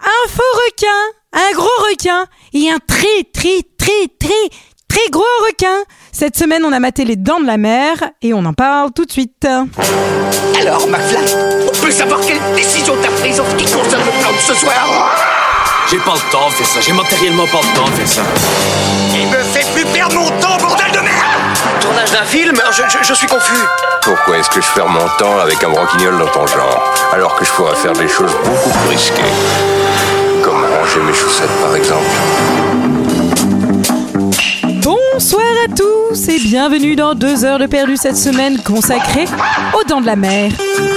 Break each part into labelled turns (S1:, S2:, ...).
S1: un faux requin, un gros requin et un très très très très très gros requin. Cette semaine, on a maté les dents de la mer et on en parle tout de suite.
S2: Alors, McFly, on peut savoir quelle décision t'as prise en ce qui concerne le plan de ce soir
S3: J'ai pas le temps de faire ça. J'ai matériellement pas le temps de faire ça.
S2: Il me fait plus perdre mon temps, bordel de merde
S4: Tournage d'un film hein, je, je- je suis confus.
S5: Pourquoi est-ce que je perds mon temps avec un branquignol dans ton genre Alors que je pourrais faire des choses beaucoup plus risquées. Comme ranger mes chaussettes par exemple.
S1: Bonsoir à tous et bienvenue dans deux heures de perdu cette semaine consacrée aux dents de la mer.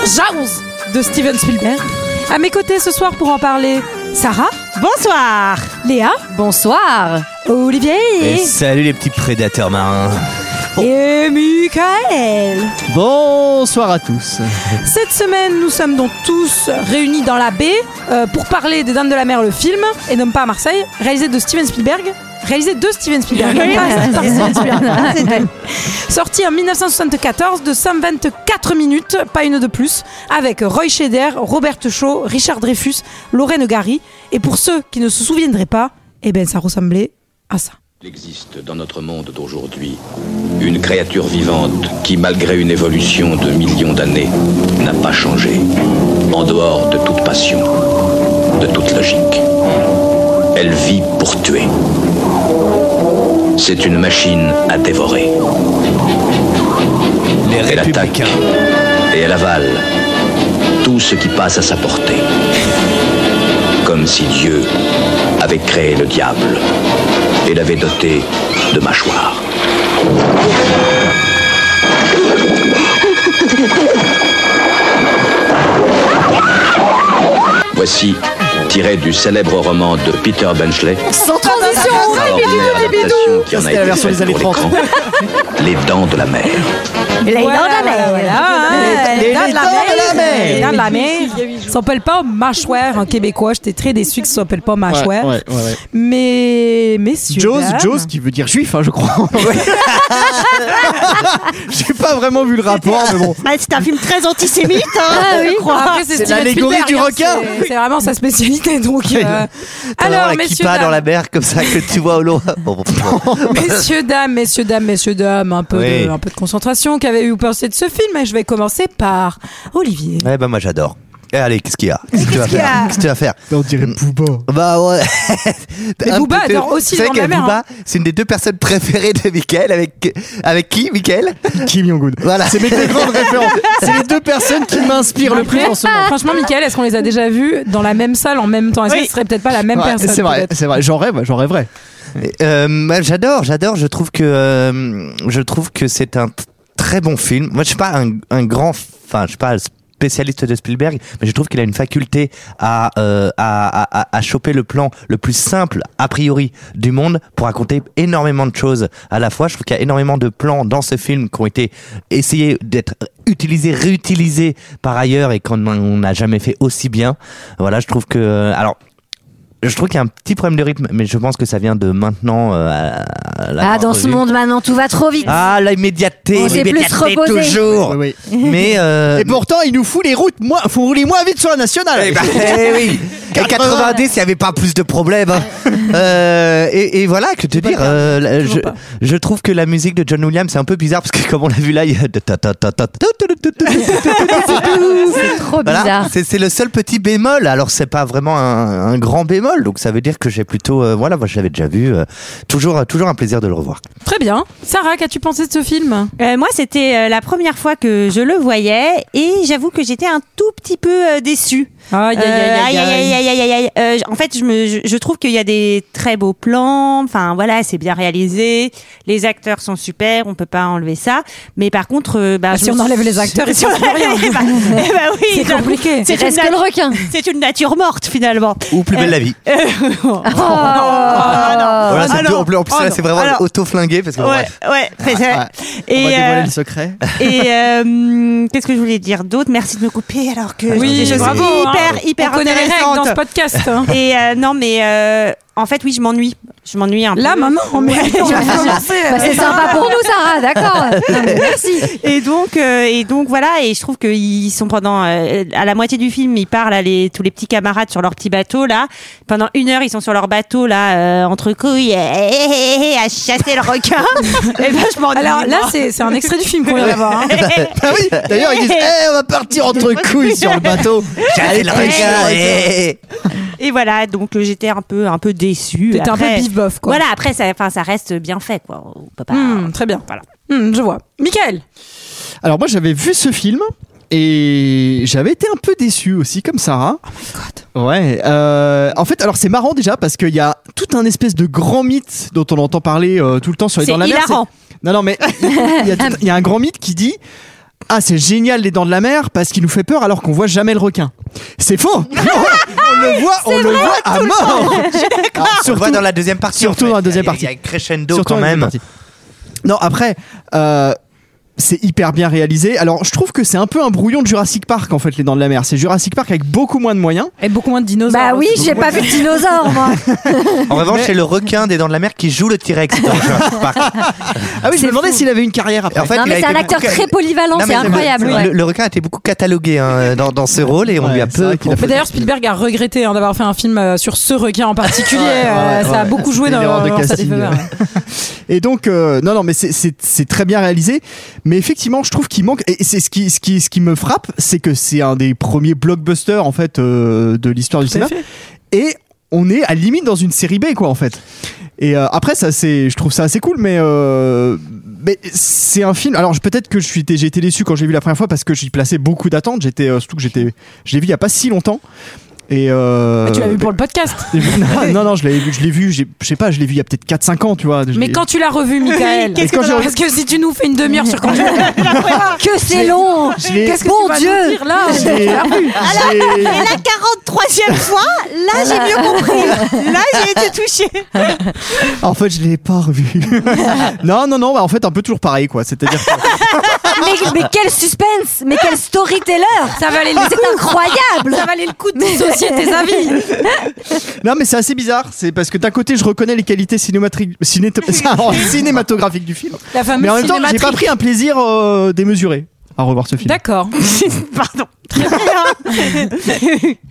S1: Jaws de Steven Spielberg. À mes côtés ce soir pour en parler, Sarah. Bonsoir. Léa.
S6: Bonsoir.
S1: Olivier.
S7: Et salut les petits prédateurs marins.
S1: Et Michael.
S7: Bonsoir à tous.
S1: Cette semaine, nous sommes donc tous réunis dans la baie euh, pour parler des Dames de la Mer, le film, et non pas à Marseille, réalisé de Steven Spielberg. Réalisé de Steven Spielberg. non pas par Steven Spielberg. Ah, C'est vrai. Sorti en 1974 de 124 minutes, pas une de plus, avec Roy Scheder, Robert Shaw, Richard Dreyfus, Lorraine Gary. Et pour ceux qui ne se souviendraient pas, eh ben ça ressemblait à ça.
S8: Il existe dans notre monde d'aujourd'hui une créature vivante qui, malgré une évolution de millions d'années, n'a pas changé, en dehors de toute passion, de toute logique. Elle vit pour tuer. C'est une machine à dévorer.
S7: Les
S8: Elle attaque
S7: républicains.
S8: et elle avale tout ce qui passe à sa portée. Comme si Dieu avait créé le diable et l'avait doté de mâchoires. Voici, tiré du célèbre roman de Peter Benchley,
S4: Sans transition
S8: extraordinaire adaptation qui en a
S7: C'était la
S8: été
S7: version des
S8: faite
S7: années
S8: pour l'écran, Les Dents de la Mer.
S6: Les
S1: Voilà,
S6: dents de la mer.
S1: voilà, hein,
S7: Les-
S1: les dents de la
S7: les dents de la
S1: mer.
S7: mer.
S1: Les dents de la mer. Ça s'appelle pas mâchoire en québécois. J'étais très déçu que ça s'appelle pas mâchoire. Mais, messieurs.
S9: Jaws,
S1: dames,
S9: Jaws qui veut dire juif, hein, je crois. J'ai pas vraiment vu le rapport, mais bon.
S10: Ah, c'est un film très antisémite, hein,
S6: Ah oui.
S10: je crois.
S1: Après, c'est
S9: C'est
S1: Steven
S9: l'allégorie
S1: Spielberg,
S9: du
S1: hein,
S9: requin.
S1: c'est- C'est vraiment sa spécialité. Donc, euh,
S7: T'as vraiment
S1: alors,
S7: la
S1: messieurs,
S7: kippa dans la
S1: dames,
S7: mer comme ça que tu vois au loin. Bon, bon, bon.
S1: messieurs, dames, messieurs, dames, messieurs, dames, un peu,
S7: Oui.
S1: de, un peu de concentration. Qu'avez-vous pensé de ce film Et je vais commencer par Olivier.
S7: Ouais, bah moi j'adore. Eh, allez, qu'est-ce qu'il y a Qu'est-ce que tu vas faire Qu'est-ce que tu vas faire
S9: On dirait Booba.
S7: Bah ouais.
S1: Mais
S7: Un
S1: Booba
S7: petit peu-
S1: adore aussi
S7: C'est
S1: les
S7: vrai
S1: dents de la
S7: que
S1: mer, hein.
S7: Booba, c'est une des deux personnes préférées de Michael. Avec, avec qui, Michael
S9: Kim Jong-un.
S7: Voilà.
S9: C'est mes deux grandes références. C'est les deux personnes qui m'inspirent le plus en ce moment.
S1: Ah. Franchement, Michael, est-ce qu'on les a déjà vus dans la même salle en même temps Est-ce que
S9: Oui.
S1: ce serait peut-être pas la même
S9: Ouais,
S1: personne
S9: c'est vrai,
S1: peut-être
S9: c'est vrai. J'en rêve, j'en rêverais.
S7: Euh, bah, j'adore, j'adore. Je trouve que euh, je trouve que c'est un t- très bon film. Moi, je suis pas un, un grand, enfin, je suis pas spécialiste de Spielberg, mais je trouve qu'il a une faculté à, euh, à, à- à- à choper le plan le plus simple a priori du monde pour raconter énormément de choses à la fois. Je trouve qu'il y a énormément de plans dans ce film qui ont été essayés d'être utilisés, réutilisés par ailleurs et qu'on on n'a jamais fait aussi bien. Voilà, je trouve que euh, alors je trouve qu'il y a un petit problème de rythme, mais je pense que ça vient de maintenant. euh, à- à la
S6: Ah, dans ce
S7: revue.
S6: monde maintenant, tout va trop vite.
S7: Ah, la immédiateté,
S6: On s'est plus
S7: l'immédiateté
S6: reposé.
S7: toujours.
S9: Oui,
S7: Mais euh,
S9: Et pourtant, il nous fout les routes, moins, faut rouler moins vite sur la nationale.
S7: eh ben, eh oui. Et 90, il n'y avait pas plus de problèmes. hein. Euh, et, et voilà, que te dire, euh, la- je, je trouve que la musique de John Williams, c'est un peu bizarre parce que comme on l'a vu là, il y a... de ta- ta- ta- ta- ta- ta- ta- ta- ta- ta-
S6: C'est trop
S7: Voilà,
S6: bizarre.
S7: c'est c'est le seul petit bémol. Alors c'est pas vraiment un, un grand bémol, donc ça veut dire que j'ai plutôt, euh, voilà, moi je l'avais déjà vu. euh, toujours, toujours un plaisir de le revoir.
S1: Très bien. Sarah, qu'as-tu pensé de ce film
S10: Euh, moi, c'était euh, la première fois que je le voyais et j'avoue que j'étais un tout petit peu euh, déçue.
S1: Aïe,
S10: Euh, aïe, aïe, aïe, aïe, aïe, aïe. Euh, j- en fait, je, me, je, je trouve qu'il y a des très beaux plans. Enfin, voilà, c'est bien réalisé. Les acteurs sont super. On peut pas enlever ça. Mais par contre, euh, bah,
S1: Ah,
S10: je
S1: si
S10: me
S1: on
S10: suis-
S1: enlève les acteurs, ils
S10: si on
S1: font plus
S10: enlève-
S1: rien.
S10: eh bah, eh bah oui,
S1: C'est
S10: j'avoue.
S1: compliqué.
S10: C'est une,
S6: Reste que
S10: nat-
S6: le requin.
S10: c'est une nature morte finalement.
S7: Ou plus belle la vie.
S6: Oh,
S10: non.
S7: Voilà, c'est
S10: Alors-
S7: en plus, en plus,
S10: oh
S7: là,
S10: non.
S7: c'est vraiment
S10: Alors-
S7: auto-flingué parce que
S10: Ouais,
S7: bref.
S10: ouais.
S1: Ah,
S10: c'est ça.
S9: On
S10: Et,
S9: va dévoiler
S10: euh,
S9: le secret.
S10: Et euh, qu'est-ce que je voulais dire d'autre Merci de me couper alors que je dis
S1: Oui,
S10: des choses
S1: bravo. hein.
S10: hyper hyper
S1: on connaît les règles
S10: intéressantes.
S1: dans ce podcast. hein.
S10: Et euh, non mais euh, en fait oui, je m'ennuie. Je m'ennuie un peu.
S1: Là, maintenant, mais
S10: Ouais.
S1: on va commencer.
S6: Bah, c'est sympa pour nous, Sarah, d'accord. Non, mais Merci.
S10: Et donc, euh, et donc voilà, et je trouve qu'ils sont pendant euh, à la moitié du film, ils parlent à les, tous les petits camarades sur leur petit bateau là. Pendant une heure, ils sont sur leur bateau là, euh, entre couilles, euh, hé, hé, hé, hé, à chasser le requin. et ben, je m'ennuie.
S1: Alors là,
S10: moi.
S1: c'est c'est un extrait du film qu'on vient d'avoir. hein.
S9: Ah oui, d'ailleurs, ils disent Eh, on va partir entre couilles sur le bateau. Allez, le requin, eh.
S10: Et voilà, donc euh, j'étais un peu, un peu déçue.
S1: T'étais un peu
S10: Après-
S1: bif-bof, quoi.
S10: Voilà, après ça, enfin, ça reste bien fait quoi. On peut pas.
S1: Hmm, très bien.
S10: Voilà.
S1: Hmm, je vois. Michael,
S9: Alors, moi, j'avais vu ce film. Et j'avais été un peu déçu aussi, comme Sarah. Ouais. euh, en fait, alors c'est marrant déjà parce qu'il y a tout un espèce de grand mythe dont on entend parler euh, tout le temps sur les
S10: C'est
S9: dents de la mer. c'est-
S10: hilarant.
S9: Non, non, mais il y, a tout- il y a un grand mythe qui dit Ah, c'est génial les dents de la mer parce qu'il nous fait peur alors qu'on voit jamais le requin. C'est faux On le voit, on le voit à mort Alors,
S7: On le
S9: surtout-
S7: voit dans la deuxième partie.
S9: surtout
S7: en fait.
S9: dans la deuxième
S7: Il y a-
S9: partie.
S7: Il y a crescendo
S9: Surtout
S7: quand
S9: en deuxième
S7: même.
S9: partie. Non, après, euh, c'est hyper bien réalisé. Alors, je trouve que c'est un peu un brouillon de Jurassic Park, en fait, les dents de la mer. C'est Jurassic Park avec beaucoup moins de moyens.
S1: et beaucoup moins de dinosaures. hein,
S6: Bah oui, j'ai pas vu de dinosaure, moi.
S7: En revanche, c'est le requin des Dents de la Mer qui joue le T-Rex dans Jurassic Park.
S9: Ah oui, je me demandais s'il avait une carrière après.
S7: Et en fait,
S6: Non,
S7: il a
S6: mais c'est
S7: été
S6: un acteur
S7: beaucoup-
S6: très
S7: Non,
S6: polyvalent,
S7: mais
S6: c'est
S7: vrai,
S6: incroyable.
S7: c'est vrai.
S6: ouais.
S7: Le, le requin a été beaucoup catalogué hein, dans, dans ce rôle et on
S9: Ouais,
S7: lui a
S9: c'est
S7: peu.
S9: vrai qu'il a
S1: Mais d'ailleurs, Spielberg a regretté hein, d'avoir fait un film euh, sur ce requin en particulier. Euh,
S9: ouais,
S1: ça a
S9: ouais.
S1: beaucoup joué
S9: C'était
S1: dans,
S9: une erreur de
S1: dans sa
S9: casting,
S1: défaveur.
S9: ouais. Et donc, euh, non, non, mais c'est- c'est c'est très bien réalisé. Mais effectivement, je trouve qu'il manque. Et c'est ce qui, ce qui, ce qui me frappe, c'est que c'est un des premiers blockbusters en fait euh, de l'histoire du cinéma. Et on est à la limite dans une série B, quoi, en fait. Et euh, après, ça, c'est, je trouve ça assez cool, mais. euh, mais c'est un film. Alors je- peut-être que je suis, j'ai été déçu quand j'ai vu la première fois parce que j'y plaçais beaucoup d'attentes. J'étais euh, surtout que j'étais, je l'ai vu il y a pas si longtemps. Et euh,
S1: Mais Ah, tu l'as vu pour le podcast.
S9: non, non, non, je l'ai vu, je l'ai vu, j'ai- je sais pas, je l'ai vu il y a peut-être 4-5 ans, tu vois. Je
S1: Mais
S9: l'ai-
S1: quand tu l'as revu, Michael,
S9: qu'est-ce que
S1: Parce
S9: t'en as-
S1: Parce que si tu nous fais une demi-heure sur quand tu l'as revu,
S6: Que c'est long
S9: je l'ai-
S1: qu'est-ce que
S6: Bon
S1: tu vas
S6: Dieu.
S1: nous dire là
S9: je l'ai- je l'ai-
S10: Et la 43e fois, là j'ai mieux compris. Là j'ai été touchée.
S9: en fait, je l'ai pas revu. non, non, non, bah, en fait, un peu toujours pareil, quoi. C'est-à-dire que
S6: mais, mais quel suspense Mais quel storyteller
S1: Ça valait le
S6: C'est
S1: coup.
S6: incroyable
S1: Ça valait le coup de dissocier tes avis.
S9: non, mais c'est assez bizarre. C'est parce que d'un côté, je reconnais les qualités cinématriques- cinéto- cinématographiques du film,
S1: La fameuse
S9: mais en même temps, j'ai
S1: cinématrique.
S9: pas pris un plaisir euh, démesuré à revoir ce film.
S1: D'accord.
S10: Pardon.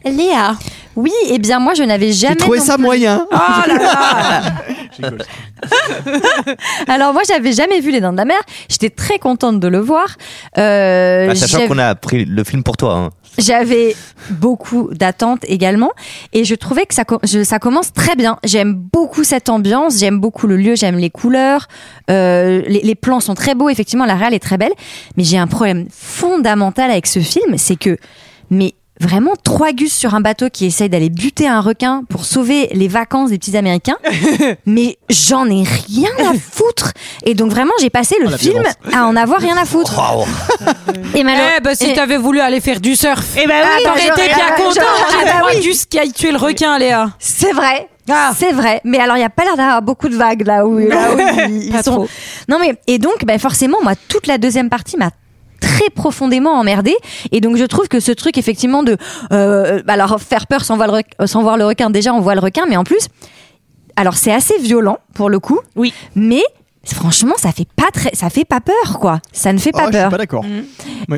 S6: Léa Oui, eh bien moi je n'avais
S9: J'ai
S6: jamais...
S9: trouvé
S6: non
S9: ça moyen.
S1: Oh là là.
S6: plus- Alors moi j'avais jamais vu Les Dents de la Mer, j'étais très contente de le voir. Euh,
S7: Ah, sachant
S6: j'avais-
S7: qu'on a pris le film pour toi. hein.
S6: J'avais beaucoup d'attentes également et je trouvais que ça, co- je- ça commence très bien. J'aime beaucoup cette ambiance, j'aime beaucoup le lieu, j'aime les couleurs, euh, les, les plans sont très beaux, effectivement la réal est très belle, mais j'ai un problème fondamental avec ce film, c'est que, mais vraiment trois gus sur un bateau qui essaye d'aller buter un requin pour sauver les vacances des petits américains, mais j'en ai rien à foutre et donc vraiment j'ai passé le film à en avoir rien à foutre.
S7: Waouh.
S6: Et
S1: Eh ben si
S6: et-
S1: t'avais voulu aller faire du surf. Ah,
S10: Eh ben oui,
S1: T'aurais été bien content. J'ai droit du ski à tuer le requin, Léa.
S6: C'est vrai.
S1: Ah.
S6: C'est vrai, mais alors il n'y a pas l'air d'avoir beaucoup de vagues là où, là où ils, ils
S1: Pas
S6: sont.
S1: trop.
S6: Non mais et donc ben forcément moi toute la deuxième partie m'a très profondément emmerdée et donc je trouve que ce truc effectivement de euh, alors faire peur sans voir, le requin, sans voir le requin déjà on voit le requin mais en plus alors c'est assez violent pour le coup
S10: Oui.
S6: mais franchement ça fait pas très ça fait pas peur quoi ça ne fait
S9: Oh,
S6: pas
S9: je suis
S6: peur
S9: pas d'accord.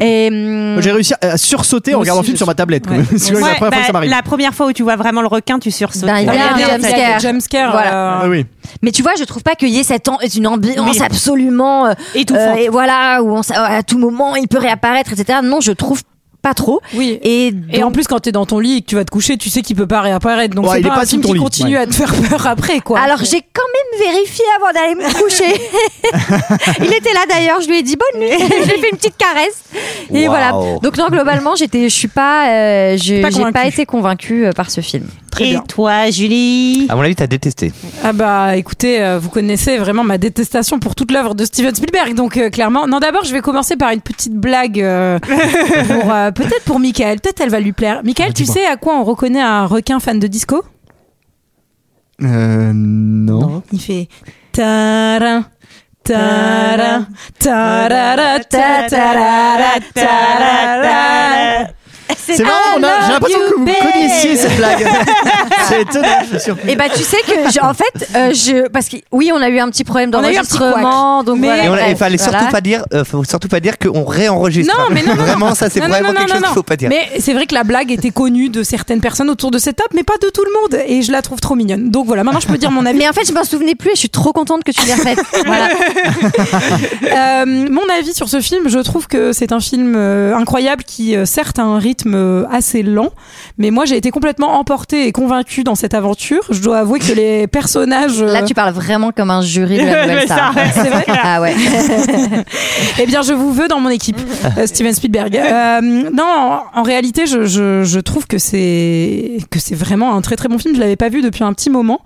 S6: et hum,
S9: J'ai réussi à- à sursauter en
S1: Moi
S9: regardant le
S1: aussi,
S9: film
S1: je
S9: sur ma
S1: suis-
S9: tablette. quand
S1: Ouais.
S9: même. C'est vrai que c'est la
S10: Ouais,
S9: première fois
S10: bah,
S9: que ça m'arrive.
S10: la première fois où tu vois vraiment le requin, tu sursautes.
S6: Ben, il y a
S1: Regardez,
S6: un
S1: avec
S6: jumpscare.
S1: le jumpscare.
S6: Voilà.
S1: euh,
S9: Ah oui.
S6: mais tu vois je trouve pas qu'il y ait cette an- une ambiance
S10: Oui.
S6: absolument euh,
S10: Étouffante.
S6: et voilà où on sa- à tout moment il peut réapparaître etc non je trouve pas trop
S1: Oui.
S6: et,
S1: Et
S6: donc-
S1: en plus, quand t'es dans ton lit et que tu vas te coucher, tu sais qu'il peut pas réapparaître. Donc
S9: Ouais,
S1: c'est
S9: il est
S1: pas,
S9: pas
S1: un
S9: sous
S1: film
S9: ton
S1: qui
S9: lit,
S1: continue
S9: ouais.
S1: à te faire peur après, quoi.
S6: Alors j'ai quand même vérifié avant d'aller me coucher. Il était là d'ailleurs, je lui ai dit bonne nuit, je lui ai fait une petite caresse. Et
S7: Wow.
S6: voilà. Donc non, globalement, j'étais, je suis pas, euh, je-
S1: Pas
S6: j'ai pas,
S1: convaincue.
S6: été convaincue euh, par ce film.
S10: Et
S1: bien.
S10: toi, Julie
S7: À mon avis, t'as détesté.
S1: Ah bah écoutez, euh, vous connaissez vraiment ma détestation pour toute l'œuvre de Steven Spielberg, donc euh, clairement. Non, d'abord je vais commencer par une petite blague euh, pour euh, peut-être pour Michael, peut-être elle va lui plaire. Michael, tu sais à quoi on reconnaît un requin fan de disco
S9: Euh, non.
S1: Il fait tarin. tarin, tarara, ta, tarara, tarara.
S9: C'est marrant, on a- j'ai l'impression que vous connaissiez cette blague. C'est étonnant, je suis surpris.
S6: Et bah tu sais que j'ai- en fait euh, je parce que oui on a eu un petit problème
S1: On a eu un petit
S6: d'enregistrement donc
S1: Mais-
S6: voilà,
S7: Et on- il
S6: bref,
S7: fallait surtout
S6: voilà.
S7: pas dire, euh, faut surtout pas dire qu'on réenregistre.
S1: Non, mais non, non, non.
S7: vraiment, ça c'est
S1: Non, non,
S7: vraiment
S1: non,
S7: quelque
S1: non,
S7: chose qu'il
S1: non.
S7: faut pas dire.
S1: Mais c'est vrai que la blague était connue de certaines personnes autour de cette table, mais pas de tout le monde. Et je la trouve trop mignonne. Donc voilà, maintenant je peux dire mon avis.
S6: mais en fait je m'en souvenais plus et je suis trop contente que tu l'aies refaite voilà
S1: Euh, mon avis sur ce film, je trouve que c'est un film euh, incroyable qui, euh, certes, a un rythme euh, assez lent, mais moi j'ai été complètement emportée et convaincue dans cette aventure. Je dois avouer que les personnages. euh,
S6: là tu parles vraiment comme un jury de la nouvelle
S10: Ouais,
S6: star
S10: ça, ouais,
S6: c'est vrai ah ouais
S1: Eh bien, je vous veux dans mon équipe, euh, Steven Spielberg. Euh, non, en, en réalité, je, je- je trouve que c'est que c'est vraiment un très très bon film. Je l'avais pas vu depuis un petit moment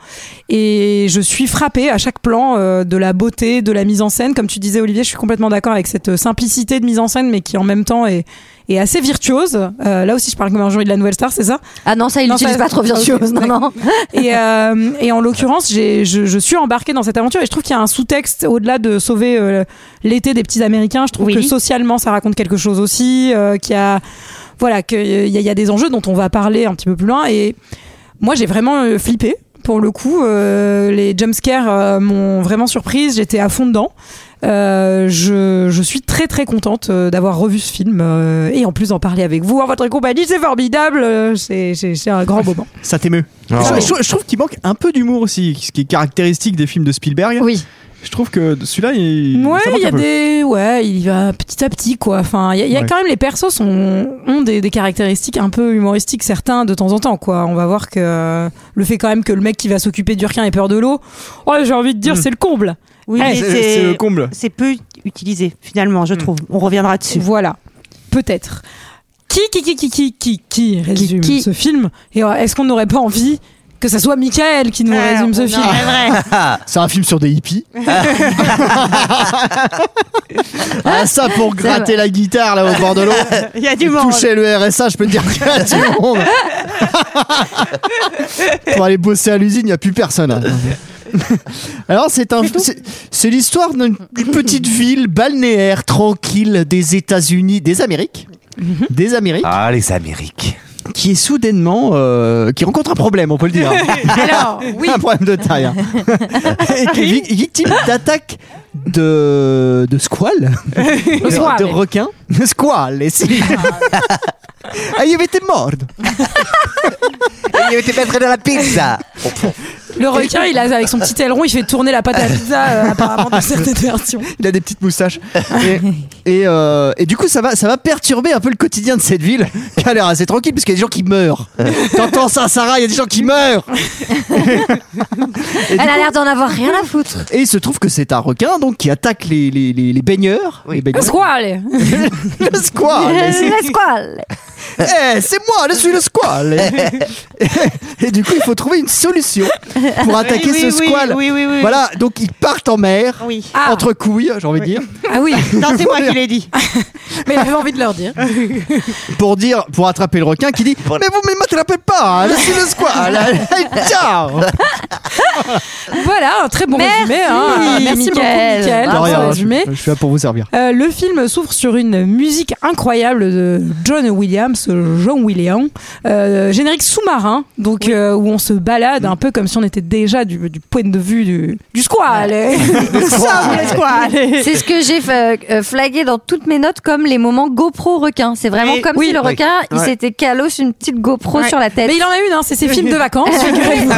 S1: et je suis frappée à chaque plan euh, de la beauté, de la mise en scène. Comme tu disais, Olivier, je suis complètement d'accord avec cette simplicité de mise en scène, mais qui en même temps est est assez virtuose. Euh, là aussi, je parle comme un jury de la nouvelle star, c'est ça
S6: ah non ça il
S1: Non,
S6: l'utilise
S1: ça-
S6: pas trop bien
S1: ok,
S6: chose non
S1: d'accord.
S6: non
S1: et, euh, et en l'occurrence, j'ai- je, je suis embarquée dans cette aventure et je trouve qu'il y a un sous-texte au-delà de sauver euh, l'été des petits Américains. Je trouve
S10: Oui.
S1: que socialement, ça raconte quelque chose aussi, euh, qu'il y a voilà qu'il y, a- il y a des enjeux dont on va parler un petit peu plus loin. Et moi, j'ai vraiment euh, flippé pour le coup. Euh, les jumpscares euh, m'ont vraiment surprise. J'étais à fond dedans. Euh, je, je suis très très contente euh, d'avoir revu ce film euh, et en plus d'en parler avec vous en votre compagnie, c'est formidable, Euh, c'est c'est- c'est un grand moment.
S9: Ça t'émeut.
S7: Non.
S9: Je, je- je trouve qu'il manque un peu d'humour aussi, ce qui est caractéristique des films de Spielberg.
S6: oui
S9: Je trouve que celui-là, il.
S1: Ouais,
S9: ça manque
S1: il y
S9: un
S1: a
S9: peu.
S1: des. Ouais, il y va petit à petit, quoi. Enfin, il y a, il y a
S9: Ouais.
S1: quand même les persos sont, ont des, des caractéristiques un peu humoristiques, certains de temps en temps, quoi. On va voir que euh, le fait quand même que le mec qui va s'occuper du requin ait peur de l'eau, oh, j'ai envie de dire,
S9: Mm.
S1: c'est le comble.
S10: Oui,
S1: Eh,
S10: mais
S9: C'est c'est le Hmm.
S10: c'est
S9: comble.
S10: c'est peu utilisé finalement, je trouve. On reviendra dessus.
S1: Voilà. Peut-être. Qui, qui, qui, qui, qui, qui, qui résume
S6: qui
S1: ce film Et euh, est-ce qu'on n'aurait pas envie que ça soit Michael qui nous
S10: Ouais,
S1: résume ce
S10: Ah, non,
S1: film
S10: C'est vrai.
S9: C'est un film sur des hippies. ah, ça pour
S6: Ça va.
S9: gratter la guitare là au bord de l'eau.
S10: Il y a du monde.
S9: Toucher le RSA, je peux te dire qu'il y a du monde. Pour aller bosser à l'usine, il n'y a plus personne. hein. Alors, c'est un, c'est- c'est l'histoire d'une d'une petite ville balnéaire tranquille des États-Unis, des Amériques,
S10: Mhm.
S9: des Amériques,
S7: Ah, les Amériques.
S9: qui est soudainement, euh, qui rencontre un problème, on peut le dire.
S1: Alors, oui.
S9: un problème de taille. hein. Et qui est vic- victime d'attaques de, de squales, de, Ah.
S1: squale.
S9: de requins. De squales, et si. Ayez été mort.
S7: Il était pas très dans la pizza.
S1: Le requin, il a, avec son petit aileron, il fait tourner la pâte à pizza, euh, apparemment, dans certaines versions.
S9: Il a des petites moustaches. Et, et, euh, et du coup, ça va, ça va perturber un peu le quotidien de cette ville qui a l'air assez tranquille parce qu'il y a des gens qui meurent. T'entends ça, Sarah Il y a des gens qui meurent.
S6: elle a l'air d'en avoir rien à foutre
S9: Et il se trouve que c'est un requin donc qui attaque les, les, les, les baigneurs. Les baigneurs.
S1: Squall
S9: Le squale. et si.
S6: la squale
S9: Eh, c'est moi, je suis le squale. et, du coup, il faut trouver une solution pour attaquer
S10: oui,
S9: ce
S10: oui,
S9: squale.
S10: oui, oui, oui.
S9: Voilà, donc ils partent en mer,
S10: Oui.
S1: Ah.
S9: entre couilles, j'ai envie de dire,
S1: Ah oui,
S10: Non, c'est moi qui l'ai dit.
S1: mais j'avais envie de leur dire.
S9: pour dire, pour attraper le requin qui dit Mais vous, mais moi, tu l'appelles pas, hein, je suis le squale. Allez, Ciao.
S10: Ah,
S1: Voilà, un très bon
S6: Merci,
S1: résumé. hein. Merci beaucoup,
S6: Mickaël.
S1: Mickaël,
S6: De
S1: pour
S6: rien,
S1: ce
S9: je,
S1: résumé.
S9: je suis là pour vous servir.
S1: Euh, le film s'ouvre sur une musique incroyable de John Williams, euh, John Williams, euh, générique sous-marin, donc euh, où on se balade un peu comme si on était déjà du, du point de vue du, du squale.
S6: c'est ce que j'ai fa- euh, flagué dans toutes mes notes comme les moments GoPro requin c'est vraiment
S10: Oui,
S6: comme
S1: oui.
S6: si le
S7: Oui.
S6: requin il
S7: Ouais.
S6: s'était caloche une petite GoPro
S10: Ouais.
S6: sur la tête
S1: Mais il en a une, hein, c'est ses films de vacances. figurez-vous.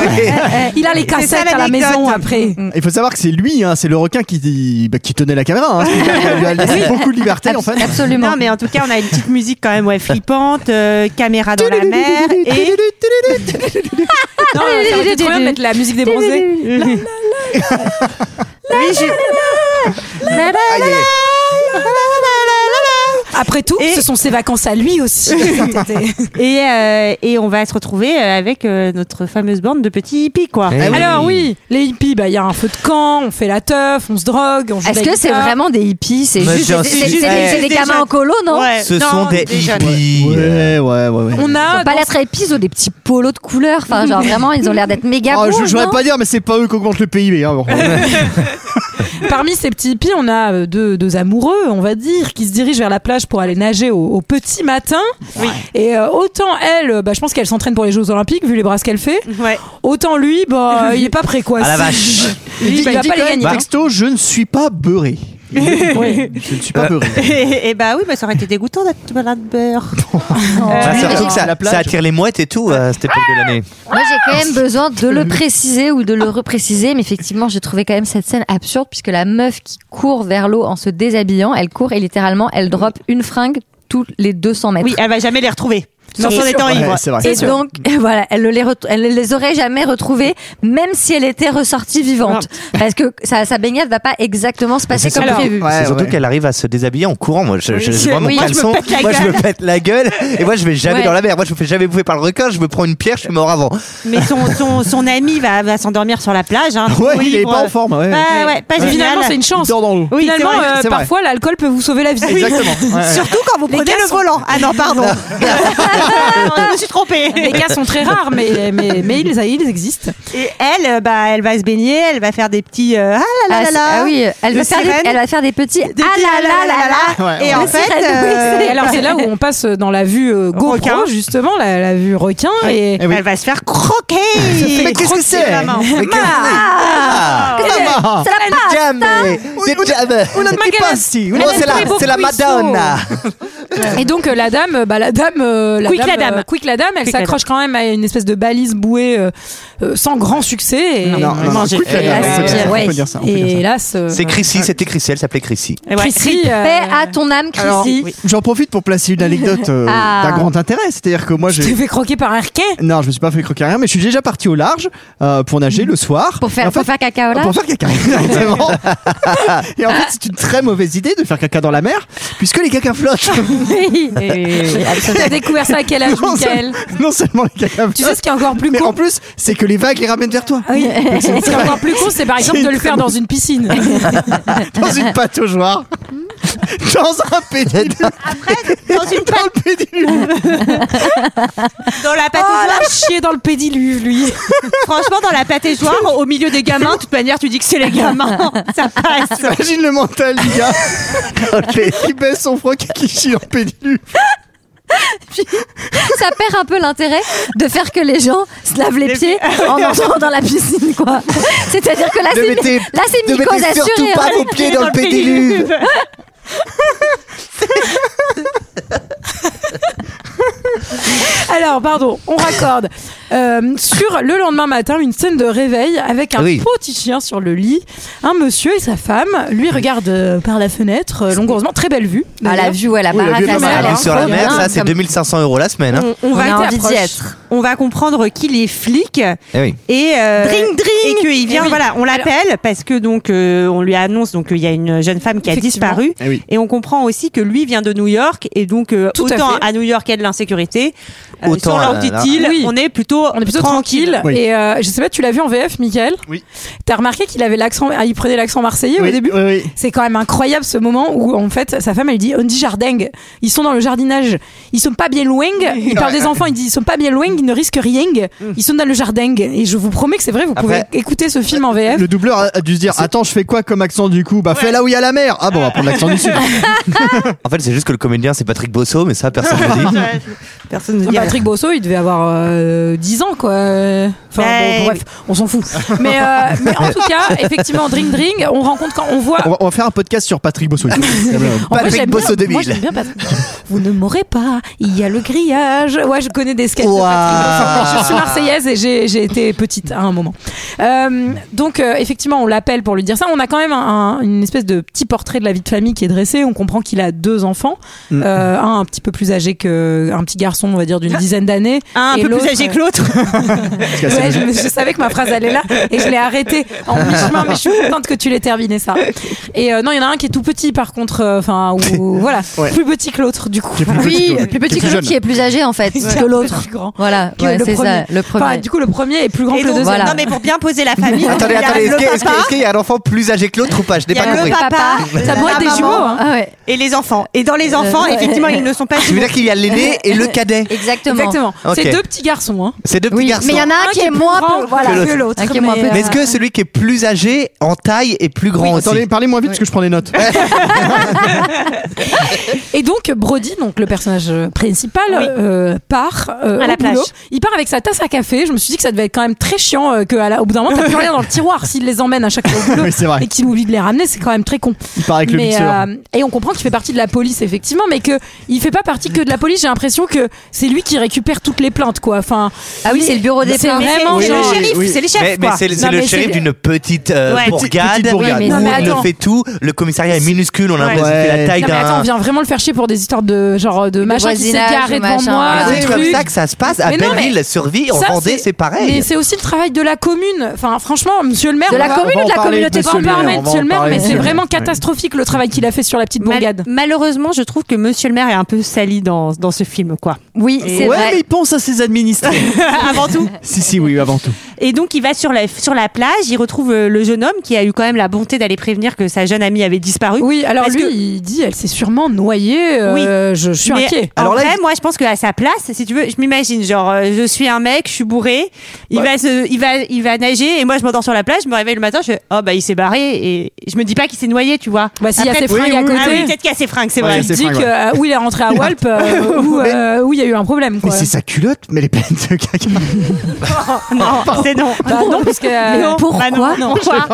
S1: il a les cassettes à la
S10: l'anecdote.
S1: maison après.
S10: Mm.
S9: Il faut savoir que c'est lui, hein, c'est le requin qui, dit- bah, qui tenait la caméra. hein. Il lui a laissé beaucoup de liberté en fait.
S6: absolument
S10: Non, mais en tout cas, on a une petite musique quand même ouais, flippante, euh, caméra dans la mer et
S1: Non, ça aurait été trop bien de mettre la musique des bronzés.
S10: oui, j'ai-
S6: Ah,
S1: Après tout,
S10: Et-
S1: ce sont ses vacances à lui aussi. cet été.
S10: et, euh, et on va se retrouver euh, avec euh, notre fameuse bande de petits hippies quoi.
S7: Eh oui.
S1: Alors oui, les hippies, bah il y a un feu de camp, on fait la teuf, on se drogue, on joue de
S6: Est-ce
S1: la
S6: que c'est
S1: guitare.
S6: vraiment des hippies C'est
S7: Mais
S6: juste,
S7: j'en
S6: c'est-
S7: suis
S6: c'est- c'est des- c'est
S7: sûr.
S6: des gamins en colo, non
S10: Ouais.
S7: Ce
S10: Non,
S7: sont des
S10: jeunes.
S7: hippies.
S9: Ouais, ouais, ouais, ouais.
S1: On
S6: Ils
S1: a
S6: ont pas l'air très hippies, ils ont des petits polos de couleur.
S7: Oh,
S6: Enfin, genre vraiment, ils ont l'air d'être méga
S9: Ah, je
S6: cool,
S9: j'aurais
S6: non
S9: pas dire, mais c'est pas eux qui augmentent le PIB. Hein, bon.
S1: Parmi ces petits hippies, on a euh, deux, deux amoureux, on va dire, qui se dirigent vers la plage pour aller nager au, au petit matin. Et euh, autant elle, euh, bah, je pense qu'elle s'entraîne pour les Jeux Olympiques, vu les brasses qu'elle fait.
S10: Ouais.
S1: Autant lui, bah, euh, il est pas prêt quoi.
S7: Ah la
S1: C'est-
S7: vache. Bah.
S1: Il,
S9: dit-
S1: va
S9: il dit
S1: pas les
S9: quand même,
S1: gagner.
S9: texto, je ne suis pas beurré.
S1: Oui.
S9: Je ne suis pas beurré.
S10: Et, et bah oui, bah ça aurait été dégoûtant d'être malade de beurre. Euh,
S7: Ah, surtout que
S9: à
S7: ça,
S9: la plage.
S7: ça attire les mouettes et tout euh, à cette époque de l'année.
S6: Moi, j'ai quand même besoin de le préciser ou de le repréciser, mais effectivement, j'ai trouvé quand même cette scène absurde puisque la meuf qui court vers l'eau en se déshabillant, elle court et littéralement, elle drop une fringue tous les 200 mètres.
S10: Oui, elle va jamais les retrouver. Sur
S1: C'est
S10: son
S1: sûr.
S10: étant
S9: Ouais,
S10: ivre.
S9: c'est vrai.
S6: Et donc, voilà, elle ne les, ret- elle ne les aurait jamais retrouvées, même si elle était ressortie vivante.
S9: Ah.
S6: Parce que sa, sa baignade va pas exactement se passer
S7: C'est
S6: comme
S7: surtout-
S6: prévu.
S9: Ouais,
S7: c'est surtout
S9: ouais.
S7: qu'elle arrive à se déshabiller en courant. Moi, je, je-
S10: Oui,
S7: moi, mon
S6: oui, moi, je me
S7: caleçon,
S10: pète la
S7: moi, je me
S10: gueule.
S7: pète la gueule. Et moi, je vais jamais
S6: Ouais.
S7: dans la mer. Moi, je me fais jamais bouffer par le requin. Je me prends une pierre, je suis mort avant.
S10: Mais son, son, son ami va, va s'endormir sur la plage. Hein,
S9: Ouais, Bah,
S10: tout
S9: il est
S10: ivre.
S9: pas en forme. Ouais.
S10: Ah ouais, pas
S1: Et Finalement,
S10: génial.
S1: c'est une chance.
S9: Il dort dans l'eau.
S10: Oui, c'est
S1: Finalement,
S10: vrai,
S1: euh,
S9: c'est vrai.
S1: parfois, l'alcool peut vous sauver la vie.
S9: Exactement. Ouais.
S10: Surtout quand vous prenez
S1: gars
S10: le
S1: sont-
S10: volant. Ah non, pardon. je me suis trompée.
S1: Les cas sont très rares, mais, mais, mais ils, ils existent.
S10: Et elle, euh, bah, elle va se baigner, elle va faire des petits euh, ah là là là
S6: c'est-
S10: là.
S6: ah oui, elle
S10: Le
S6: va, faire des,
S10: sirène.
S6: elle va faire des petits ah
S10: Des petits
S6: là là là là.
S10: là.
S9: Ouais,
S10: Et
S9: ouais.
S10: en
S6: Le
S10: fait,
S6: sirène, oui,
S10: euh,
S1: Et alors, c'est là où on passe dans la vue euh, GoPro,
S10: Requin.
S1: justement, la, la vue requin. Et
S9: Eh oui.
S10: elle va se faire croquer.
S9: Mais qu'est-ce que c'est
S10: Maman.
S7: Mais qu'est-ce que c'est Ah,
S6: Ça va pas.
S7: c'est jamais, c'est jamais.
S1: Magalas-
S9: passi,
S1: Magalas
S7: Oh, c'est la,
S1: Pueblo
S7: c'est la
S1: Cuiso.
S7: Madonna.
S1: Et donc euh, la dame, euh, bah, la dame, euh, la
S10: Quick
S1: dame,
S10: la dame.
S1: euh, quick la dame, elle
S10: Quick la
S1: s'accroche quand même à une espèce de balise bouée euh, euh, sans grand succès. Et,
S9: Non, non, non,
S10: Manger.
S9: écoute, là,
S1: Et-
S9: on peut dire ça, on
S6: ouais.
S9: peut dire ça, on peut
S1: et
S9: dire ça.
S1: hélas, euh,
S7: C'est Chrissy, c'était Chrissy, elle s'appelait Chrissy.
S10: Et ouais.
S1: Chrissy, euh,
S6: Paix à ton âme,
S9: Alors,
S6: Chrissy.
S9: J'en profite pour placer une anecdote euh,
S6: Ah.
S9: d'un grand intérêt. C'est-à-dire que moi,
S1: tu t'es
S9: j'ai.
S1: fait croquer par un requin.
S9: Non, je me suis pas fait croquer à rien, mais je suis déjà parti au large euh, pour nager le soir.
S6: Pour
S9: Et
S6: faire,
S9: en fait,
S6: pour faire caca au
S9: pour
S6: large.
S9: faire caca, exactement. Et en fait, c'est une très mauvaise idée de faire caca dans la mer, puisque les caca flottent.
S1: T'as découvert ça à quel âge,
S9: Non,
S1: Michael
S9: seul- non seulement les caca
S1: Tu sais
S9: flottent,
S1: ce qui est encore plus
S9: mais en
S1: con
S9: plus, c'est que les vagues les ramènent vers toi.
S1: Oui. Ce qui est encore plus con, c'est par exemple
S9: C'est
S1: de le
S9: une
S1: faire
S9: très
S1: dans une piscine.
S9: Dans une pataugeoire. dans un pédule.
S10: Dans une
S9: Dans le pédule.
S10: dans la
S1: Oh, l'a
S10: pataugeoire.
S1: chier dans le pédiluve, lui.
S10: Franchement, dans la pataugeoire, au milieu des gamins, de toute manière, tu dis que c'est les gamins. Ça passe.
S9: Imagine le mental du gars qui baisse son froc et qui chie en pédule.
S6: Ça perd un peu l'intérêt de faire que les gens se lavent les pieds en entrant dans la piscine, quoi. C'est-à-dire que là,
S7: Ne
S6: c'est
S7: mettez,
S6: là, c'est hein.
S7: ne
S6: mycose
S7: mettez surtout
S6: assurée,
S7: pas
S6: ouais.
S7: vos pieds dans le pédiluve.
S1: Alors, pardon, on raccorde. Euh, sur le lendemain matin, une scène de réveil avec un
S7: Oui.
S1: petit chien sur le lit. Un monsieur et sa femme, lui, regarde euh, par la fenêtre, euh, langoureusement, très belle vue.
S6: Ah, la vue, ouais, la
S9: Oui, la
S6: baraque
S9: vue est
S6: à
S9: pas
S6: mer,
S9: mal.
S6: elle
S7: La
S6: est
S7: vue sur la
S6: trop
S7: mer,
S6: bien,
S7: ça, c'est
S6: comme-
S7: 2500 euros la semaine. hein.
S10: On, on
S6: On
S10: va
S6: a envie d'y
S1: approche.
S6: être.
S10: on va comprendre qu'il est flic
S7: Eh oui.
S10: et euh,
S6: Dring, dring.
S10: et qu'il vient
S6: Eh oui.
S10: voilà on l'appelle parce que donc euh, on lui annonce donc qu'il y a une jeune femme qui a
S1: Effectivement.
S10: disparu
S9: Eh oui.
S10: et on comprend aussi que lui vient de New York et donc euh,
S1: Tout à
S10: autant
S1: fait.
S10: à, New York il y a de l'insécurité euh,
S7: Autant
S10: sur
S7: à-
S10: leur petite île
S1: Oui.
S10: on est plutôt
S1: On est plutôt tranquille.
S9: Oui.
S1: Et euh, je sais pas, tu l'as vu en VF, Michael
S9: Oui.
S1: T'as remarqué qu'il avait l'accent, ah, il prenait l'accent marseillais au
S9: Oui,
S1: début
S9: oui, oui.
S1: C'est quand même incroyable ce moment où en fait sa femme elle dit on dit jardingue. Ils sont dans le jardinage. Ils sont pas bien loin. Il parle des enfants. Il dit ils sont pas bien loin. Ils ne risquent rien. Ils sont dans le jardingue. Et je vous promets que c'est vrai. Vous pouvez
S7: Après-
S1: écouter ce film en VF.
S9: Le doubleur a- a dû se dire Attends, je fais quoi comme accent du coup Bah, fais là où il y a la mer Ah, bon, on va prendre l'accent du sud.
S7: En fait, c'est juste que le comédien, c'est Patrick Bosso, mais ça, personne ne le dit.
S10: personne ne dit rien.
S1: Bah, Patrick Bosso, il devait avoir euh, 10 ans, quoi. Enfin,
S10: Mais-
S1: bon, bref, on s'en fout. mais, euh, mais en tout cas, effectivement, Dring Dring, on rencontre quand on voit.
S9: on, va, on va faire un podcast sur Patrick Bosso.
S1: En vrai,
S7: Patrick
S1: j'aime
S7: Bosso
S1: bien- Moi,
S7: 2000.
S1: j'aime bien Patrick. Vous ne m'aurez pas, il y a le grillage. Ouais, je connais des sketchs de
S7: Ouah.
S1: Patrick Bosso. Je suis marseillaise et j'ai, j'ai été petite à un moment. Euh, donc, euh, effectivement, on l'appelle pour lui dire ça. On a quand même un- un- une espèce de petit portrait de la vie de famille qui est dressé. On comprend qu'il a deux enfants.
S7: Mm.
S1: Euh, un un petit peu plus âgé que... Un petit garçon, on va dire, d'une dizaine d'années.
S10: Ah. un
S1: Et
S10: peu
S1: l'autre,
S10: plus âgé que l'autre
S1: Ouais, je, me- je savais que ma phrase allait là et je l'ai arrêtée en mi-chemin, mais je suis contente que tu l'aies terminé ça. Et euh, non, il y en a un qui est tout petit par contre, euh, enfin, ou- voilà,
S9: Ouais.
S1: plus petit que l'autre du coup.
S9: Qui est plus
S1: Voilà.
S9: petit que l'autre.
S6: Oui, le plus petit
S9: Qui est
S6: que
S9: plus
S6: l'autre qui
S9: jeune.
S6: est plus âgé en fait
S1: Ouais.
S6: que l'autre.
S1: Plus grand.
S6: Voilà,
S1: que
S6: ouais,
S1: le
S6: c'est
S1: premier.
S6: ça, le premier.
S1: Enfin, du coup, le premier est plus grand
S10: Et
S1: que le
S10: donc,
S1: deuxième.
S6: voilà.
S10: Non, mais pour bien poser la famille.
S7: Attendez,
S10: il y a
S7: attendez,
S10: le
S7: est-ce que- est-ce que-
S10: papa
S7: est-ce qu'il y a un enfant plus âgé que l'autre ou pas Je n'ai
S10: Il y a
S7: pas
S10: le
S7: compris.
S10: papa,
S1: Ça
S10: la
S1: pourrait être des
S10: maman
S1: jumeaux. hein.
S6: Ah ouais,
S10: Et les enfants. Et dans les enfants,
S6: Euh, ouais.
S10: effectivement, ils ne sont pas
S7: Tu veux dire qu'il y a l'aîné et le cadet
S6: exactement.
S1: Exactement.
S7: Ok.
S1: C'est deux petits garçons. Hein.
S7: C'est deux petits
S6: Oui,
S7: garçons.
S6: mais il y en a un qui est
S1: plus
S6: moins
S1: grand,
S6: peu-
S1: voilà,
S7: que l'autre.
S1: que l'autre.
S6: Un qui est moins peu-
S7: Mais est-ce que celui qui est plus âgé en taille est plus grand aussi
S9: Attendez, parlez moins vite parce que je prends des notes.
S1: Et donc Brody, donc le personnage principal, euh, part euh,
S10: À la
S1: au boulot.
S10: plage.
S1: Il part avec sa tasse à café. Je me suis dit que ça devait être quand même très chiant euh, que à la- au bout d'un moment t'as plus rien dans le tiroir s'il les emmène à chaque fois au boulot
S9: Oui, c'est vrai.
S1: et qu'il oublie de les ramener, c'est quand même très con.
S9: Il part avec le
S1: Mais,
S9: mixeur.
S1: euh, et on comprend qu'il fait partie de la police effectivement, mais que il fait pas partie que de la police. J'ai l'impression que c'est lui qui récupère toutes les plaintes quoi. Enfin,
S6: Ah oui, c'est le bureau des
S1: c'est
S6: plaintes.
S1: vraiment
S9: Oui,
S10: C'est le
S1: genre-
S9: oui,
S10: shérif,
S9: oui.
S10: c'est les chefs.
S7: Mais, mais
S10: quoi.
S7: c'est c'est
S1: Non,
S7: le
S1: mais
S7: shérif
S1: c'est-
S7: d'une petite, euh,
S10: Ouais, petite-
S7: bourgade.
S9: petite bourgade.
S6: Oui, mais
S7: Où
S1: non, mais
S7: il le
S1: attends.
S7: fait tout. Le commissariat est minuscule. On a l'impression
S9: Ouais.
S7: qu'il fait la taille
S1: Non, mais attends, on
S7: d'un.
S1: vient vraiment le faire chier pour des histoires de genre de machin qui s'est
S6: voisinage,
S1: garé devant
S6: machin.
S1: moi.
S6: Ah,
S1: des
S6: oui,
S7: C'est comme
S1: trucs.
S7: ça que ça se passe. À
S1: Mais non, mais-
S7: Belleville, la survie, en
S1: Ça,
S7: Vendée, c'est
S1: Mais
S7: pareil.
S1: c'est aussi le travail de la commune. Enfin, franchement, monsieur le maire.
S6: De la
S1: on va-
S6: commune
S9: on va
S6: ou de la
S9: en parler,
S6: communauté
S1: on va en parler,
S9: on va
S1: monsieur
S9: en
S1: le maire,
S9: parler,
S1: mais c'est
S9: monsieur le
S1: vraiment
S9: maire.
S1: catastrophique le travail qu'il a fait sur la petite
S10: Mal-
S1: bourgade.
S10: malheureusement, je trouve que Monsieur le Maire est un peu sali dans, dans ce film, quoi.
S6: Oui, c'est
S9: Ouais,
S6: vrai.
S9: mais il pense à ses administrés.
S10: Avant tout.
S9: si, si, oui, avant tout.
S10: Et donc, il va sur la, sur la plage, il retrouve euh, le jeune homme qui a eu quand même la bonté d'aller prévenir que sa jeune amie avait disparu.
S1: Oui, alors
S10: Parce
S1: lui,
S10: que-
S1: il dit, elle s'est sûrement noyée. euh, je, je suis
S10: Mais
S1: inquiet.
S10: En
S9: Alors là,
S10: vrai,
S9: il-
S10: moi, je pense qu'à sa place, si tu veux, je m'imagine, genre, euh, je suis un mec, je suis bourré, il, va se, il, va, il va nager, et moi, je m'endors sur la plage, je me réveille le matin, je fais, oh, bah, il s'est barré, et je me dis pas qu'il s'est noyé, tu vois.
S1: Bah, s'il y a
S10: Après,
S1: ses fringues
S10: oui,
S1: à
S10: oui,
S1: côté.
S10: ah oui, peut-être qu'il y a ses fringues, c'est
S9: Ouais,
S10: vrai.
S1: il
S9: c'est
S1: dit
S9: fringue,
S1: que euh, où il est rentré à Walp, euh, où euh, où il y a eu un problème.
S9: Mais
S1: Quoi.
S9: c'est sa culotte, mais elle est pleine de caca.
S10: Oh, Non,
S7: Ah,
S10: c'est non.
S1: Bah non, parce que euh,
S10: Bah non,
S6: pourquoi
S10: non. Enfin,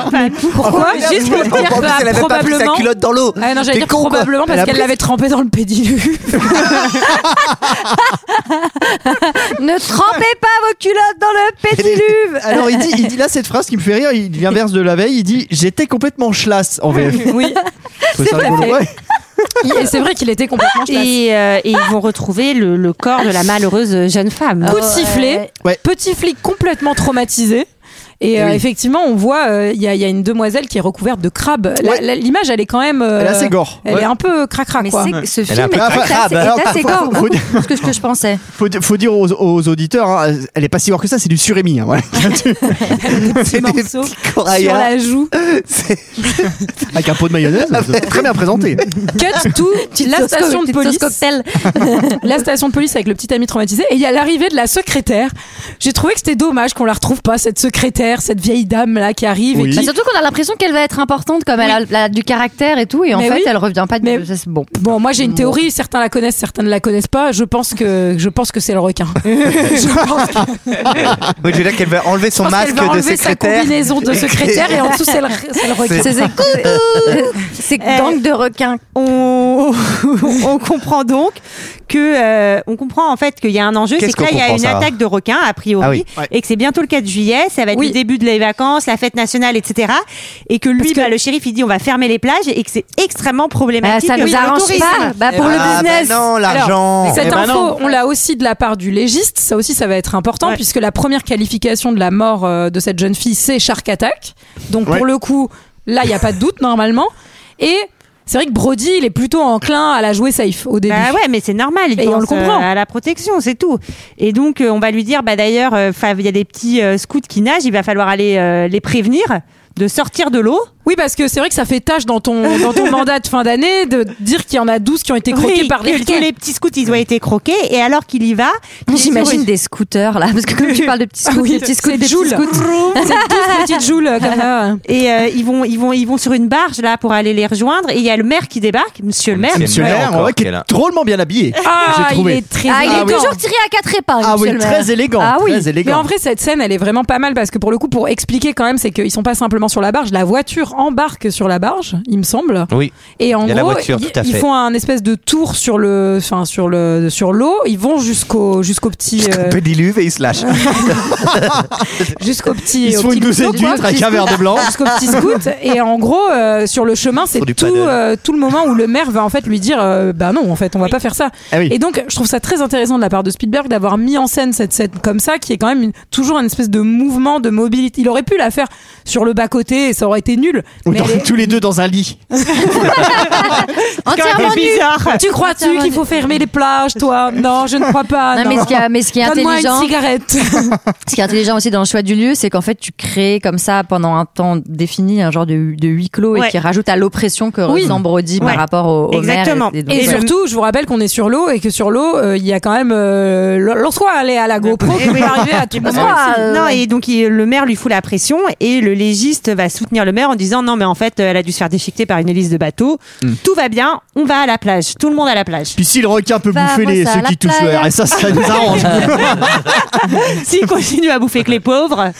S1: pourquoi Juste pour
S7: En
S1: dire
S7: plus,
S1: bah,
S7: elle avait pas pris sa
S1: probablement.
S7: culotte dans l'eau.
S1: Ah non, j'allais
S7: T'es
S1: dire
S7: con, quoi.
S1: probablement
S9: Elle
S1: parce
S9: a
S1: qu'elle
S9: pris-
S1: l'avait trempé dans le pédilu.
S6: Ne trempez pas vos culottes dans le pédiluve.
S9: Alors il dit, il dit là cette phrase qui me fait rire, il l'inverse de la veille, il dit j'étais complètement schlass en VF.
S1: oui.
S9: C'est ça rigolo,
S1: fait.
S9: ouais.
S1: Et c'est vrai qu'il était complètement chlasse.
S10: Et, euh, et ils vont retrouver le, le corps de la malheureuse jeune femme.
S1: coup de sifflet,
S9: Ouais.
S1: petit flic complètement traumatisé. Et euh,
S9: Oui.
S1: effectivement, on voit, euh, il y, a- il y a une demoiselle qui est recouverte de crabes. La-
S9: Ouais.
S1: la- L'image, elle est quand même. euh,
S9: Elle est assez gore.
S1: Elle
S9: Ouais.
S1: est un peu euh, cracra,
S6: Mais
S1: quoi.
S6: c'est que ce
S7: Elle a
S6: film
S7: un peu
S6: est
S9: crabe.
S6: assez- est
S9: Alors,
S6: assez
S9: faut-
S6: gore.
S9: faut-
S6: hein, Plus que je pensais.
S9: Faut, di- faut dire aux, aux auditeurs, hein, elle est pas si gore que ça, c'est du surémi. hein, voilà.
S1: Des morceaux
S9: Ah,
S1: sur la joue.
S9: Avec un pot de mayonnaise,
S7: Ah,
S1: Ah,
S9: c'est très bien présenté.
S1: Cut tout. la
S6: sauce
S1: station
S6: co-
S1: de police.
S6: petite sauce cocktail.
S1: la station de police avec le petit ami traumatisé. Et il y a l'arrivée de la secrétaire. J'ai trouvé que c'était dommage qu'on la retrouve pas, cette secrétaire, cette vieille dame là qui arrive.
S9: Oui.
S1: Et
S6: Bah,
S1: qui...
S6: surtout qu'on a l'impression qu'elle va être importante, comme elle a, elle a du caractère et tout, et en
S1: Mais
S6: fait,
S1: oui.
S6: elle revient pas. De...
S1: Mais-
S6: ça, c'est bon.
S1: Bon, moi j'ai une théorie. Certains la connaissent, certains ne la connaissent pas. Je pense que je pense que c'est le requin. je pense que
S7: Oui, je veux dire qu'elle va enlever son
S1: Je pense
S7: masque
S1: qu'elle va
S7: de
S1: enlever sa
S7: secrétaire.
S1: combinaison de secrétaire et en dessous c'est le, c'est le requin.
S6: C'est Eh. c'est gang de requins.
S10: Euh, on, on comprend donc que euh, on comprend en fait qu'il y a un enjeu,
S7: Qu'est-ce
S10: c'est que là
S7: qu'on
S10: il y a
S7: comprend,
S10: une
S7: Sarah
S10: attaque de requins a priori,
S7: Ah oui.
S9: Ouais.
S10: et que c'est bientôt le 4 juillet, ça va être
S1: Oui.
S10: le début de les vacances, la fête nationale, etc. Et que lui,
S1: Parce que-
S10: bah, le shérif, il dit on va fermer les plages et que c'est extrêmement
S6: Bah,
S10: problématique.
S6: ça nous
S10: pour le
S6: arrange
S10: tourisme.
S6: pas. Bah, pour
S7: Ah,
S6: le
S7: bah
S6: business.
S7: non,
S1: Mais
S7: l'argent.
S1: cette
S9: Eh ben
S1: info,
S9: non.
S1: on l'a aussi de la part du légiste. Ça aussi, ça va être important
S10: Ouais.
S1: puisque la première qualification de la mort euh, de cette jeune fille, c'est Shark Attack. Donc
S9: Ouais.
S1: pour le coup, là, il n'y a pas de doute normalement. Et c'est vrai que Brody, il est plutôt enclin à la jouer safe au début.
S10: Bah ouais, mais c'est normal. Il
S1: Et on
S10: pense,
S1: le comprend.
S10: euh, à la protection, c'est tout. Et donc, euh, on va lui dire, bah d'ailleurs, euh, fa- il y a des petits euh, scouts qui nagent, il va falloir aller euh, les prévenir de sortir de l'eau.
S1: Oui, parce que c'est vrai que ça fait tâche dans ton, dans ton mandat de fin d'année de dire qu'il y en a 12 qui ont été croqués
S10: Oui,
S1: par des
S10: que tous
S1: requins.
S10: les petits scouts, ils ont été croqués. Et alors qu'il y va, il est
S6: J'imagine
S10: sur-
S6: des scooters là, parce que comme tu parles de petits scouts,
S1: Ah Oui,
S6: des petits scouts,
S1: c'est
S6: Ah des petits
S1: Joule.
S6: scouts.
S1: C'est 12 petites joules euh, comme ça.
S10: Et euh, ils vont, ils vont, ils vont sur une barge là pour aller les rejoindre. Et il y a le maire qui débarque, Monsieur le maire.
S9: Monsieur le
S7: Ouais,
S9: maire, en
S7: encore,
S9: vrai, qui
S7: qui est
S9: est
S7: là.
S9: drôlement bien habillé.
S1: Ah, il
S9: J'ai trouvé.
S1: est très
S6: Ah, il
S1: élégant.
S6: est toujours tiré à quatre épingles.
S9: Ah oui,
S6: monsieur le maire.
S9: très élégant.
S6: Ah oui.
S9: Très
S1: Mais en
S9: élégant.
S1: vrai, euh, cette scène, elle est vraiment pas mal parce que pour le coup, pour expliquer quand même, c'est qu'ils sont pas simplement sur la barge. La voiture embarque sur la barge, il me semble.
S7: Oui.
S1: Et en
S7: Il y a la
S1: gros,
S7: voiture,
S1: ils-
S7: tout à
S1: ils
S7: fait.
S1: font un espèce de tour sur le, enfin sur le, sur l'eau. Ils vont jusqu'au, jusqu'au petit, euh,
S7: Pédiluve et il se lâche.
S1: jusqu'au petit.
S9: Ils se
S1: au
S9: font
S1: petit
S9: une douzaine
S1: bout,
S9: d'huîtres
S1: quoi,
S9: avec un verre de blanc.
S1: Jusqu'au petit scout. Et en gros, euh, sur le chemin, c'est
S7: Sur du
S1: tout,
S7: paddle.
S1: euh, tout le moment où le maire va en fait lui dire, euh, bah non, en fait, on va pas faire ça.
S9: Ah oui.
S1: Et donc, je trouve ça très intéressant de la part de Spielberg d'avoir mis en scène cette scène comme ça, qui est quand même une- toujours une espèce de mouvement, de mobilité. Il aurait pu la faire sur le bas-côté et ça aurait été nul.
S9: Ou
S1: mais
S9: dans-
S1: elle est-
S9: tous les deux dans un lit.
S6: Entièrement nu.
S10: bizarre.
S1: Tu crois-tu qu'il faut fermer les plages, toi Non, je ne crois pas.
S6: Non,
S1: non.
S6: mais ce qui, est- mais ce qui est
S1: Donne-moi
S6: intelligent,
S1: une cigarette.
S6: ce qui est intelligent aussi dans le choix du lieu, c'est qu'en fait tu crées comme ça pendant un temps défini un genre de, de huis clos
S10: Ouais.
S6: et qui rajoute à l'oppression que
S1: Oui.
S6: ressent Brody
S10: Ouais.
S6: par rapport au, au maire.
S10: Exactement.
S6: donc,
S1: Et
S6: ouais.
S1: surtout, je vous rappelle qu'on est sur l'eau et que sur l'eau, euh, il y a quand même euh, l- Lançois allez à la GoPro qui peut arriver à tout
S10: Parce
S1: moment.
S7: Ah,
S10: que-
S7: euh,
S10: non, et donc il- le maire lui fout la pression et le légiste va soutenir le maire en disant non mais en fait elle a dû se faire déchiqueter par une hélice de bateau. Tout va bien, on va à la plage, tout le monde à la plage.
S9: Puis si le requin peut
S6: Bah,
S9: bouffer
S6: moi,
S9: les,
S6: ça,
S9: ceux
S6: la
S9: qui touchent le
S6: playa.
S9: RSA, ça nous arrange.
S10: S'il continue à bouffer que les pauvres,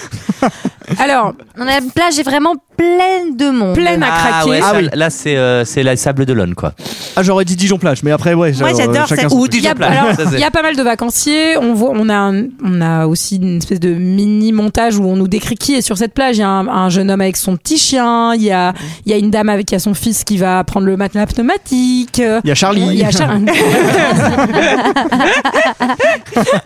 S1: Alors,
S6: Non, la plage est vraiment pleine de monde.
S1: pleine à
S7: Ah,
S1: craquer.
S7: ouais,
S9: Ah
S7: ça-
S9: oui.
S7: là c'est euh, c'est la sable de l'One quoi.
S9: ah, j'aurais dit Dijon plage, mais après, ouais.
S10: Moi,
S9: genre, euh,
S10: j'adore
S9: chacun
S10: cette-
S9: son
S7: Ou
S9: truc.
S1: Il y, a,
S7: Dijon plage.
S1: alors,
S7: ça, c'est-
S1: il y a pas mal de vacanciers. On voit, on a, un- on a aussi une espèce de mini montage où on nous décrit qui est sur cette plage. Il y a un, un jeune homme avec son petit chien. Il y a, il y a une dame avec qui a son fils qui va prendre le matelas pneumatique.
S9: Il y a Charlie.
S1: Il y a Charlie.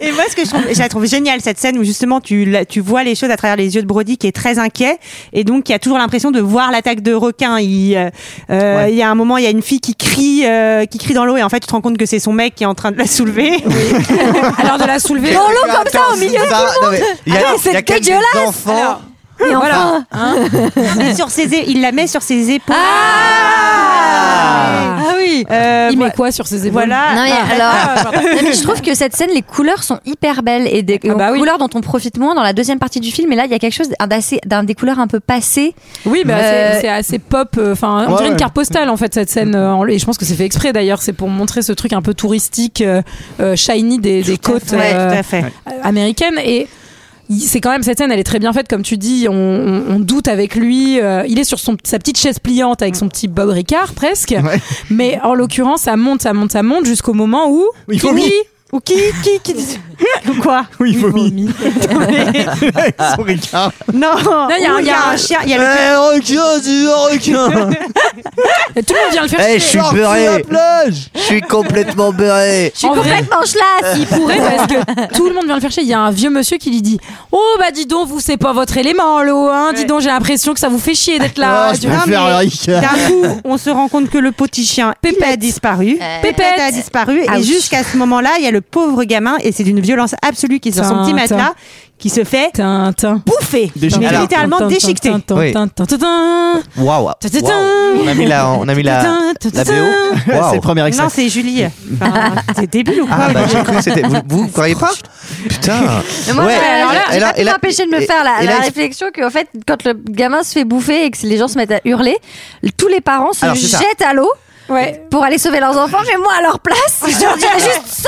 S10: Et moi, ce que je trouve, je la trouve géniale cette scène où justement tu la- tu vois les choses à travers les yeux de Brody qui est très inquiet et donc qui a toujours l'impression de voir l'attaque de requin. Il euh, euh, il y a un moment, il y a une fille qui crie euh, qui crie dans l'eau et en fait tu te rends compte que c'est son mec qui est en train de la soulever.
S1: Alors de la soulever.
S6: Dans l'eau comme ça au milieu.
S7: Il y a,
S6: Attends, c'est
S7: il y a quelques
S6: dégueulasse.
S7: enfants.
S1: Alors,
S6: Et enfin,
S10: Et sur ses é- il la met sur ses épaules.
S6: Ah, oui.
S10: Euh,
S1: il
S10: vo-
S1: met quoi sur ses épaules
S10: voilà.
S6: Non mais
S10: Ah.
S6: alors, non, mais je trouve que cette scène, les couleurs sont hyper belles et des
S1: Ah bah oui.
S6: couleurs dont on profite moins dans la deuxième partie du film. Et là, il y a quelque chose d'assez, d'un des couleurs un peu passées.
S1: Oui, bah, c'est-
S6: Euh,
S1: c'est assez pop. euh, Enfin, on
S9: Ouais,
S1: dirait une
S9: ouais.
S1: carte postale en fait cette scène. euh, en- et je pense que c'est fait exprès d'ailleurs. C'est pour montrer ce truc un peu touristique, euh, euh, shiny des, des côtes
S10: Ouais,
S1: euh,
S10: tout à fait.
S1: américaines. Et il- c'est quand même cette scène, elle est très bien faite, comme tu dis. On, on- on doute avec lui. euh, il est sur son, sa petite chaise pliante avec son petit Bob Ricard presque.
S9: Ouais.
S1: Mais en l'occurrence, ça monte, ça monte, ça monte jusqu'au moment où
S9: Il faut
S1: oui,
S10: Ou qui qui qui dit- Ou quoi
S9: Oui, il faut mis.
S1: vomit.
S9: Son Ricard.
S10: Non.
S1: il y a
S10: Ou
S1: un-
S10: il y a un chien,
S7: Eh,
S10: il y a le
S7: oh,
S9: requin, du requin.
S1: Et Tout le monde vient le faire.
S7: Eh,
S1: chier.
S7: je suis beurré. Je suis complètement beurré.
S6: Je suis
S1: En vrai.
S6: complètement chlasse.
S1: Il pourrait parce que tout le monde vient le faire chier. Il y a un vieux monsieur qui lui dit Oh bah dis donc, vous c'est pas votre élément l'eau, hein. Dis donc, j'ai l'impression que ça vous fait chier d'être là.
S9: Ah, je
S1: Tu
S10: Non,
S9: préfère
S10: mais-
S9: le Ricard.
S10: D'un coup, on se rend compte que le petit chien il a disparu.
S6: Euh.
S10: Pépette a disparu. Et
S6: Ouch.
S10: jusqu'à ce moment-là, il y a le pauvre gamin, et c'est d'une violence absolue, qui est sur son petit
S1: Tintin.
S10: matelas, qui se fait
S1: Tintin.
S10: bouffer.
S9: Déchiqueté.
S10: Mais
S7: Alors,
S10: littéralement déchiqueté.
S7: Oui. Waouh.
S1: Tintin.
S7: waouh. On a mis la, on a mis la, la BO.
S9: C'est
S7: Waouh.
S9: le premier extrait.
S10: Non, c'est Julie. Enfin, c'est débile ou quoi
S7: Ah bah j'ai cru que c'était. Vous, vous croyez pas Putain.
S6: Mais Moi,
S7: Ouais,
S6: j'ai-
S7: alors là-
S6: j'ai
S7: et là-
S6: pas pu
S7: et là-
S6: m'empêcher de me
S7: et-
S6: faire la,
S7: et là,
S6: la
S7: il-
S6: réflexion qu'en fait, quand le gamin se fait bouffer et que les gens se mettent à hurler, tous les parents se
S7: Alors, c'est ça.
S6: jettent à l'eau
S1: Ouais.
S6: pour aller sauver leurs enfants. Mais moi, à leur place, je leur dirais juste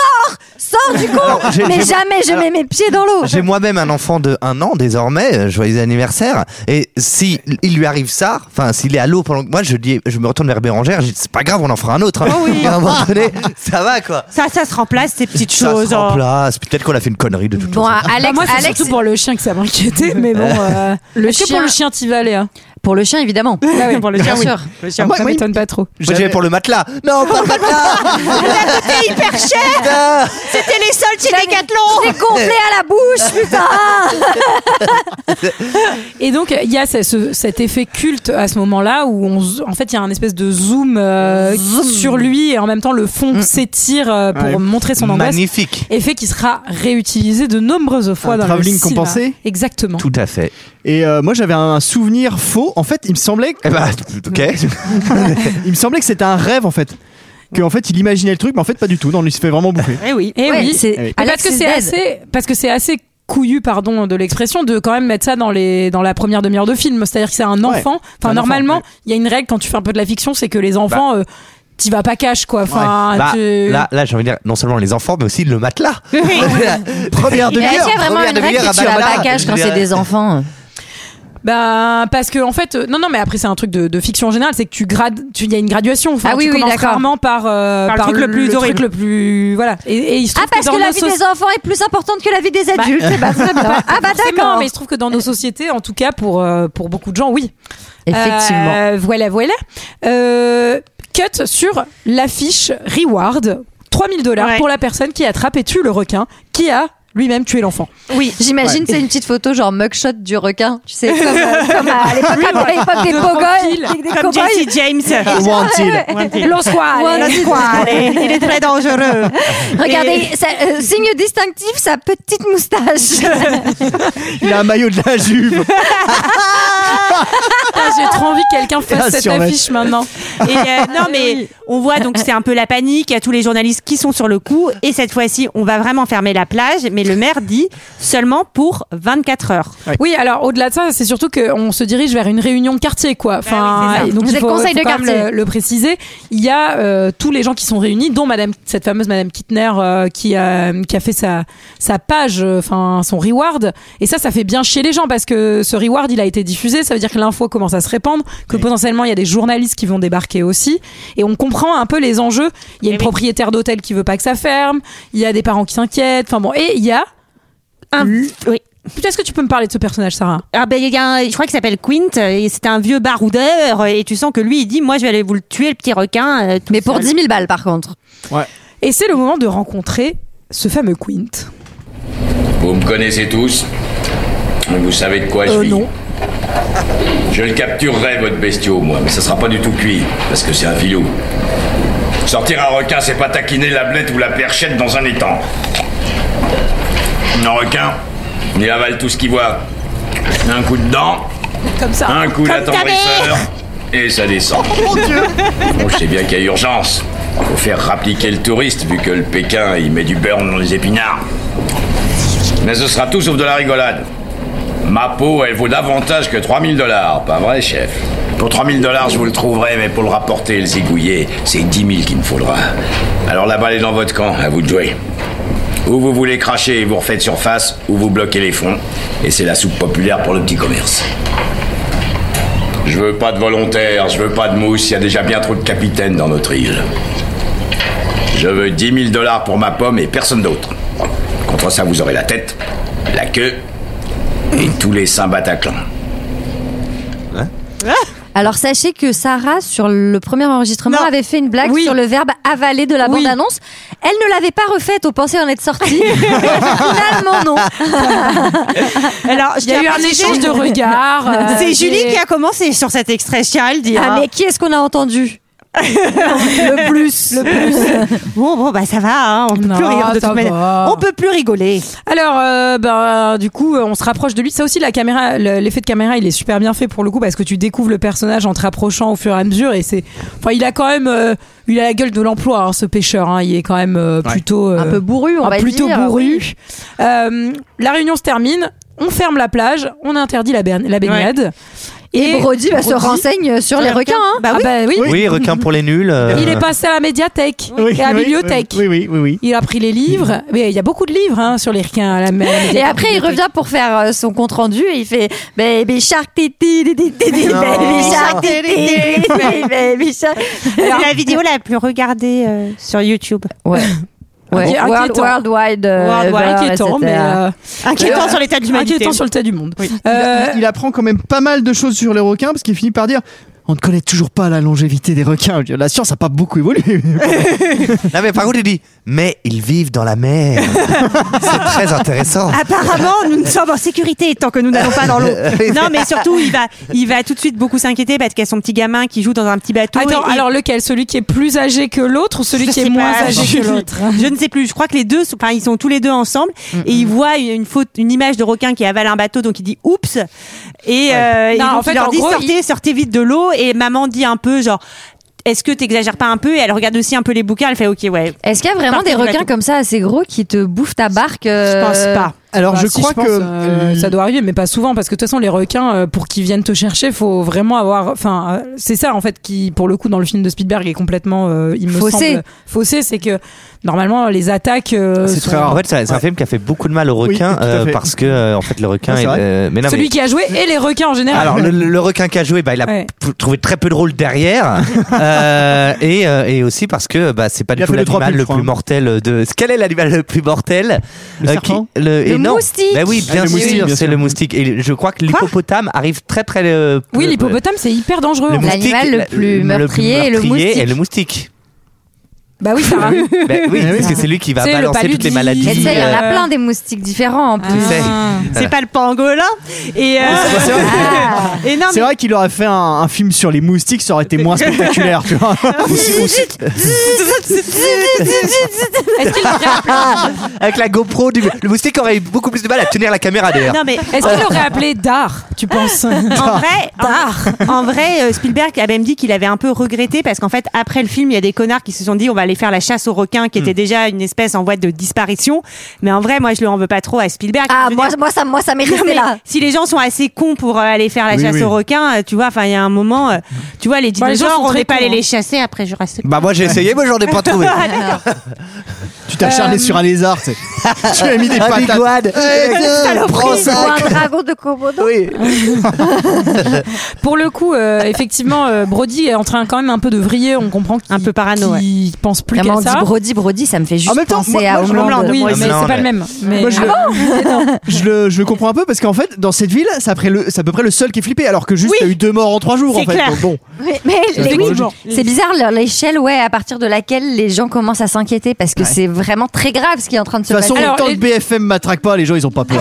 S6: sors, sors du con.
S7: j'ai-
S6: Mais
S7: j'ai-
S6: jamais je mets mes pieds dans l'eau.
S7: J'ai moi-même un enfant de un an désormais, euh, joyeux anniversaire. Et si il lui arrive ça, enfin s'il est à l'eau pendant que moi je dis, je me retourne vers Bérangère, je dis c'est pas grave, on en fera un autre. hein.
S6: Oh
S7: Et à un moment donné, ça va quoi.
S10: Ça, ça se remplace, ces petites
S7: Ça
S10: choses. Oh.
S7: se remplace. Peut-être qu'on a fait une connerie de toute
S6: Oh, Bon,
S7: façon.
S6: Alex,
S1: Bah, moi, c'est
S6: Alex,
S1: surtout pour le chien que ça m'inquiétait, mais bon. euh, le
S6: Est-ce que
S1: chien,
S6: pour
S1: le
S6: le
S1: chien hein. t'y vas aller.
S6: pour le chien évidemment.
S10: hein. Pour le chien,
S6: Bien
S10: oui.
S6: sûr.
S10: Le chien.
S9: Moi,
S1: Ça
S9: moi, il-
S1: m'étonne pas trop.
S7: Moi j'y vais
S9: j'avais-
S7: pour le matelas. Non, pas le
S6: Oh,
S7: matelas.
S10: C'était hyper cher
S7: Putain.
S10: C'était les soldes chez
S6: Je l'ai
S10: Decathlon
S6: gonflé à la bouche, putain.
S1: Et donc, il y a ce- ce- cet effet culte à ce moment-là où, on, z- en fait, il y a un espèce de zoom, euh, sur lui et en même temps, le fond s'étire euh, pour
S9: Ouais.
S1: montrer son angoisse.
S7: Magnifique.
S1: effet qui sera réutilisé de nombreuses fois
S9: Un
S1: dans le
S9: travelling
S1: cinéma.
S9: compensé
S1: Exactement.
S7: Tout à fait.
S9: Et euh, moi, j'avais un souvenir faux. En fait, il me semblait que
S7: Eh ben, ok.
S9: Il me semblait que c'était un rêve en fait. Que en fait il imaginait le truc, mais en fait pas du tout. Non, il se fait vraiment bouffer.
S10: Eh oui.
S1: Et
S6: Ouais,
S1: oui,
S6: c'est-
S9: Eh oui.
S1: Mais
S6: Alex
S1: parce que
S6: is
S1: c'est
S6: dead.
S1: assez parce que c'est assez couillu pardon de l'expression de quand même mettre ça dans les dans la première demi-heure de film, c'est-à-dire que c'est un
S9: Ouais,
S1: enfant.
S9: c'est
S1: Enfin
S9: un
S1: normalement,
S9: enfant, Bah.
S1: il y a une règle quand tu fais un peu de la fiction, c'est que les enfants euh, T'y vas pas cash quoi. Enfin,
S6: Ah,
S7: Bah,
S1: tu-
S7: là, là, j'ai envie de dire non seulement les enfants, mais aussi le matelas.
S10: Oui.
S7: Première demi-heure.
S6: Mais est-ce qu'il y a vraiment
S7: première
S6: une règle
S7: demi-heure à
S6: que tu vas
S7: Barbara.
S6: pas cache
S7: Je
S6: quand c'est
S7: dirais-
S6: des enfants
S1: Bah, parce que en fait, euh, non non, mais après c'est un truc de, de fiction en général, c'est que tu grades, tu il y a une graduation. Enfin,
S6: Ah oui,
S1: tu
S6: oui,
S1: commences
S6: d'accord.
S1: rarement par euh,
S10: Par le truc le plus
S1: truc
S10: horrible.
S1: le plus- voilà. Et, et il se
S6: Ah
S1: trouve
S6: parce
S1: dans
S6: que la
S1: nos
S6: vie
S1: soci-
S6: des enfants est plus importante que la vie des adultes. Eh ben, très bien. ah bah
S1: Forcément,
S6: d'accord.
S1: mais il se trouve que dans nos sociétés, en tout cas pour, euh, pour beaucoup de gens, oui.
S6: Effectivement.
S1: Euh, voilà, voilà. Euh, cut sur l'affiche Reward, 3000 dollars
S10: Ouais.
S1: pour la personne qui attrape et tue le requin qui a lui-même tuer l'enfant.
S10: Oui.
S6: J'imagine c'est une petite photo genre mugshot du requin, tu sais, comme, euh, comme à l'époque à l'époque des pogoles, avec des
S10: Comme
S6: cow-boys.
S10: JC James.
S9: Wanted.
S10: Wanted.
S1: Lance-toi, allez.
S10: Wanted. Allez, Il est très dangereux.
S6: Regardez, ça, euh, signe distinctif, sa petite moustache.
S9: Il a un maillot de la juve.
S1: Ah, J'ai trop envie que quelqu'un fasse
S9: Ah,
S1: cette
S9: sur la-
S1: affiche maintenant.
S10: Et euh, non, mais on voit donc c'est un peu la panique. Il y a tous les journalistes qui sont sur le coup. Et cette fois-ci, on va vraiment fermer la plage. Mais le maire dit seulement pour 24 heures.
S1: Oui, alors au-delà de ça, c'est surtout qu'on se dirige vers une réunion de quartier, quoi. Enfin,
S10: Bah oui, c'est ça.
S1: Ah, et donc
S6: Ah, Vous
S1: il
S6: êtes
S1: faut,
S6: conseil
S1: faut
S6: de
S1: quand même
S6: quartier.
S1: Le, le préciser. Il y a euh, tous les gens qui sont réunis, dont Madame, cette fameuse Madame Kittner euh, qui, a, qui a fait sa, sa page, euh, enfin son reward. Et ça, ça fait bien chier les gens parce que ce reward, il a été diffusé. Ça veut dire que l'info commence à se répandre, que potentiellement il y a des journalistes qui vont débarquer aussi. Et on comprend un peu les enjeux. Il y a une
S10: oui.
S1: propriétaire d'hôtel qui veut pas que ça ferme. Il y a des parents qui s'inquiètent. Enfin bon, et il y a.
S10: Un- oui.
S1: Putain, est-ce que tu peux me parler de ce personnage, Sarah
S10: Ah ben, il y a un- je crois qu'il s'appelle Quint, et c'est un vieux baroudeur, et tu sens que lui, il dit, moi, je vais aller vous le tuer, le petit requin. euh, tout
S6: Mais pour
S10: seul.
S6: 10 000 balles par contre.
S1: Et c'est le moment de rencontrer ce fameux Quint.
S8: Vous me connaissez tous Vous savez de quoi je vis Je le capturerai, votre bestiau, moi, mais ça sera pas du tout cuit, parce que c'est un filou. Sortir un requin, c'est pas taquiner la blette ou la perchette dans un étang. Un requin, il avale tout ce qu'il voit. Un coup de dent,
S1: Comme ça.
S9: Hein
S8: un coup d'attendrisseur, et ça descend. Bon, je sais bien qu'il y a urgence. Faut faire rappliquer le touriste, vu que le Pékin, il met du beurre dans les épinards. Mais ce sera tout sauf de la rigolade. Ma peau, elle vaut davantage que 3000 dollars, pas vrai, chef Pour 3000 dollars, je vous le trouverai, mais pour le rapporter et le zigouiller, c'est 10 000 qu'il me faudra. Alors la balle est dans votre camp, à vous de jouer. Ou vous voulez cracher et vous refaites surface, ou vous bloquez les fonds, et c'est la soupe populaire pour le petit commerce. Je veux pas de volontaires, je veux pas de mousse, il y a déjà bien trop de capitaines dans notre île. Je veux 10 000 dollars pour ma pomme et personne d'autre. Contre ça, vous aurez la tête, la queue et tous les seins bataclans.
S6: Alors sachez que Sarah, sur le premier enregistrement,
S10: Non.
S6: avait fait une blague
S1: Oui.
S6: sur le verbe avaler de la
S1: Oui.
S6: bande-annonce. Elle ne l'avait pas refaite au penser en être sortie. Finalement non.
S10: Alors, je
S1: Il y a
S10: tiens
S1: eu
S10: à
S1: un
S10: préciser-
S1: échange de regards. euh,
S10: C'est
S1: des-
S10: Julie qui a commencé sur cet extrait, je tiens à le dire.
S6: Ah mais qui est-ce qu'on a entendu Le plus.
S10: Bon, bon, bah ça va, hein, on peut
S1: Non,
S10: plus rigoler. de
S1: ça
S10: toute manière.
S1: va.
S10: On peut plus rigoler.
S1: Alors, euh, ben, du coup, euh, on se rapproche de lui. Ça aussi, la caméra, le- l'effet de caméra, il est super bien fait pour le coup parce que tu découvres le personnage en te rapprochant au fur et à mesure. Et c'est, enfin, il a quand même, euh, il a la gueule de l'emploi, hein, ce pêcheur. hein. Il est quand même euh, plutôt euh,
S6: Un peu bourru, on
S1: Ah,
S6: va
S1: plutôt
S6: dire.
S1: bourru. Euh, la réunion se termine, on ferme la plage, on interdit la, baign- la baignade.
S6: Et Brody, bah, se
S1: Brody-
S6: renseigne sur les requins. hein.
S1: Ah bah oui.
S7: Oui, requin pour les nuls. euh,
S1: Il est passé à la médiathèque et à la bibliothèque.
S9: Oui, oui, oui. oui.
S1: Il a pris les livres, mais il y a beaucoup de livres hein, sur les requins à la mé- à la
S6: Et
S1: médiathèque.
S6: après, il revient pour faire euh, son compte rendu et il fait Baby Shark, titi, titi, titi, Baby Shark, titi, titi, Baby Shark.
S10: C'est la vidéo la plus regardée euh, sur YouTube.
S6: Ouais. Ouais.
S1: Inquiétant.
S6: World, worldwide. euh,
S1: World War,
S6: ever,
S1: inquiétant,
S6: etc.
S1: mais euh, Ah,
S10: Inquiétant sur l'état de l'humanité.
S1: inquiétant sur le tas du monde.
S9: Il,
S1: Euh,
S9: il apprend quand même pas mal de choses sur les requins parce qu'il finit par dire. On ne connaît toujours pas la longévité des requins. Je dis, La science n'a pas beaucoup évolué.
S7: Non, mais par contre, il dit Mais ils vivent dans la mer. C'est très intéressant.
S6: Ah.
S10: Apparemment, nous ne sommes en sécurité tant que nous n'allons pas dans l'eau. Non, mais surtout, il va, il va tout de suite beaucoup s'inquiéter parce qu'il y a son petit gamin qui joue dans un petit bateau.
S1: Attends,
S10: et- et-
S1: alors lequel Celui qui est plus âgé que l'autre ou celui
S10: Je
S1: qui est
S10: sais
S1: moins
S10: pas,
S1: âgé
S10: je-
S1: que l'autre hein.
S10: Je ne sais plus. Je crois que les deux, sont- enfin, ils sont tous les deux ensemble et ils voient une faute, une image de requin qui avale un bateau, donc il dit oups. Et, euh, et
S1: Non,
S10: donc,
S1: en fait,
S10: il leur
S1: en
S10: dit
S1: gros,
S10: sortez, sortez vite de l'eau. Et maman dit un peu genre. Est-ce que t'exagères pas un peu Et elle regarde aussi un peu les bouquins. Elle fait OK, ouais.
S6: Est-ce qu'il y a vraiment
S10: Partez
S6: des
S10: du
S6: requins
S10: bateau.
S6: comme ça assez gros qui te bouffent ta barque
S10: Je
S6: euh,
S10: pense pas.
S9: Alors
S1: Bah,
S9: je
S1: si,
S9: crois
S1: pense,
S9: que
S1: euh, ça doit arriver, mais pas souvent, parce que de toute façon, les requins, euh, pour qu'ils viennent te chercher, faut vraiment avoir. Enfin, euh, c'est ça en fait qui, pour le coup, dans le film de Spielberg, est complètement, euh, il me
S6: Faussé.
S1: semble, faussé. C'est que normalement, les attaques. euh,
S9: C'est
S1: sont-
S9: très rare.
S7: En fait, Ah, c'est c'est un
S9: Ouais.
S7: film qui a fait beaucoup de mal aux
S9: Oui,
S7: requins
S9: tout à
S7: euh,
S9: fait.
S7: parce que, euh, en fait, le requin.
S9: Ah, c'est
S7: est-
S9: vrai.
S7: euh, mais non,
S1: Celui
S7: mais-
S1: qui a joué et les requins en général.
S7: Alors, le, le- le requin qui a joué, bah, il a
S1: Ouais.
S7: p- trouvé très peu de rôle derrière. Euh, et, euh, et aussi parce que bah, c'est pas
S9: Il
S7: du
S9: a
S7: tout
S9: fait le trois
S7: l'animal
S9: piles,
S7: le
S9: je
S7: plus
S9: crois.
S7: mortel de. Quel est l'animal le plus mortel
S9: Le
S7: Euh,
S9: serpent
S7: qui- le, et
S6: Le
S7: non.
S6: moustique.
S7: Bah oui,
S9: Ah,
S7: bien
S9: le
S7: sûr,
S9: moustique, bien
S7: c'est
S9: sûr.
S7: le moustique. Et je crois que l'hippopotame arrive très très. euh,
S1: oui,
S7: peu-
S1: l'hippopotame, c'est hyper dangereux.
S7: le
S1: en fait.
S7: moustique,
S6: L'animal le plus meurtrier et le moustique.
S7: et le moustique.
S1: Bah oui, Sarah.
S7: Ben
S9: Ah
S7: oui, parce que c'est lui qui va
S1: C'est le
S7: balancer toutes les
S1: paludisme.
S7: maladies.
S6: Et tu sais, il y en a
S1: Euh,
S6: plein des moustiques différents en plus.
S7: Tu sais.
S10: C'est pas le pangolin. Et, euh, et non,
S9: Ah. C'est vrai qu'il aurait fait un, un film sur les moustiques, ça aurait été moins spectaculaire, tu vois.
S1: Ah Est-ce qu'il aurait,
S7: Avec la GoPro, du... le moustique aurait eu beaucoup plus de mal à tenir la caméra d'ailleurs.
S10: Non, mais
S1: est-ce qu'il aurait appelé Dar, tu penses
S10: en vrai, en, en vrai, euh, Spielberg a même dit qu'il avait un peu regretté parce qu'en fait, après le film, il y a des connards qui se sont dit on va aller faire la chasse aux requins
S9: Hmm.
S10: qui était déjà une espèce en voie de disparition. Mais en vrai, moi, je le en veux pas trop à Spielberg. Je
S6: Ah,
S10: veux
S6: moi,
S10: dire,
S6: moi, ça, moi, ça
S10: non,
S6: méritait
S10: mais
S6: là.
S10: si les gens sont assez cons pour euh, aller faire la
S9: Oui,
S10: chasse
S9: oui.
S10: aux requins, euh, tu vois, enfin, il y a un moment, euh, tu vois, les
S1: Bah, les gens
S10: dinosaures,
S1: sont
S10: on
S1: très
S10: n'est pas
S1: cons,
S10: allé
S1: hein.
S10: les chasser après Jurassic
S7: Bah moi j'ai essayé, moi j'en ai pas trouvé.
S6: Ah.
S9: tu t'as
S1: Euh,
S9: charlé sur un lézard, tu sais. Tu as mis des
S7: Ah,
S9: patates.
S7: biguade. Prends
S6: Ou
S7: ça.
S6: un dragon de Komodo.
S7: Oui.
S1: Pour le coup, euh, effectivement, euh, Brody est en train quand même un peu de vriller. On comprend qu'il
S10: Un peu parano, ouais.
S1: qu'il pense plus
S6: Vraiment,
S1: qu'à
S6: on dit
S1: ça.
S6: Brody, Brody, ça me fait
S9: En
S6: juste
S9: même temps,
S6: penser
S9: moi-
S6: à
S9: moi, je
S6: Homeland.
S9: Homeland,
S1: Oui,
S9: moi,
S1: mais
S7: aussi.
S1: c'est
S7: Non,
S1: pas
S7: mais-
S1: le même. Mais
S9: Moi, je, le- je le, je le comprends un peu parce qu'en fait, dans cette ville, c'est à, peu près le- c'est à peu près le seul qui est flippé, alors que juste
S10: Oui.
S9: t'as eu deux morts en trois jours. En
S10: C'est
S9: fait.
S10: clair.
S9: Donc bon,
S6: Mais, mais les- oui,
S9: logique.
S6: c'est bizarre le- l'échelle, ouais, à partir de laquelle les gens commencent à s'inquiéter parce que c'est vraiment très grave ce qui est en train de se
S9: de toute façon,
S6: passer.
S1: Alors,
S9: tant
S1: les-
S9: que BFM m'attraque pas, les gens ils ont pas peur.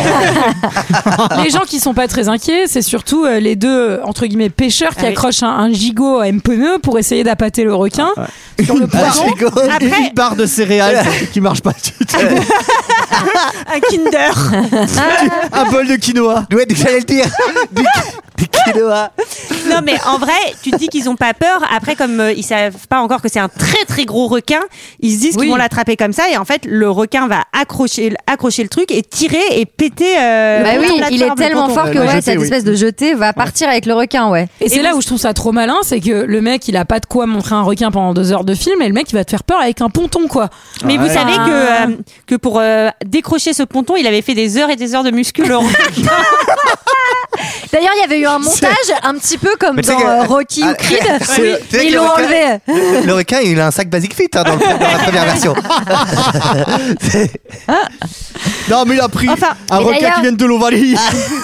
S1: les gens qui sont pas très inquiets, c'est surtout euh, les deux entre guillemets pêcheurs qui
S10: Ah oui.
S1: accrochent un, un gigot à un pneu pour essayer d'appâter le requin.
S9: Sur le
S7: Ah, je rigole.
S9: Après... Une barre de céréales qui marche pas du tout.
S10: Un Kinder.
S9: Un bol de quinoa.
S7: Ouais, j'allais le dire. Du, du quinoa.
S10: Non mais en vrai, tu te dis qu'ils ont pas peur. Après, comme euh, ils savent pas encore que c'est un très très gros requin, ils se disent
S1: Oui.
S10: qu'ils vont l'attraper comme ça. Et en fait, le requin va accrocher, accrocher le truc et tirer et péter. euh,
S6: bah
S10: la
S6: oui,
S10: plateforme,
S6: il est
S10: le
S6: tellement
S10: ponton.
S6: fort que
S9: La
S6: ouais,
S9: jetée,
S6: cette
S9: oui.
S6: espèce de jetée va partir avec le requin, ouais.
S1: Et, c'est là où je trouve ça trop malin, c'est que le mec, il a pas de quoi montrer un requin pendant deux heures de film, et le mec, il va te faire peur avec un ponton, quoi.
S10: Mais vous savez
S1: Ah.
S10: que euh, que pour euh, décrocher ce ponton, il avait fait des heures et des heures de musculation.
S6: D'ailleurs, il y avait eu un montage un petit peu comme
S7: Mais tu sais
S6: dans
S7: que-
S6: euh, Rocky
S7: Ah,
S6: ou Creed.
S7: c'est-
S6: Oui.
S7: tu sais que
S6: Ils
S7: le
S6: l'ont
S7: requin-
S6: enlevé.
S7: Le requin, il a un sac Basic Fit hein, dans, le- dans la première version.
S9: Non, mais il a pris
S10: Enfin,
S9: un
S6: et
S9: requin
S6: d'ailleurs-
S9: qui vient de l'Ovalie.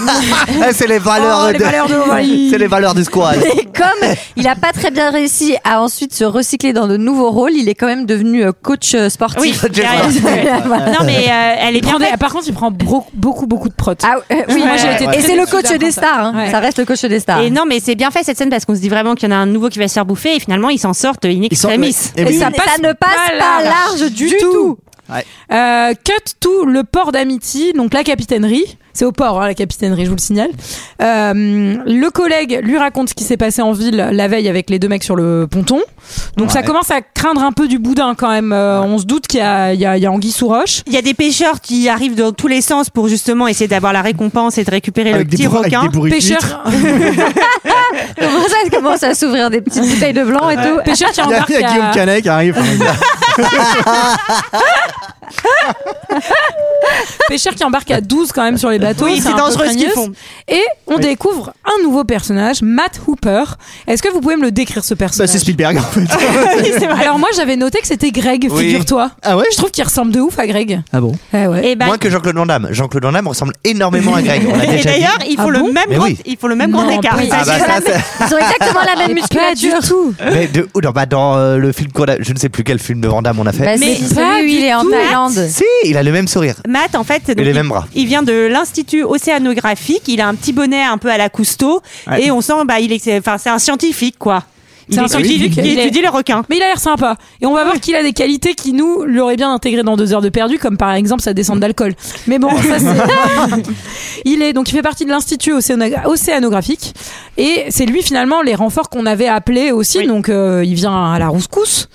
S7: Ah, c'est les valeurs,
S1: Oh, les valeurs de Hawaii.
S7: C'est les valeurs du squad.
S6: Et comme il a pas très bien réussi à ensuite se recycler dans de nouveaux rôles, il est quand même devenu euh, coach euh, sportif. Ah,
S10: oui. derrière. non mais euh, elle est
S1: Il
S10: bien
S1: prend des-
S10: faite.
S1: Par contre, il prend bro- beaucoup, beaucoup de protes.
S6: Ah, euh, oui,
S1: Moi, j'ai été très
S6: et c'est le
S1: déçue
S6: coach
S1: d'apprendre
S6: des
S1: ça.
S6: stars. hein.
S1: Ouais.
S6: Ça reste le coach des stars.
S10: Et non mais c'est bien fait cette scène parce qu'on se dit vraiment qu'il y en a un nouveau qui va se faire bouffer et finalement ils s'en sortent in
S9: Ils sont-
S1: Eh,
S10: extremis.
S9: Et
S6: Et
S9: oui.
S6: ça,
S1: oui.
S6: ça ne passe pas large du, tout.
S1: Euh, cut tout le port d'Amity, donc la capitainerie. C'est au port, hein, la capitainerie, je vous le signale. Euh, le collègue lui raconte ce qui s'est passé en ville la veille avec les deux mecs sur le ponton. Donc ça commence à craindre un peu du boudin quand même. Euh, On se doute qu'il y a, il y a- il y a anguille sous roche.
S10: Il y a des pêcheurs qui arrivent dans tous les sens pour justement essayer d'avoir la récompense et de récupérer
S9: Avec
S10: le petit
S9: des, bourr- avec
S10: requin.
S9: des bourriques d'huîtres.
S1: Pêcheur,
S6: Comment ça, elle commence à s'ouvrir des petites bouteilles de blanc et tout.
S1: pêcheur qui euh,
S9: Il y a,
S1: embarque
S9: il y a Guillaume
S1: à-
S9: Canet qui arrive.
S1: pêcheurs qui embarquent à 12 quand même sur les bateaux.
S10: Oui, c'est
S1: un peu
S10: dangereux ce qu'ils
S1: craignos.
S10: font.
S1: Et on découvre un nouveau personnage, Matt Hooper. Est-ce que vous pouvez me le décrire ce
S9: Bah,
S1: personnage
S9: c'est Spielberg en fait.
S1: Alors moi j'avais noté que c'était Greg,
S7: Oui.
S1: figure-toi.
S9: Ah ouais
S1: Je trouve qu'il ressemble de ouf à Greg.
S9: Ah bon
S1: Eh ouais.
S10: Et ben,
S7: Moins que Jean-Claude Van Damme. Jean-Claude Van Damme ressemble énormément à Greg. On l'a
S10: Et
S7: déjà dit.
S10: d'ailleurs, ils font
S1: Ah
S10: le
S1: bon
S10: même
S7: Mais
S10: grand,
S7: oui.
S10: ils font le même grand
S1: Non,
S10: écart.
S1: pas
S10: Ils
S1: du
S7: Ah bah
S10: agissent
S7: ça,
S10: la même-
S7: c'est-
S6: Ils ont exactement la même
S1: Pas du
S6: musculature.
S1: tout.
S7: Mais de- ou dans- bah, dans euh, le film qu'on a, je ne sais plus quel film de Van Damme on a fait.
S6: Bah,
S1: Mais
S6: c'est
S1: pas
S6: celui où
S1: du
S6: il est en
S1: tout.
S6: Thaïlande.
S7: Si, il a le même sourire.
S10: Matt, en fait, donc,
S7: les
S10: il,
S7: mêmes bras.
S10: il vient de l'Institut océanographique. Il a un petit bonnet un peu à la Cousteau. Et on sent, bah, il est, enfin, c'est un scientifique, quoi. Il
S1: C'est un
S10: étudie,
S1: scientifique.
S10: il
S1: Il est-
S10: étudie le requin.
S1: Mais il a l'air sympa. Et on va voir qu'il a des qualités qui nous l'auraient bien intégré dans deux heures de perdu, comme par exemple sa descente d'alcool. Mais bon, ça c'est. il est donc il fait partie de l'institut océanogra- océanographique et c'est lui finalement les renforts qu'on avait appelés aussi. Donc euh, il vient à la rouscousse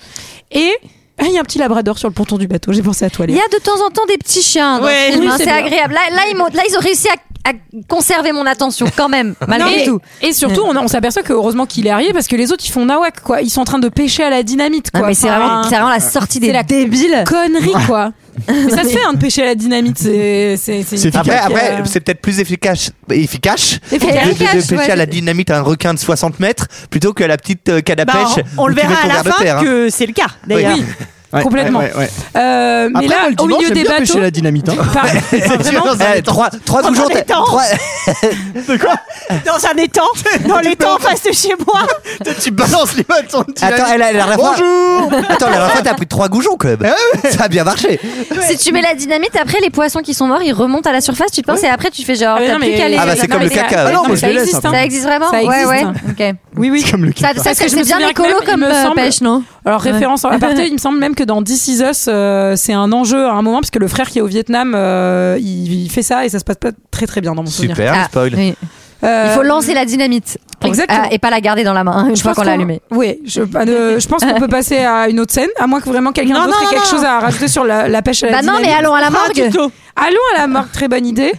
S1: et ah, il y a un petit labrador sur le ponton du bateau. J'ai pensé à toi.
S6: Il
S1: Léa.
S6: y a de temps en temps des petits chiens. dans le
S10: Ouais,
S6: film,
S1: oui,
S6: hein,
S1: c'est
S6: c'est
S1: bien.
S6: agréable. Là, là, ils m'ont- là, ils ont réussi à, à conserver mon attention quand même,
S1: Non,
S6: malgré
S1: mais-
S6: tout.
S1: Et surtout, on, on s'aperçoit que heureusement qu'il est arrivé parce que les autres ils font nawak quoi. Ils sont en train de pêcher à la dynamite Ah,
S6: Non,
S1: quoi.
S6: mais c'est
S1: Enfin,
S6: vraiment, c'est vraiment la sortie des
S1: la-
S6: débiles.
S1: connerie quoi. Mais ça se fait hein, de pêcher à la dynamite, c'est c'est c'est
S9: C'est
S1: une
S7: Après,
S1: technique,
S7: après
S1: euh,
S7: c'est peut-être plus efficace, efficace
S1: Et faut
S7: de,
S6: faire
S7: de-
S6: une cache,
S7: de pêcher
S6: ouais.
S7: à la dynamite à un requin de 60 mètres plutôt que la petite euh, canne à
S10: Bah,
S7: pêche.
S10: on, on le
S7: où tu
S10: verra
S7: mets
S10: à
S7: ton
S10: la
S7: verre de
S10: fin
S7: terre, hein.
S10: que c'est le cas, d'ailleurs.
S7: Oui.
S9: Ouais,
S1: Complètement.
S9: ouais, ouais.
S1: Euh, mais
S9: Après,
S1: là,
S9: moi, le
S1: au
S9: dimanche,
S1: milieu
S9: j'aime
S1: des
S9: bien pêcher
S1: bateaux.
S9: la dynamite. hein.
S1: Par-
S9: sûr,
S1: Vraiment,
S9: dans un
S7: Eh,
S9: étang.
S7: trois, trois
S10: Dans
S7: toujours.
S10: un étang.
S7: Trois...
S9: De quoi
S10: Dans un étang, dans l'étang face de chez moi.
S9: Tu balances les bâtons de dynamite.
S7: Attends, elle a- elle a la fois-
S9: Bonjour
S7: Attends, la dernière fois, t'as pris trois goujons quand même. Ça a bien marché.
S6: Si tu mets la dynamite, après les poissons qui sont morts, ils remontent à la surface. Tu te penses et après tu fais genre.
S1: Ah, mais
S6: t'as
S1: non,
S6: plus
S1: mais-
S6: qu'à les-
S7: Ah bah, c'est
S6: Non,
S7: comme le
S6: mais
S7: caca.
S1: Ah
S7: ouais.
S1: non,
S9: mais
S1: mais
S9: je
S1: ça
S9: le laisse,
S1: existe.
S9: hein.
S1: hein.
S6: Ça existe vraiment
S1: Ça
S6: Ouais, ouais.
S1: existe.
S6: Ok.
S1: Oui, oui.
S9: Comme le
S6: Ça,
S9: kipper.
S6: ça,
S1: Parce que
S6: c'est
S1: je me
S6: bien
S1: souviens que même,
S6: écolo
S1: il
S6: comme
S1: me
S6: euh,
S1: semble-
S6: pêche, non
S1: Alors référence en aparté, il me semble même que dans This Is Us, euh, c'est un enjeu à un moment parce que le frère qui est au Vietnam, euh, il, il fait ça et ça se passe pas très très bien dans mon souvenir.
S7: Super,
S6: Ah,
S7: spoil.
S6: oui. Il
S1: Euh,
S6: faut lancer la dynamite.
S1: Exactement.
S6: Ah, et pas la garder dans la main hein, une
S1: je
S6: fois
S1: pense
S6: qu'on l'a allumée.
S1: Oui, je, euh, je pense qu'on peut passer à une autre scène, à moins que vraiment quelqu'un
S10: Non,
S1: d'autre
S10: non,
S1: ait quelque
S10: non.
S1: chose à rajouter sur la, la pêche à la
S6: Bah non,
S1: dynamite. Ah,
S6: mais allons à la morgue.
S1: Allons à la morgue, très bonne idée.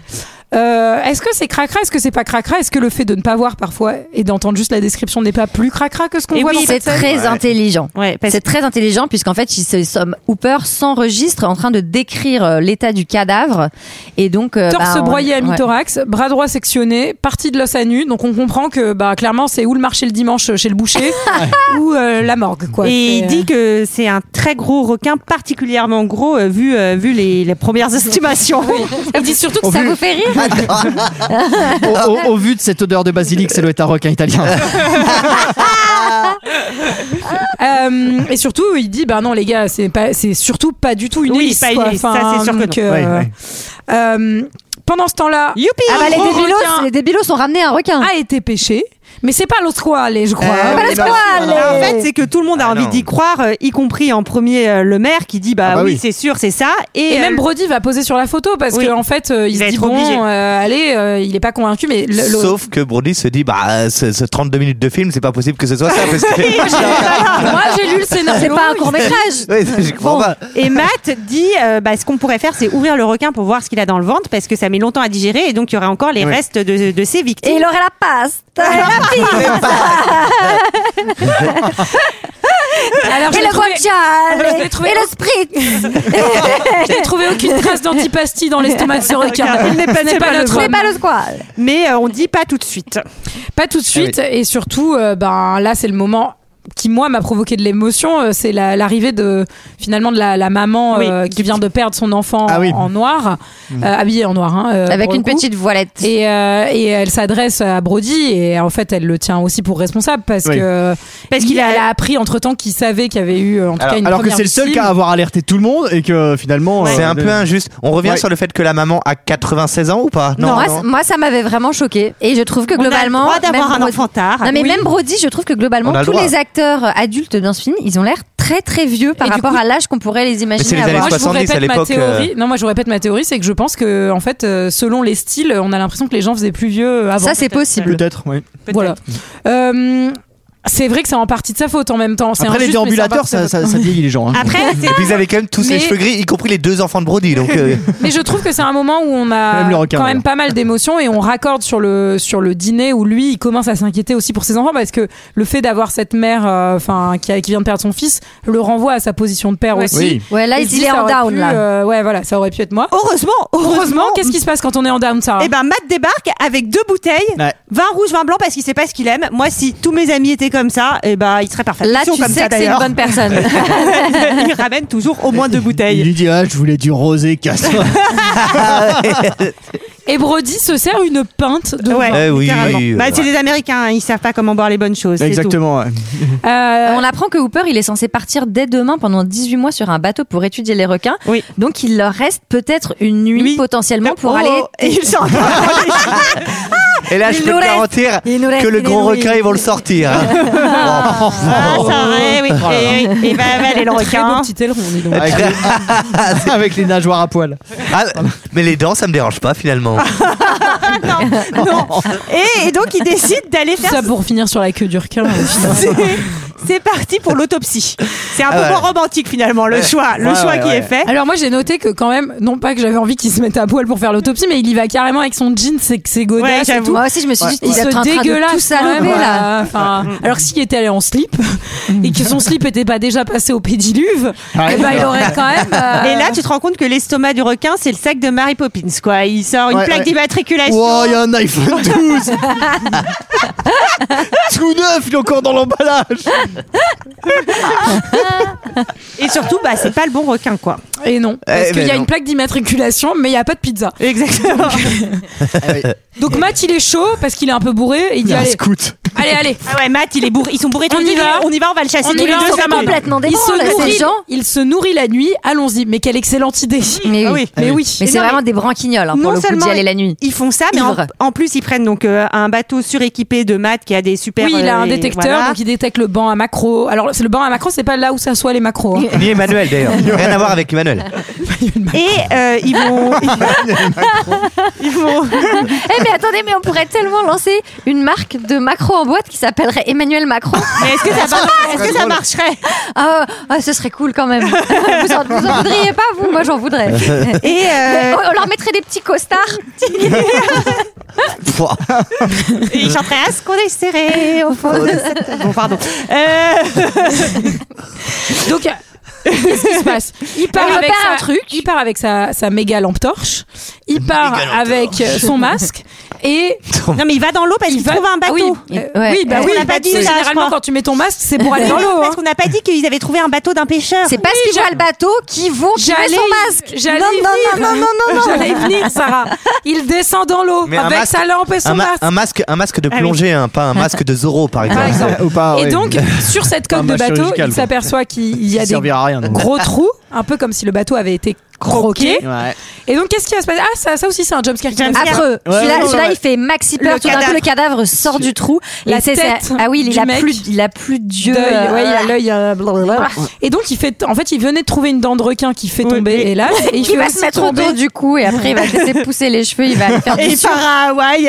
S1: Euh, est-ce que c'est cracra Est-ce que c'est pas cracra Est-ce que le fait de ne pas voir parfois et d'entendre juste la description n'est pas plus cracra que ce qu'on
S10: Et
S1: voit
S10: Eh oui,
S1: dans
S6: C'est
S1: cette scène
S6: très intelligent.
S10: Ouais, parce
S6: C'est très intelligent puisqu'en fait, ils se sommes Hooper s'enregistre en train de décrire euh, l'état du cadavre et donc euh,
S1: Torse
S6: bah, on-
S1: broyé à
S6: ouais.
S1: mi-thorax, bras droit sectionné, partie de l'os à nu. Donc on comprend que bah clairement c'est ou le marché le dimanche chez le boucher ou euh, la morgue quoi.
S10: Et il
S1: C'est,
S10: dit
S6: euh,
S10: que c'est un très gros requin, particulièrement gros euh, vu, euh, vu les, les premières estimations.
S1: euh, il dit surtout que
S6: Ça
S1: ça
S6: vous fait rire Ah,
S9: au, au- au vu de cette odeur de basilic, ça doit être un requin italien.
S1: Euh, et surtout, il dit bah non les gars, c'est pas, c'est surtout pas du tout une
S10: Oui,
S1: hélice,
S10: pas une
S1: quoi.
S10: hélice, ça, c'est sûr que
S1: donc,
S10: non.
S1: euh,
S9: Ouais, ouais.
S1: euh, pendant ce temps-là,
S10: Youpi
S6: Ah bah les
S1: gros
S6: débilos,
S1: requin.
S6: les débilos ont ramené un requin.
S10: Ah.
S1: a été pêché, mais c'est pas l'autre quoi, les je crois.
S10: Eh,
S7: Euh,
S1: hein.
S7: oui,
S10: ben,
S7: bah,
S10: Alors, En fait, c'est que tout le monde a
S7: Ah,
S10: envie
S7: non.
S10: d'y croire, euh, y compris en premier euh, le maire qui dit bah,
S9: Ah, bah
S10: oui,
S9: oui.
S10: c'est sûr, c'est ça. Et,
S1: Et même
S10: euh,
S1: Brody va poser sur la photo parce
S10: Oui.
S1: que en fait, euh, il,
S10: Il
S1: se
S10: va
S1: dit
S10: être
S1: bon,
S10: obligé.
S1: euh, allez, euh, il est pas convaincu, mais le- le-
S7: Sauf que Brody se dit, bah, euh, ce, ce 32 minutes de film, c'est pas possible que ce soit ça. Parce que...
S1: moi j'ai lu le scénario.
S6: C'est pas un court métrage.
S7: oui, je comprends pas.
S10: et Matt dit euh, bah, ce qu'on pourrait faire, c'est ouvrir le requin pour voir ce qu'il a dans le ventre parce que ça met longtemps à digérer et donc il y aurait encore les
S9: Oui.
S10: restes de, de ses victimes.
S6: Et il aurait la passe.
S1: Alors, je
S6: Et
S1: l'ai
S6: le
S1: trouvé-
S6: guanciale.
S1: Je l'ai trouvé-
S6: Et le spritz.
S1: je n'ai trouvé aucune trace d'antipasti dans l'estomac de ce requin.
S10: Il n'est pas-
S1: Ce n'est
S10: c'est
S1: pas
S10: pas
S1: notre
S10: le
S6: Mais
S1: homme.
S6: pas le squal.
S10: Mais euh, on dit pas tout de suite.
S1: Pas tout de suite. Et surtout, euh, ben là, c'est le moment qui moi m'a provoqué de l'émotion. euh, c'est la- l'arrivée de finalement de la, la maman
S10: Oui.
S1: euh, qui vient de perdre son enfant
S9: Ah oui.
S1: en noir, euh, habillée en noir, hein, euh,
S6: Avec
S1: pour
S6: une
S1: le coup.
S6: petite voilette.
S1: Et, euh, et elle s'adresse à Brody et en fait elle le tient aussi pour responsable parce
S9: Oui.
S1: que
S10: Parce qu'il
S1: il-
S10: a-
S1: elle a appris entre temps qu'il savait qu'il y avait eu euh, en tout
S7: Alors-
S1: cas une
S9: Alors que
S1: première
S9: c'est le seul
S1: victime.
S9: cas à avoir alerté tout le monde et que finalement.
S7: C'est
S9: euh,
S7: un peu injuste. On revient
S9: Ouais.
S7: sur le fait que la maman a 96 ans ou pas
S6: Non, moi, c- moi, ça m'avait vraiment choqué et je trouve que
S10: On a le
S6: globalement
S10: droit d'avoir
S6: même
S10: un
S6: Brody-
S10: enfant tard.
S6: Non mais
S10: Oui.
S6: même Brody, je trouve que globalement
S7: On a le
S6: tous
S7: droit.
S6: les acteurs euh, adultes dans ce film, ils ont l'air très très vieux par
S1: Et du
S6: rapport
S1: coup-
S6: à l'âge qu'on pourrait les
S7: c'est
S6: imaginer
S7: les
S6: avoir.
S7: années
S1: Moi, je vous
S7: 70 à
S1: répète ma
S7: l'époque,
S9: euh,
S1: théorie. Non, moi je vous répète ma théorie, c'est que je pense que en fait, euh, selon les styles, on a l'impression que les gens faisaient plus vieux avant.
S6: Ça c'est possible.
S9: Peut-être, oui.
S1: voilà. Euh, c'est vrai que c'est en partie de sa faute en même temps. C'est
S9: Après, les
S1: injuste, mais c'est en
S9: déambulateurs,
S1: partie de
S9: ça,
S1: sa faute.
S9: ça, ça vieillit les
S1: Ah,
S9: gens. hein.
S10: Après,
S7: Et puis ils avaient quand même tous
S1: Mais-
S7: les cheveux gris, y compris les deux enfants de Brody. Donc, euh,
S1: Mais je trouve que c'est un moment où on a
S9: Même le requin,
S1: quand même
S9: d'ailleurs.
S1: pas mal d'émotions et on raccorde sur le sur le dîner où lui il commence à s'inquiéter aussi pour ses enfants parce que le fait d'avoir cette mère euh, enfin qui, a- qui vient de perdre son fils le renvoie à sa position de père aussi.
S9: Oui.
S6: Ouais, là
S1: Ah Et
S6: il,
S1: se dit,
S6: est
S1: ça
S6: en
S1: aurait
S6: down
S1: pu,
S6: là.
S1: euh, ouais voilà, ça aurait pu être moi.
S10: heureusement,
S1: Heureusement, qu'est-ce qui se passe quand on est en down ça
S10: Eh ben Matt débarque avec deux bouteilles,
S9: Ouais.
S10: vin rouge, vin blanc parce qu'il sait pas ce qu'il aime. Moi si tous mes amis étaient comme ça, eh ben ils seraient parfaits.
S6: Là
S10: Ils sont
S6: tu
S10: comme
S6: sais
S10: ça,
S6: que c'est une
S10: d'ailleurs.
S6: bonne personne.
S10: ils ramènent toujours au moins deux
S9: Il
S10: bouteilles.
S9: lui dit Ah, je voulais du rosé, casse-toi.
S6: ben-
S1: Et Eh, Brody se sert une pinte de
S10: Ouais,
S7: Eh oui,
S10: littéralement.
S7: oui,
S10: Bah,
S7: oui.
S10: c'est les Américains, hein, ils savent pas comment boire les bonnes choses. c'est tout.
S9: Exactement. ouais.
S1: Euh,
S6: on apprend que Hooper il est censé partir dès demain pendant 18 mois sur un bateau pour étudier les requins.
S10: Oui.
S6: Donc il leur reste peut-être une nuit
S10: Oui.
S6: potentiellement pour
S10: Oh,
S6: aller.
S10: et ils sont-
S7: et là, je
S6: Il
S7: peux
S6: nous
S7: te
S6: reste-
S7: garantir
S6: il nous reste
S7: que le
S6: une
S7: gros
S6: énorme-
S7: requin, ils vont le sortir. hein.
S10: Ah, ça vrai, oui. Et, oui, et bah, bah, les
S1: très beau
S10: requins.
S1: petit aileron, dis donc.
S9: Avec, les... avec les nageoires à poil.
S7: Ah, mais les dents, ça me dérange pas finalement.
S10: Non, non. Et, et donc ils décident d'aller
S1: Tout
S10: faire.
S1: ça pour finir sur la queue du requin.
S10: C'est- C'est parti pour l'autopsie. C'est un peu
S7: ouais.
S10: moins romantique finalement le choix, le
S9: Ouais,
S10: choix
S9: ouais,
S10: qui
S9: ouais.
S10: est fait.
S1: Alors moi j'ai noté que quand même, non pas que j'avais envie qu'il se mette à poil pour faire l'autopsie, mais il y va carrément avec son jean, ses, ses
S10: Ouais,
S1: godasses et
S10: j'avoue.
S1: tout.
S6: Moi aussi je me suis dit
S1: Il
S6: il est en
S1: se
S6: train de tout
S1: dégueulasse quand
S6: saloper
S1: même,
S6: là.
S1: voilà. Enfin, alors s'il était allé en slip
S6: Mm.
S1: et que son slip était pas déjà passé au pédiluve, eh ben, il aurait quand même. euh,
S10: Et là, tu te rends compte que l'estomac du requin, c'est le sac de Mary Poppins, quoi. Il sort une
S9: Ouais,
S10: plaque
S9: ouais.
S10: d'immatriculation.
S9: Wow, il y a un iPhone 12 tout neuf, il est encore dans l'emballage.
S10: Et surtout, bah, c'est pas le bon requin, quoi.
S1: Et non, parce
S7: Eh
S1: qu'il
S7: ben
S1: y a
S7: non.
S1: une plaque d'immatriculation, mais il n'y a pas de pizza.
S10: Exactement.
S1: Donc Matt, il est chaud parce qu'il est un peu bourré. Et il dit
S9: Un
S1: allez,
S9: scout.
S1: allez, allez,
S10: Ah ouais, Matt, il est bourré. Ils sont bourrés.
S1: On
S10: tous les
S1: y
S10: deux.
S1: va.
S10: on y va, on va le chasser
S1: On
S10: tous
S1: y
S10: les
S1: va,
S10: deux.
S1: on
S10: ça
S1: s'en
S10: va.
S1: complète.
S6: complètement
S1: il
S6: débranlé,
S1: se
S6: ces
S1: nourrit,
S6: gens.
S1: il se nourrit la nuit. Allons-y. Mais quelle excellente idée.
S6: Mais
S10: Ah
S6: oui.
S10: oui.
S1: Mais oui.
S6: Mais c'est
S10: non,
S6: vraiment des branquignoles hein,
S10: non
S6: pour le coup
S10: seulement
S6: d'y aller la nuit.
S10: Ils font ça, mais en,
S6: Ivre.
S10: en plus, ils prennent donc euh, un bateau suréquipé de Matt qui a des super.
S1: Oui, il a
S10: euh,
S1: un
S10: et
S1: détecteur,
S10: voilà.
S1: donc il détecte le banc à macro. Alors, c'est le banc à macro, c'est pas là où s'assoient les macros. hein.
S7: Ni Emmanuel d'ailleurs. Rien à voir avec Emmanuel.
S10: Et euh, ils vont. ils vont.
S6: Eh mais attendez, mais on pourrait tellement lancer une marque de macro en boîte qui s'appellerait Emmanuel Macron.
S10: Mais est-ce que ça, mar- est-ce que ça marcherait
S6: Ah, ah, ce serait cool quand même. vous, en, vous en voudriez pas vous Moi j'en voudrais.
S10: Et euh,
S6: On, on leur mettrait des petits costards.
S7: Pouah.
S10: Et il chanterait à ce qu'on est serré au fond de cette... Bon, pardon. Euh,
S1: Donc, euh, qu'est-ce qui se passe Il part
S6: Elle
S1: avec
S6: repère
S1: sa,
S6: un truc.
S1: Il part avec sa, sa méga lampe torche. Il part
S7: Méga lampe
S1: avec euh, son masque et
S10: Non, mais il va dans l'eau parce
S1: il
S10: qu'il
S1: va.
S10: trouve un
S1: Ah
S10: bateau.
S1: oui,
S6: Il-
S1: euh,
S6: ouais.
S1: oui, bah
S10: On
S1: oui.
S10: l'a pas dit,
S1: parce que
S10: ça, je
S1: généralement,
S10: crois.
S1: quand tu mets ton masque, c'est pour aller dans l'eau.
S10: Ah,
S1: hein.
S11: hein.
S10: Parce qu'on n'a pas dit qu'ils avaient trouvé un bateau d'un pêcheur.
S6: C'est parce qu'ils voient le bateau qu'ils vont tirer
S1: J'allais,
S6: son masque.
S1: j'allais
S6: Non,
S1: y
S6: non, non,
S1: venir.
S6: non, non, non, non.
S1: J'allais y venir, Sarah. Il descend dans l'eau
S7: Mais un
S1: avec
S7: masque-
S1: sa lampe et son
S7: un, ma-
S1: masque. Ah
S7: un masque, un masque de
S10: oui.
S7: plongée, hein, pas un masque de Zorro par exemple.
S1: Par exemple.
S9: Ou
S7: ah
S9: pas,
S1: Et
S9: ouais.
S1: donc, sur cette coque
S9: Un
S1: de
S9: match
S1: bateau,
S9: chirurgical,
S1: il
S9: quoi.
S1: s'aperçoit qu'il y a
S9: Ça
S1: des
S9: servira à rien. donc.
S1: gros trous, un peu comme si le bateau avait été croqué.
S9: Ouais.
S1: Et donc, qu'est-ce qui va se passer Ah, ça, ça aussi, c'est un jumpscare. qui va se
S10: Jumpscare.
S1: faire.
S6: Affreux.
S9: Ouais,
S6: celui-là,
S9: ouais,
S6: celui-là,
S9: ouais.
S6: il fait maxi peur.
S10: Le
S6: Tout d'un coup,
S10: cadavre.
S6: le cadavre sort du trou.
S1: La
S6: Et c'est- c'est-
S1: tête
S6: Ah oui, il
S1: du
S6: a
S1: mec.
S6: plus, il a plus d'yeux.
S1: D'œil,
S6: euh,
S1: ouais, il a l'œil. euh, blablabla. Et donc, il fait, en fait, il venait de trouver une dent de requin qui fait
S10: Oui,
S1: tomber,
S10: mais-
S1: hélas. Et il, fait
S6: il va
S1: aussi
S6: se mettre au
S1: tomber-
S6: dos du cou et après il va laisser pousser les cheveux, il va aller faire
S10: Et
S6: du
S10: il part à Hawaï.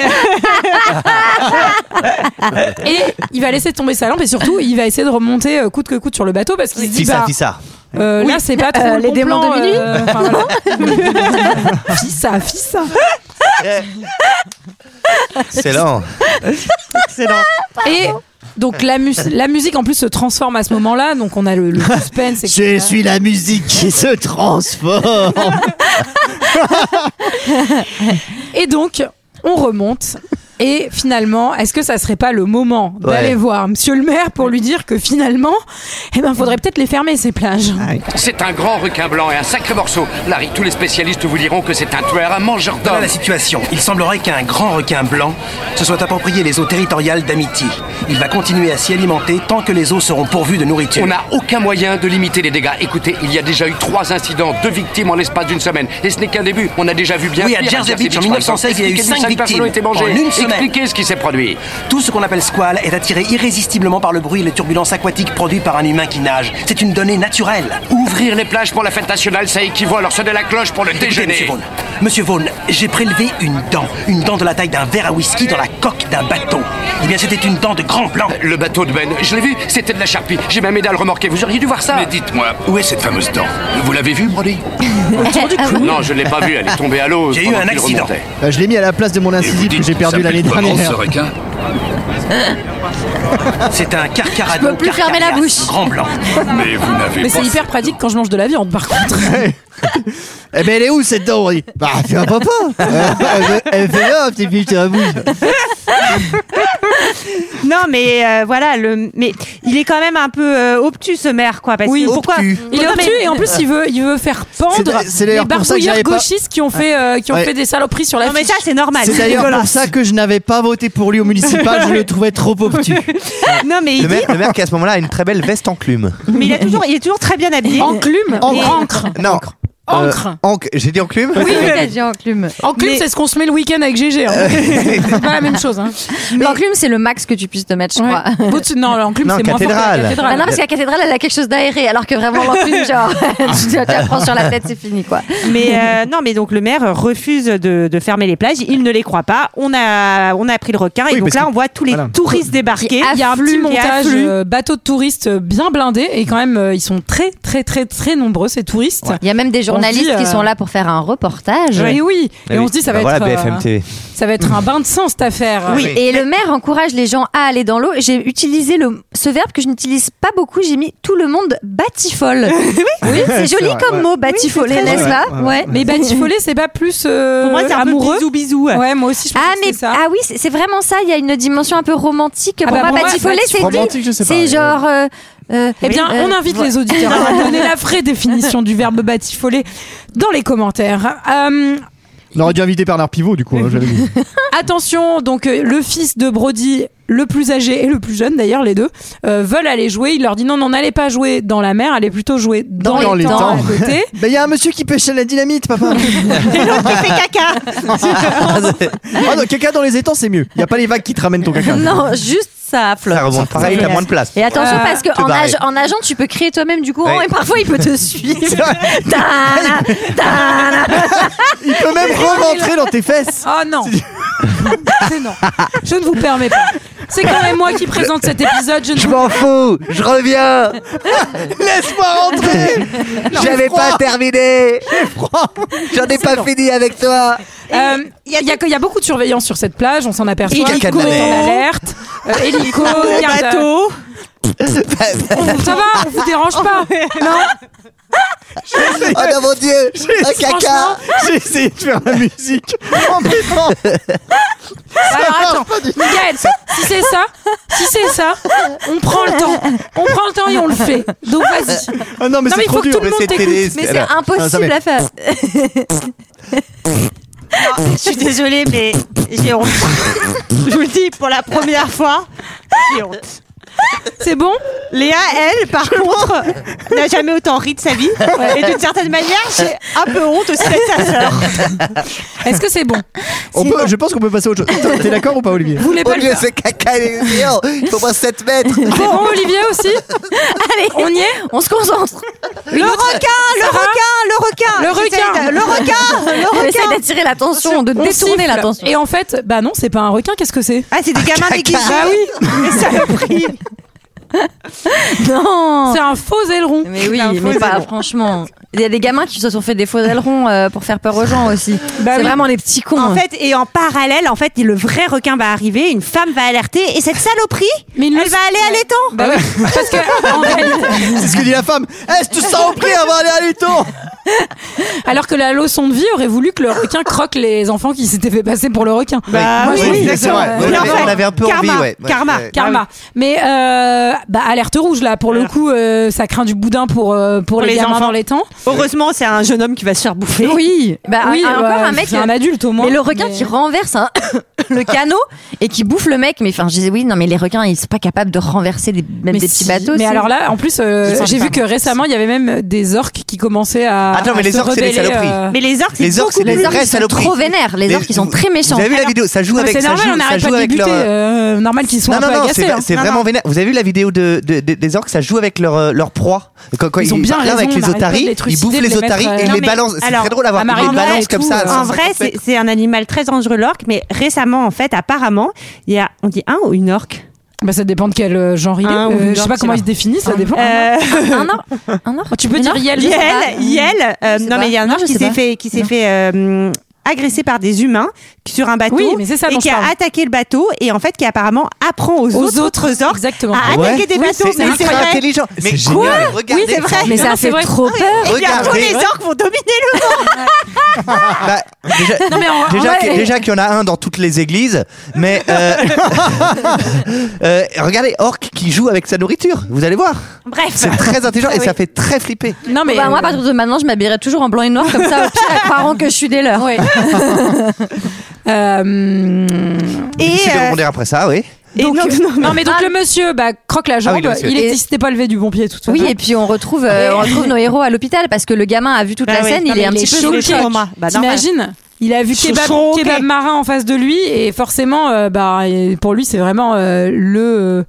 S1: Et il va laisser tomber sa lampe et surtout, il va essayer de remonter euh, coûte que coûte sur le bateau parce qu'il se dit,
S7: Fils ça,
S1: bah,
S7: fils ça.
S1: euh, là, c'est pas trop
S6: Euh,
S1: le
S6: les
S1: bon
S6: démons
S1: plan,
S6: de minuit
S1: euh, enfin, voilà. Fils ça, fils ça.
S7: C'est lent.
S10: Excellent.
S1: Et donc la, mus- la musique en plus se transforme à ce moment-là, donc on a le, le suspense. etc.
S9: la musique qui se transforme.
S1: Et donc on remonte. Et finalement, est-ce que ça serait pas le moment d'aller
S7: Ouais.
S1: voir Monsieur le maire pour lui dire que finalement, eh ben, faudrait peut-être les fermer ces plages.
S9: Ah,
S2: C'est un grand requin blanc et un sacré morceau. Larry, tous les spécialistes vous diront que c'est un tueur, un mangeur
S11: Voilà la
S2: d'hommes.
S11: situation. Il semblerait qu'un grand requin blanc se soit approprié les eaux territoriales d'Amity. Il va continuer à s'y alimenter tant que les eaux seront pourvues de nourriture.
S2: On n'a aucun moyen de limiter les dégâts. Écoutez, il y a déjà eu trois incidents, deux victimes en l'espace d'une semaine. Et ce n'est qu'un début. On a déjà vu bien
S11: Oui, à
S2: pire.
S11: Jersey Beach, en
S2: par exemple.
S11: 1916, il y a eu
S2: Expliquez-nous
S11: cinq
S2: personnes ont été
S11: victimes
S2: mangées.
S11: en une semaine.
S2: Expliquez ce qui s'est produit.
S11: Tout ce qu'on appelle squale est attiré irrésistiblement par le bruit et les turbulences aquatiques produits par un humain qui nage. C'est une donnée naturelle.
S2: Ouvrir les plages pour la fête nationale, ça équivaut à leur sonner la cloche pour le
S11: Écoutez,
S2: déjeuner.
S11: Monsieur Vaughan, Monsieur Vaughan, j'ai prélevé une dent, une dent de la taille d'un verre à whisky dans la coque d'un bateau. Eh bien, c'était une dent de grand blanc.
S2: Le bateau de Ben, je l'ai vu, c'était de la charpie. J'ai même aidé à le remorquer. Vous auriez dû voir ça.
S3: Mais dites-moi, où est cette fameuse dent
S2: Vous l'avez vu, Brody Non, je ne l'ai pas vu. Elle est tombée à l'eau.
S11: J'ai eu
S2: pendant
S11: un
S2: qu'il
S11: accident.
S2: remontait.
S9: Bah, je l'ai mis à la place de mon
S3: Et vous
S9: incisive que
S3: dites
S9: j'ai
S3: qu'il s'appelle
S9: perdu l'année
S3: comment, ce
S9: dernière.
S3: requin
S11: C'est un carcarado.
S6: Je peux plus fermer la
S11: carcarias,
S6: bouche.
S11: Grand blanc.
S3: Mais vous n'avez
S1: Mais
S3: pas...
S1: c'est hyper pratique quand je mange de la viande, par contre.
S9: Eh ben elle est où cette dent Henri Bah fais un papa Euh, elle- Elle fait là, petit fils, la bouche
S10: Non, mais euh, voilà, le, mais il est quand même un peu euh, obtus ce maire, quoi. Parce
S1: Oui,
S10: que pourquoi
S9: obtus.
S1: Il est
S10: Non, mais-
S1: obtus et en plus il veut, il veut faire pendre
S9: C'est- c'est
S1: les
S9: d'ailleurs pour ça que
S1: barbouilleurs
S9: j'avais pas-
S1: gauchistes qui ont fait, euh, qui ont
S9: Ouais.
S1: fait des saloperies sur la.
S10: Non, mais ça,
S1: fiche.
S10: c'est normal.
S9: C'est d'ailleurs pour
S10: dégueulasse.
S9: ça que je n'avais pas voté pour lui au municipal, je le trouvais trop obtus.
S10: Non, mais il,
S7: Le
S10: dit,
S7: maire, le maire qui à ce moment-là a une très belle veste en clume.
S10: mais il, a toujours, il est toujours très bien habillé.
S1: Enclume,
S10: Encre.
S1: encre,
S7: Non.
S1: Encre.
S7: Euh, encre. J'ai dit en clume
S6: Oui, dit enclume.
S1: Enclume, c'est ce qu'on se met le week-end avec GG. hein. c'est pas la même chose. Hein.
S6: L'enclume, c'est le max que tu puisses te mettre, je crois.
S1: Ouais. Ah Vous, tu- Non, l'enclume,
S7: Non,
S1: c'est moins fort que la
S7: cathédrale.
S6: Ah non,
S1: cathédrale.
S6: parce que la cathédrale, elle a quelque chose d'aéré, alors que vraiment l'enclume, genre, tu te la prends sur la tête, c'est fini, quoi.
S10: Mais euh, non, mais donc le maire refuse de, de fermer les plages. Il ne les croit pas. On a, on a pris le requin et
S9: Oui,
S10: donc
S9: parce
S10: là,
S9: que-
S10: on voit tous les
S9: voilà.
S10: touristes débarquer.
S1: Il y a un petit
S10: Afflux,
S1: montage
S10: afflux.
S1: euh, bateau de touristes bien blindé et quand même euh, ils sont très très très très nombreux ces touristes.
S6: Il y a même des gens journalistes
S1: dit,
S6: qui
S1: euh,
S6: sont là pour faire un reportage.
S1: Oui, oui. Et on se dit, ça va,
S7: Bah
S1: être,
S7: voilà,
S1: euh,
S7: BFM TV.
S1: ça va être un bain de sang, cette affaire.
S6: Oui. Et le maire encourage les gens à aller dans l'eau. J'ai utilisé le, ce verbe que je n'utilise pas beaucoup. J'ai mis tout le monde batifole. oui, c'est
S9: c'est
S6: joli
S9: vrai,
S6: comme
S9: ouais.
S6: mot, batifoler,
S1: très
S6: n'est-ce
S9: joli.
S6: pas
S9: Ouais, ouais,
S6: Ouais.
S1: Mais batifoler, c'est pas plus euh,
S10: Pour moi, c'est un peu
S1: amoureux.
S10: bisou bisou.
S1: Ouais, moi aussi, je pense
S6: Ah
S1: que
S6: mais
S1: c'est ça.
S6: ah oui c'est c'est vraiment ça il y a une dimension un peu romantique pour
S1: bah,
S6: moi
S1: pour moi,
S6: batifoler c'est
S9: romantique, je sais pas.
S6: c'est genre euh, euh,
S1: Eh bien,
S6: euh,
S1: on invite les auditeurs à donner la vraie définition du verbe batifoler dans les commentaires. Euh,
S9: On aurait dû inviter Bernard Pivot, du coup, hein, j'avais dit.
S1: attention, donc euh, le fils de Brody, le plus âgé et le plus jeune d'ailleurs, les deux, euh, veulent aller jouer. Il leur dit non, non, n'allez pas jouer dans la mer, allez plutôt jouer dans,
S6: Dans
S1: les
S6: les
S1: temps,
S6: temps.
S1: à côté.
S9: Bah, il y a un monsieur qui pêche à la dynamite, papa. ah, non, caca dans les étangs, c'est mieux. Il y a pas les vagues qui te ramènent ton caca.
S6: non juste ça flotte
S7: Ça remonte pareil, t'as moins de place.
S6: et attention
S1: Ouais.
S6: parce que
S7: Te
S6: en,
S7: barrer.
S6: nage- en nageant tu peux créer toi-même du courant
S7: Ouais.
S6: et parfois il peut te suivre Tana, tana.
S9: Il peut même rentrer dans tes fesses.
S1: Oh non C'est non Je ne vous permets pas. C'est quand même moi qui présente cet épisode, je ne
S7: Je
S1: vous...
S7: m'en fous, je reviens.
S9: Laisse-moi rentrer.
S7: J'avais pas terminé. J'en ai pas fini avec toi.
S1: Euh, Il y, a- il y a beaucoup de surveillance sur cette plage, on s'en aperçoit.
S7: Hélico.
S1: Quelqu'un est en alerte. Euh, hélico, garde-
S10: Bateau.
S1: On- Ça va, on vous dérange pas.
S7: Oh non, mon dieu, un
S1: Franchement,
S9: J'ai essayé de faire la musique en mettant
S1: Alors attends, Michael, si c'est ça, si c'est ça, on prend le temps. On prend le temps et on le fait. Donc vas-y.
S9: Ah non, mais
S1: Non, mais
S9: c'est
S1: il faut
S9: trop
S1: que
S9: dur.
S1: tout le monde
S7: c'était
S1: t'écoute.
S7: des-
S6: mais c'est
S7: Alors,
S9: ça met-
S6: impossible à faire
S10: Je suis désolée, mais j'ai honte. Je vous le dis, pour la première fois, j'ai honte.
S1: C'est bon
S10: Léa, elle, par contre, n'a jamais autant ri de sa vie. Et d'une certaine manière, j'ai un peu honte aussi avec sa sœur.
S1: Est-ce que c'est bon
S9: On peut- je pense qu'on peut passer à autre chose. T'es- T'es d'accord ou pas, Olivier
S1: Vous voulez pas
S7: Mon
S1: le
S7: dieu,
S1: faire
S7: ce caca, il est géant. Il faut pas 7 mètres.
S1: C'est bon, Olivier aussi
S6: allez
S1: On y est
S6: on se concentre
S1: Le requin,
S10: Le requin, le requin
S1: Le
S10: J'essaie
S1: requin.
S10: de- Le requin Le
S6: on
S10: requin
S6: essaie d'attirer l'attention de détourner l'attention
S1: Et en fait, bah non, c'est pas un requin, qu'est-ce que c'est
S10: Ah, c'est des gamins déguisés
S1: Bah oui,
S10: Mais ça a pris Oh.
S6: non
S1: c'est un faux aileron.
S6: Mais oui,
S10: un faux
S6: mais pas,
S10: aileron.
S6: franchement. Il y a des gamins qui se sont fait des faux ailerons euh, pour faire peur aux gens aussi.
S1: Bah
S6: c'est
S1: oui.
S6: vraiment les petits cons.
S10: En fait, et en parallèle, en fait, le vrai requin va arriver, une femme va alerter, et cette saloperie,
S1: Mais il
S10: elle
S1: le-
S10: va aller à l'étang
S1: Bah oui, parce que en réalité,
S9: C'est ce que dit la femme.
S7: Eh,
S9: Est-ce que ça au prix avant d'aller à l'étang
S1: alors que la leçon de vie aurait voulu que le requin croque les enfants qui s'étaient fait passer pour le requin.
S10: Bah
S7: Ah
S1: Moi, je
S10: oui,
S1: dis,
S9: c'est
S1: ça,
S9: vrai.
S1: euh,
S9: Ouais,
S7: on avait-
S10: Karma.
S7: on avait un peu
S10: Karma.
S7: envie, ouais. Ouais,
S10: Karma.
S7: ouais. Ah
S1: Karma. Mais euh, bah, alerte rouge là pour le coup, euh, ça craint du boudin pour euh, pour, les,
S10: les
S1: gamins
S10: enfants.
S1: dans les temps.
S10: Heureusement, c'est un jeune homme qui va se faire bouffer.
S6: oui, bah,
S1: oui,
S6: un-
S1: bah,
S6: encore un mec.
S1: c'est un adulte au moins.
S6: mais le requin qui renverse un- le canot et qui bouffe le mec. Mais enfin, je disais oui, non, mais les requins, ils sont pas capables de renverser des- même
S1: Mais
S6: des
S1: si,
S6: petits bateaux.
S1: Mais
S6: c'est-
S1: alors là, en plus, euh, j'ai vu que récemment, il y avait même des orques qui commençaient à.
S7: Attends, mais
S1: à
S7: les
S1: se
S7: orques, c'est des
S1: rebeller,
S7: saloperies.
S1: euh,
S10: Mais les orques, c'est
S7: Les orques,
S10: beaucoup
S7: c'est
S6: les
S7: des
S6: orques
S7: vrais
S6: ils sont
S7: saloperies.
S6: trop vénères. Les
S7: Les-
S6: orques, ils sont très méchants.
S7: Vous avez vu la vidéo Ça joue
S1: mais
S7: avec
S1: c'est
S7: ça
S1: normal,
S7: joue-
S1: on
S7: ça
S1: n'arrête
S7: joue
S1: pas de
S7: avec
S1: débuter.
S7: leur, euh,
S1: euh, normal qu'ils soient
S7: Non,
S1: un peu
S7: non, non,
S1: agacés.
S7: c'est
S1: hein.
S7: c'est
S10: Non,
S7: vraiment
S10: non.
S7: vénère. Vous avez vu la vidéo de, de- de- des orques Ça joue avec leur, euh, leur proie. Quand, quand
S1: Ils ont bien
S7: parlent
S1: raison,
S7: avec
S1: on
S7: les
S1: arrête pas de les
S7: otaries, ils
S1: trucider,
S7: bouffent
S1: de les
S7: les otaries
S1: mettre, euh,
S7: et ils
S10: non,
S7: les
S10: mais-
S7: balancent. C'est
S10: alors,
S7: très drôle à voir.
S1: à
S7: Ils les
S1: Marine Le Pen et
S7: balancent comme
S1: tout,
S7: ça.
S1: euh,
S7: sans-
S10: En vrai, c'est c'est un animal très dangereux, l'orque, mais récemment, en fait, apparemment, il y a, on dit un ou une orque
S1: Bah, ça dépend de quel euh, genre il est.
S10: Un ou
S1: Euh,
S10: une
S1: je sais
S10: orque,
S1: pas
S10: c'est
S1: comment
S10: pas.
S1: ils se définissent, ça dépend.
S10: Euh,
S6: Un or, un orque
S1: Tu peux
S6: Une
S1: dire
S6: orque
S1: Yel,
S6: Je sais pas.
S10: Yel, Yel, euh,
S6: Je sais
S10: non mais il y a
S6: pas.
S10: un
S6: Non,
S10: orque
S6: je
S10: qui
S6: sais
S10: s'est
S6: pas.
S10: fait, qui s'est fait euh, agresser par des humains sur un bateau
S1: Oui, mais c'est ça
S10: et
S1: dont
S10: qui
S1: je
S10: a
S1: parle.
S10: attaqué le bateau et en fait qui apparemment apprend aux,
S1: Aux
S10: autres,
S1: autres,
S10: orques
S1: exactement.
S10: à
S7: Ah Ouais.
S10: attaquer des
S1: Oui,
S10: bateaux.
S1: c'est-
S10: Mais
S1: c'est
S10: c'est
S7: C'est
S10: vrai.
S7: intelligent. Mais
S9: génial.
S7: quoi
S10: Oui, c'est vrai.
S6: Mais
S1: Non,
S6: ça
S1: non, c'est
S6: fait
S1: vrai.
S6: trop peur.
S10: Et bientôt
S7: Regardez.
S10: les orques vont dominer le monde.
S7: Bah, déjà, déjà qu'il- déjà qu'il y en a un dans toutes les églises, mais euh, euh, regardez Orc qui joue avec sa nourriture. Vous allez voir,
S10: Bref.
S7: c'est très intelligent et ça fait très flipper.
S1: Non, mais.
S6: Bah, moi, à partir de maintenant, je m'habillerai toujours en blanc et noir comme ça, au pire, à croiront que je suis des leurs.
S1: Euh,
S10: Et,
S7: Je vais
S10: euh,
S7: rebondir après ça, oui.
S10: et
S1: donc,
S10: non, non, non.
S1: non, mais donc
S6: Ah.
S1: le monsieur bah, croque la jambe,
S7: oui, le monsieur.
S1: il
S6: Et-
S1: n'existait pas levé du bon pied de toute façon.
S6: Oui, et puis on retrouve, euh, on retrouve nos héros à l'hôpital parce que le gamin a vu toute
S10: Bah
S6: la
S10: oui,
S6: scène,
S10: non,
S6: il
S10: mais
S6: est un
S10: il
S6: petit
S10: est
S6: peu
S10: choqué.
S6: choqué.
S10: Trauma. Bah, normal.
S1: T'imagines Il a vu
S10: Ils se
S1: kebab,
S10: sont ok.
S1: kebab marin en face de lui et forcément, euh, bah, et pour lui, c'est vraiment euh, le euh,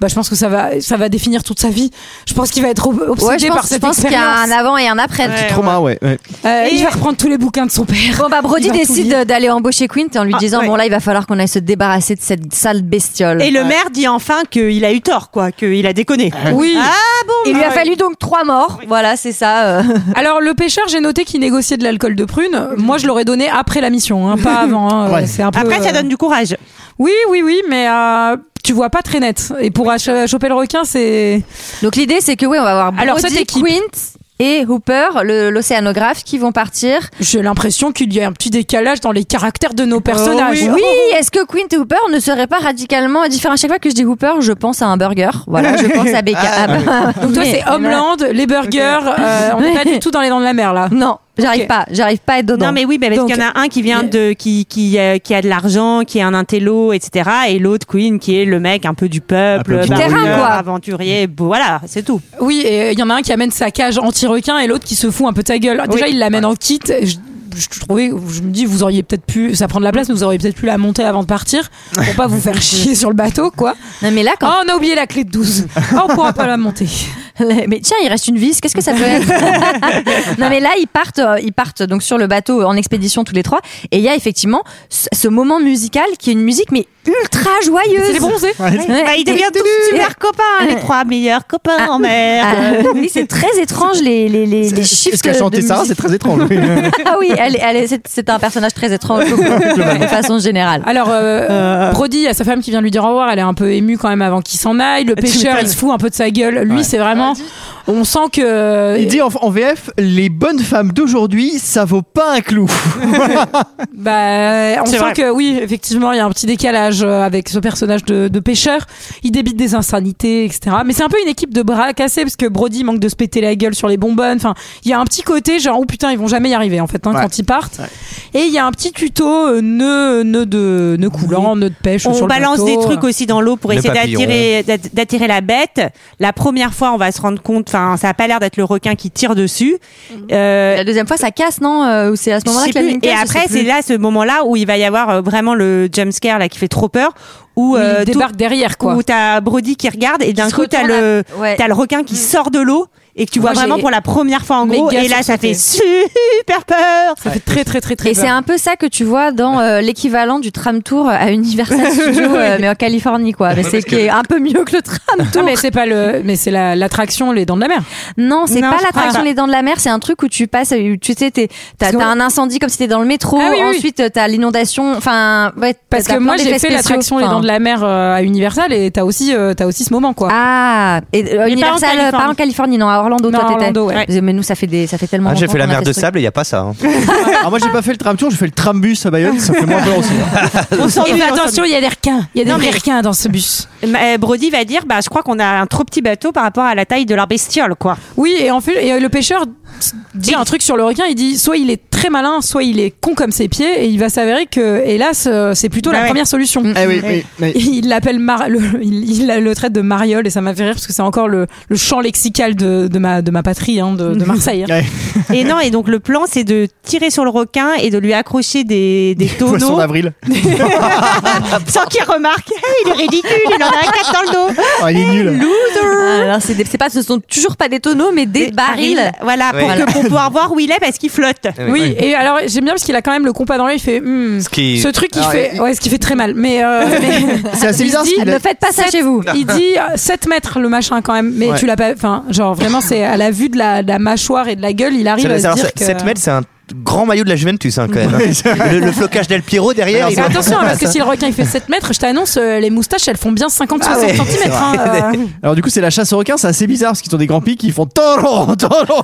S1: bah, je pense que ça va, ça va définir toute sa vie. Je pense qu'il va être ob- obsédé
S6: Ouais, je
S1: par
S6: pense, je
S1: cette
S6: pense qu'il y a
S1: expérience.
S6: un avant et un après.
S10: Ouais, ouais.
S9: Trauma, ouais. ouais.
S1: Euh,
S6: Et-
S1: Il va reprendre tous les bouquins de son père.
S6: Bon bah Brody
S1: Il va tout
S6: décide
S1: lire.
S6: euh, d'aller embaucher Quint en lui
S10: Ah,
S6: disant
S10: ouais.
S6: bon là il va falloir qu'on aille se débarrasser de cette sale bestiole.
S10: Et le maire dit enfin qu'il a eu tort, quoi, qu'il a déconné.
S1: Oui.
S10: Ah bon
S6: Il lui
S10: bah
S6: a
S10: ouais.
S6: fallu donc trois morts. Voilà c'est ça. euh.
S1: Alors le pêcheur, j'ai noté qu'il négociait de l'alcool de prune. Moi, je l'aurais donné après la mission, hein, pas avant. hein.
S9: Ouais.
S1: C'est un peu,
S10: Après, ça
S1: euh,
S10: donne du courage.
S1: Oui, oui, oui, mais euh, tu vois pas très net. Et pour ach- choper le requin, c'est
S6: Donc l'idée c'est que oui on va avoir
S1: Alors, cette
S6: Brody,
S1: équipe.
S6: Quint et Hooper le- l'océanographe qui vont partir.
S1: j'ai l'impression qu'il y a un petit décalage dans les caractères de nos personnages.
S6: Oh Oui, oh, est-ce que Quint et Hooper ne seraient pas radicalement différents À chaque fois que je dis Hooper, je pense à un burger. Voilà, je pense à Becca. Ah, bah.
S1: Donc toi,
S6: Mais-
S1: c'est Homeland, les burgers. euh, on n'est pas du tout dans les dents de la mer là.
S6: Non, j'arrive
S1: Ok.
S6: pas, j'arrive pas à être dedans.
S10: Non mais oui, bah, parce
S1: Donc-
S10: qu'il y en a un qui vient de qui qui euh, qui a de l'argent, qui est un intello, etc. Et l'autre Queen qui est le mec un peu du peuple,
S9: Un peu du
S10: barbouilleur,
S6: terrain, quoi.
S10: aventurier. bon, Voilà, c'est tout.
S1: Oui, et il y en a un qui amène sa cage anti-requin et l'autre qui se fout un peu de sa gueule. Déjà, il l'amène en kit. et Je, je trouvais, je me dis, vous auriez peut-être pu, ça prend de la place, mais vous auriez peut-être pu la monter avant de partir pour pas vous faire chier sur le bateau, quoi.
S6: Non, mais là
S1: Oh,
S6: quand.
S1: on a oublié la clé de 12. Oh, on pourra pas la monter.
S6: Mais tiens, il reste une vis. Qu'est-ce que ça peut être Non mais là ils partent, euh, ils partent donc sur le bateau en expédition tous les trois. Et il y a effectivement ce ce moment musical qui est une musique mais ultra joyeuse.
S1: C'est les bronzés.
S6: Ouais.
S10: Bah, ils deviennent tous super copains, les trois meilleurs copains en mer.
S6: Ah, oui, c'est très étrange les les les, les chiffres.
S9: Ce qu'a chanté
S6: de
S9: Sarah, c'est
S6: musique.
S9: très étrange. oui.
S6: Ah oui, elle, elle est- c'est- c'est un personnage très étrange de façon générale.
S1: Alors, euh, Brody, il y a sa femme qui vient lui dire au revoir. Elle est un peu émue quand même avant qu'il s'en aille. Le pêcheur, il se fout un peu de sa gueule. Lui, c'est vraiment. On sent que.
S9: Il dit en, en VF les bonnes femmes d'aujourd'hui, ça vaut pas un clou.
S1: Bah, on
S10: C'est
S1: bah, sent
S10: vrai.
S1: que oui, effectivement, il y a un petit décalage euh, avec ce personnage de, de pêcheur. Il débite des insanités, etc. Mais c'est un peu une équipe de bras cassés parce que Brody manque de se péter la gueule sur les bonbonnes. Enfin, il y a un petit côté genre oh putain, ils vont jamais y arriver en fait hein,
S9: Ouais.
S1: quand ils partent. Et il y a un petit tuto euh, nœud nœud de nœud coulant, nœud de pêche
S10: On
S1: sur le euh,
S10: balance
S1: bateau.
S10: des trucs aussi dans l'eau pour
S7: Le
S10: essayer
S7: papillon.
S10: d'attirer d'att- d'attirer la bête. La première fois, on va se rendre compte. Enfin, ça a pas l'air d'être le requin qui tire dessus. Euh,
S6: La deuxième fois, ça casse, non Euh, Ou c'est à Mm-hmm.
S10: Je
S6: ce moment-là
S10: sais
S6: que la
S10: plus.
S6: ligne
S10: Et
S6: casse, je
S10: après,
S6: sais
S10: c'est
S6: plus.
S10: là ce moment-là où il va y avoir euh, vraiment le jump scare là qui fait trop peur, où
S1: Oui,
S10: euh,
S1: il débarque derrière
S10: tout-
S1: quoi.
S10: où t'as Brody qui regarde et d'un
S6: se
S10: coup t'as
S6: retourne
S10: le
S6: à- ouais.
S10: t'as le requin qui sort de l'eau et que tu
S1: Moi,
S10: vois vraiment
S1: j'ai
S10: pour la première fois en
S1: méga
S10: gros. Et là, ça
S1: sursauté.
S10: fait super peur.
S1: Ça fait très très très très.
S6: Et c'est
S1: peur.
S6: un peu ça que tu vois dans euh, l'équivalent du tram tour à Universal Studios, euh, mais en Californie, quoi. Mais c'est qui est un peu mieux que le tram
S1: Ah,
S6: tour.
S1: mais c'est pas le, mais c'est la- l'attraction les dents de la mer.
S6: Non, c'est
S10: Non,
S6: pas
S10: je
S6: l'attraction
S10: crois pas.
S6: Les Dents de la Mer, c'est un truc où tu passes, où tu sais, t'es- t'as
S1: Parce que-
S6: t'as un incendie comme si t'étais dans le métro,
S1: Ah oui, oui, oui.
S6: ensuite euh, t'as l'inondation, enfin, ouais,
S1: Parce
S6: t'as
S1: que
S6: plein
S1: moi
S6: d'effets
S1: j'ai fait
S6: spéciaux,
S1: l'attraction les
S6: enfin.
S1: dents de la mer euh, à Universal et t'as aussi euh, t'as aussi ce moment quoi.
S6: Ah, et euh,
S10: en
S6: Universal, euh, pas en,
S10: Californie.
S6: Californie, non, à Orlando,
S1: Non,
S6: toi
S1: à
S6: t'étais.
S1: Orlando, ouais.
S6: Mais nous, ça fait, des, ça fait tellement.
S7: Ah, j'ai
S6: longtemps
S7: fait la
S6: qu'on a
S7: mer de
S6: ce truc.
S7: sable et il n'y a pas ça. hein.
S9: Alors Ah, moi, j'ai pas fait le tram tour, j'ai fait le trambus à Bayonne, ça fait moins peur aussi. hein.
S10: On
S1: Et
S10: s'ennuie,
S1: fais
S10: on
S1: Ah, attention, il y a des requins. Il y a des
S10: Non,
S1: vrais
S10: mais-
S1: requins dans ce bus.
S10: s'ennuie. Euh, Brody va dire, bah je crois qu'on a un trop petit bateau par rapport à la taille de leur bestiole, quoi.
S1: Oui, et en fait, et, euh, le pêcheur dit un truc sur le requin. Il dit soit il est très malin, soit il est con comme ses pieds, et il va s'avérer que, hélas, euh, c'est plutôt la
S10: Bah ouais.
S1: première solution.
S7: Eh
S9: Ah oui, oui, oui.
S1: Il l'appelle Mar- le, il, il le traite de mariole et ça m'a fait rire parce que c'est encore le, le champ lexical de, de ma de ma patrie, hein, de, de Marseille. hein.
S9: Ouais.
S10: et non, et donc le plan, c'est de tirer sur le requin et de lui accrocher des, des
S9: Poisson
S10: tonneaux
S9: d'avril.
S10: sans qu'il remarque. Hey, il est ridicule, il en a quatre dans le dos.
S9: Ah, il est nul.
S6: Ah, Alors, c'est des- c'est pas, ce sont toujours pas des tonneaux, mais des, barils.
S10: Voilà,
S7: Oui.
S10: pour,
S7: Voilà.
S10: que- pour pouvoir voir où il est parce qu'il flotte.
S1: Oui, et alors j'aime bien parce qu'il a quand même le compas dans l'œil. Il fait Hmm,
S7: Ce qui-
S1: ce truc, il
S9: Alors,
S1: fait
S9: il-
S1: ouais, ce qui fait très mal. Mais, euh, mais-
S9: C'est assez
S1: Il
S9: bizarre.
S1: dit,
S9: ce qu'il a-
S6: Ne faites pas ça
S1: Sept-
S6: chez vous.
S1: Il dit euh, 7 mètres le machin quand même, mais
S9: Ouais.
S1: tu l'as pas. Enfin, genre vraiment, c'est à la vue de la, de la mâchoire et de la gueule, il arrive à
S7: C'est-
S1: se
S7: alors,
S1: dire
S7: c'est-
S1: que.
S7: 7 mètres, c'est un grand maillot de la Juventus hein, quand même. le, le flocage d'El Piero derrière.
S1: Et
S7: il-
S1: attention, hein, parce que si le requin il fait 7 mètres, je t'annonce, euh, les moustaches elles font bien 50-60
S7: Ah ouais, c'est
S1: cm.
S7: vrai.
S1: hein, euh.
S9: Alors du coup, c'est la chasse aux requins, c'est assez bizarre parce qu'ils ont des grands pics qui font toro, toro.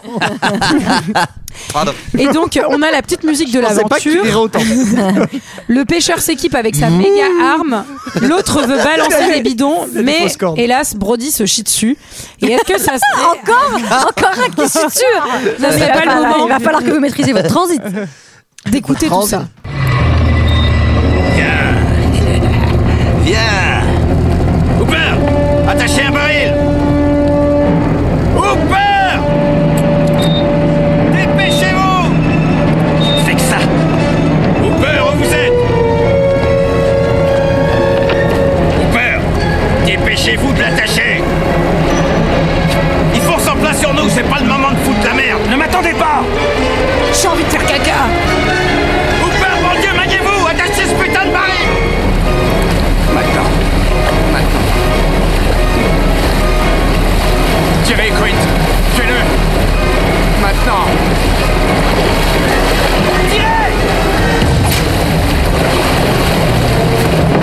S1: Et donc, euh, on a la petite musique de
S9: Je pensais pas que tu
S1: l'aventure.
S9: rirais autant.
S1: Le pêcheur s'équipe avec sa méga arme. L'autre veut balancer les bidons, mais
S9: fausses cordes.
S1: hélas, Brody se chie dessus. Et est-ce que ça serait.
S6: Encore, encore un qui se tue.
S1: Ça serait Ah, pas le moment.
S6: Il va falloir que vous maîtrisez votre transit.
S1: d'écouter tout ça
S3: Viens Hooper Attachez un baril Hooper Dépêchez-vous C'est que ça Hooper, où vous êtes Hooper Dépêchez-vous Dépêchez-vous de l'attacher Ils foncent en plein sur nous, c'est pas le moment de foutre la merde Ne m'attendez pas
S1: J'ai envie de faire caca
S3: Hooper, mon dieu, maniez-vous Attachez ce putain de baril Maintenant. Maintenant. Tirez, Quint Tuez-le Maintenant Tirez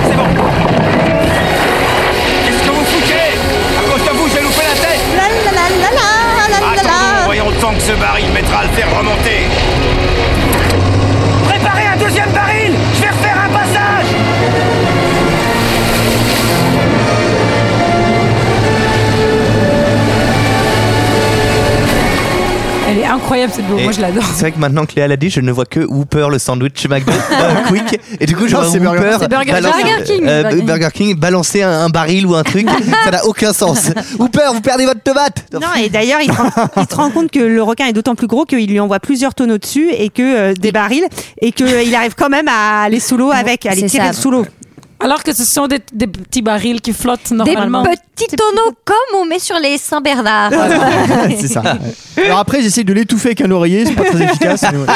S3: C'est bon Qu'est-ce que vous foutez À cause de vous, j'ai loupé la tête
S10: La la la la la la la
S3: Attendons, voyons le temps que ce baril mettra à le faire remonter Préparez un deuxième baril Je vais refaire un passage
S1: Elle est incroyable cette vidéo,
S7: Et
S1: moi je l'adore.
S7: C'est vrai que maintenant que Léa l'a dit, je ne vois que Whooper le sandwich McDo euh, Quick. Et du coup, je
S9: Non,
S7: vois
S9: c'est Burger-
S7: Whooper
S1: c'est Burger-
S7: balancer-
S1: Burger King.
S7: euh,
S1: Burger King.
S7: Burger King balancer un, un baril ou un truc. ça n'a aucun sens. Whooper, vous perdez votre tomate.
S10: Non, et d'ailleurs, il, se rend- il se rend compte que le requin est d'autant plus gros qu'il lui envoie plusieurs tonneaux dessus et que euh, des barils et que euh, il arrive quand même à aller sous l'eau avec, à les
S6: c'est
S10: tirer
S6: ça.
S10: sous l'eau.
S1: Alors que ce sont des, des petits barils qui flottent
S6: Des
S1: normalement.
S6: petits tonneaux comme on met sur les Saint-Bernard.
S9: c'est ça. Alors après, j'essaye de l'étouffer avec un oreiller, c'est pas très efficace. mais ouais.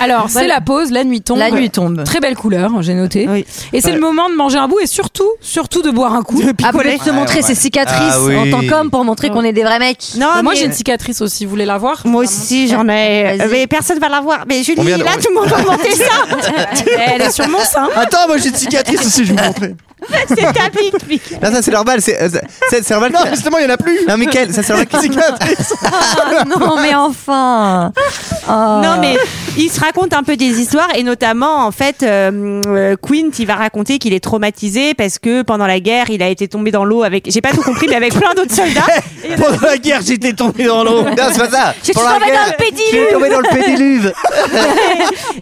S1: Alors c'est la pause, la nuit tombe.
S6: La nuit tombe.
S1: Très belle couleur, hein, j'ai noté.
S10: Oui.
S1: Et c'est le moment de manger un bout et surtout, surtout de boire un coup.
S6: Ah, peut se montrer ses cicatrices
S7: Ah oui.
S6: en tant qu'homme pour montrer qu'on est des vrais mecs.
S10: Non,
S1: Ah, Bah, Moi
S10: Ah, mais- euh,
S1: j'ai une cicatrice aussi, vous voulez la voir
S10: Moi aussi, j'en ai. euh,
S6: Vas-y.
S10: Mais personne va la voir. Mais Julie,
S7: On vient de-
S10: là, tout le monde va monter ça.
S1: Elle est sur mon sein.
S9: Attends, moi j'ai une cicatrice aussi, je vais vous montrer.
S10: C'est ta pique, pique.
S7: Non, ça c'est normal. C'est euh, ça- c'est c'est normal.
S9: Non, justement, il y en a plus.
S7: Non, Michael, ça c'est normal. que-
S6: Ah, non, mais enfin.
S1: Oh.
S6: Ah.
S10: Non, mais il se raconte un peu des histoires et notamment, en fait, euh, euh, Quint, il va raconter qu'il est traumatisé parce que pendant la guerre, il a été tombé dans l'eau avec, j'ai pas tout compris, mais avec plein d'autres soldats. Et-
S9: Pendant la guerre, j'étais tombé dans l'eau.
S7: Non, c'est pas ça.
S6: Je suis
S7: Pendant la
S6: tombée
S7: guerre,
S6: dans le
S7: Je suis
S6: pédiluve.
S7: tombé dans le pédiluve.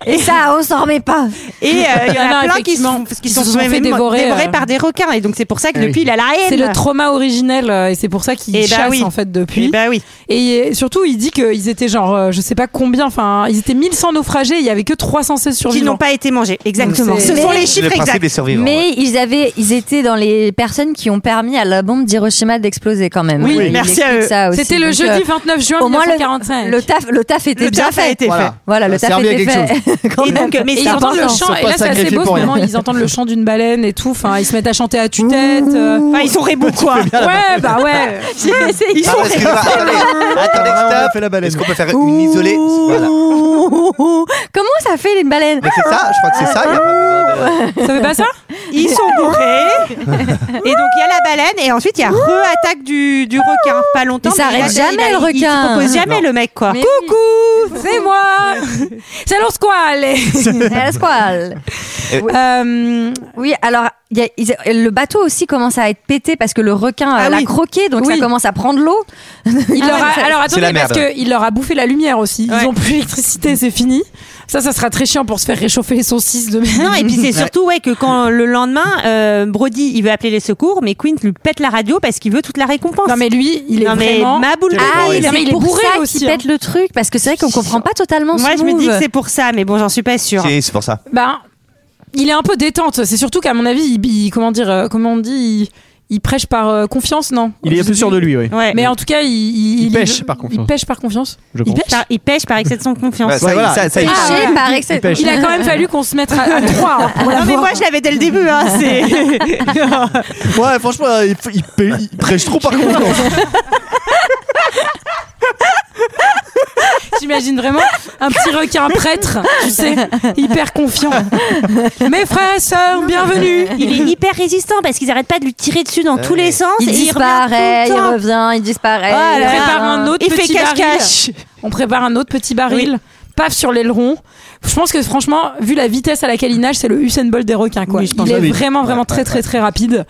S6: Et ça, on s'en remet pas.
S10: Et euh, il y en
S1: Ah
S10: a
S1: non,
S10: plein qui se,
S1: effectivement,
S10: qui sont, fait dévorer,
S1: euh. Eh
S10: par des requins. Et donc, c'est pour ça que
S9: Ah oui.
S10: depuis, il a la haine.
S1: C'est le trauma originel euh, et c'est pour ça qu'il
S10: Eh ben
S1: chasse
S10: oui.
S1: en fait
S10: Eh
S1: depuis.
S10: ben oui.
S1: Et euh, surtout, il dit qu'ils étaient genre, euh, je sais pas combien, enfin, ils étaient 1100 naufragés, il y avait que 316
S10: Qui n'ont
S1: survivants.
S10: pas été mangés. Exactement.
S1: Donc,
S10: Ce
S1: c'est-
S10: sont
S6: Mais-
S10: les
S7: Le
S10: chiffres
S7: principe
S10: exacts.
S7: est survivant. ouais.
S6: Mais ils avaient, ils étaient dans les personnes qui ont permis à la bombe d'Hiroshima d'exploser quand même.
S1: Oui,
S6: Il
S10: merci
S6: explique
S10: à eux.
S6: ça aussi.
S1: C'était le
S6: Donc,
S1: jeudi
S6: euh,
S1: 29 juin
S6: au moins le-
S1: 1945.
S6: Le taf, le taf était
S10: Le
S6: bien
S10: taf a
S6: fait.
S10: été fait.
S6: Voilà, Voilà, le
S9: Ça a
S6: taf
S9: servi à
S6: était
S9: quelque
S6: fait. Quand
S10: Et
S6: même.
S10: donc, euh, mais
S1: Et ils
S10: ça-
S1: entendent le
S9: important,
S1: chant, et
S9: ils sont
S1: là
S9: pas
S1: c'est assez
S9: sacrifiés
S1: beau ce
S9: pour rien.
S1: moment, ils entendent le chant d'une baleine et tout, enfin ils se mettent à chanter à tue-tête. euh.
S10: Enfin, ils sont rébous, quoi.
S1: Ouais, bah ouais.
S10: Ils sont
S7: Pardon, excusez-moi, attendez, attendez,
S9: Vraiment, Ah, on a
S7: stop.
S9: fait la baleine.
S7: Est-ce qu'on peut faire une isolée Voilà.
S6: Comment ça fait les baleines
S7: Mais c'est ça, je crois que c'est ça. il y a pas besoin de-
S1: Ça fait pas ça
S10: Ils sont bourrés. et donc il y a la baleine et ensuite il y a re-attaque du, du requin. Pas longtemps.
S6: Mais ça
S10: il
S6: arrête
S10: a-
S6: jamais,
S10: il a-
S6: le
S10: Il se
S6: requin.
S10: propose jamais le mec quoi.
S6: Mais
S1: Coucou, c'est moi. C'est l'ours squale.
S6: oui. La squale.
S1: Euh,
S6: Oui, alors il y a- ils- le bateau aussi commence à être pété parce que le requin euh,
S10: Ah
S6: l'a
S10: oui.
S6: croqué, donc
S1: Oui.
S6: ça commence à prendre l'eau.
S1: Il leur a- alors
S7: la
S1: attendez, parce
S7: merde.
S1: qu'il leur a bouffé la lumière aussi. Ils
S10: Ouais.
S1: ont plus d'électricité, c'est fini. Ça, ça sera très chiant pour se faire réchauffer les saucisses de
S10: Non et puis c'est surtout ouais que quand le lendemain euh, Brody il veut appeler les secours mais Quint lui pète la radio parce qu'il veut toute la récompense.
S1: Non, mais lui, il est
S10: Non, mais
S1: vraiment.
S10: ma boule.
S6: Ah,
S1: il
S6: il
S1: est-
S6: est,
S1: il est
S6: pour
S1: bourré
S6: ça
S1: aussi,
S6: qu'il
S1: hein.
S6: pète le truc parce que c'est vrai qu'on comprend pas totalement
S10: Moi
S6: ce
S10: je me dis
S6: move.
S10: que c'est pour ça mais bon j'en suis pas
S9: Ah.
S10: sûre.
S7: Si, c'est pour ça.
S1: Ben, il est un peu détente. C'est surtout qu'à mon avis, il, il- comment dire, euh, comment on dit, il, il prêche par euh, confiance, non
S9: Il est un peu sûr de lui, oui.
S10: Ouais.
S1: Mais en tout cas, il, il,
S9: Il pêche par
S1: Il
S9: confiance.
S1: pêche par confiance.
S9: Je
S1: il
S9: pense.
S1: pêche.
S10: Par- il pêche par excès de son confiance.
S7: Ouais, ça,
S9: Ouais, voilà.
S7: ça, ça,
S1: Ah,
S6: Chez
S1: ouais.
S6: par excès.
S9: pêche.
S1: Il a quand même fallu qu'on se mette à, à trois hein, pour
S10: Ah, non mais
S1: l'avoir.
S10: moi je l'avais dès le début hein, c'est
S9: Ouais, franchement, il, il, paye- il prêche trop par confiance.
S1: J'imagine vraiment un petit requin prêtre, tu sais, hyper confiant. Mes frères, sœurs, bienvenue.
S10: il est hyper résistant parce qu'ils arrêtent pas de lui tirer dessus
S7: Ah
S10: dans tous les sens
S6: Il
S10: et il revient tout
S6: disparaît,
S10: le
S6: il
S10: temps.
S6: revient, il disparaît.
S10: Ah là
S6: il
S10: là.
S6: revient.
S1: prépare un autre
S10: Il fait
S1: petit
S10: cache-cache.
S1: baril. On prépare un autre petit baril. Paf sur l'aileron. Je pense que franchement, vu la vitesse à laquelle il nage, c'est le Usain Bolt des requins. Quoi.
S9: Oui, je pense.
S1: il
S9: Ah
S1: est
S9: oui.
S1: vraiment, vraiment très, très, très rapide.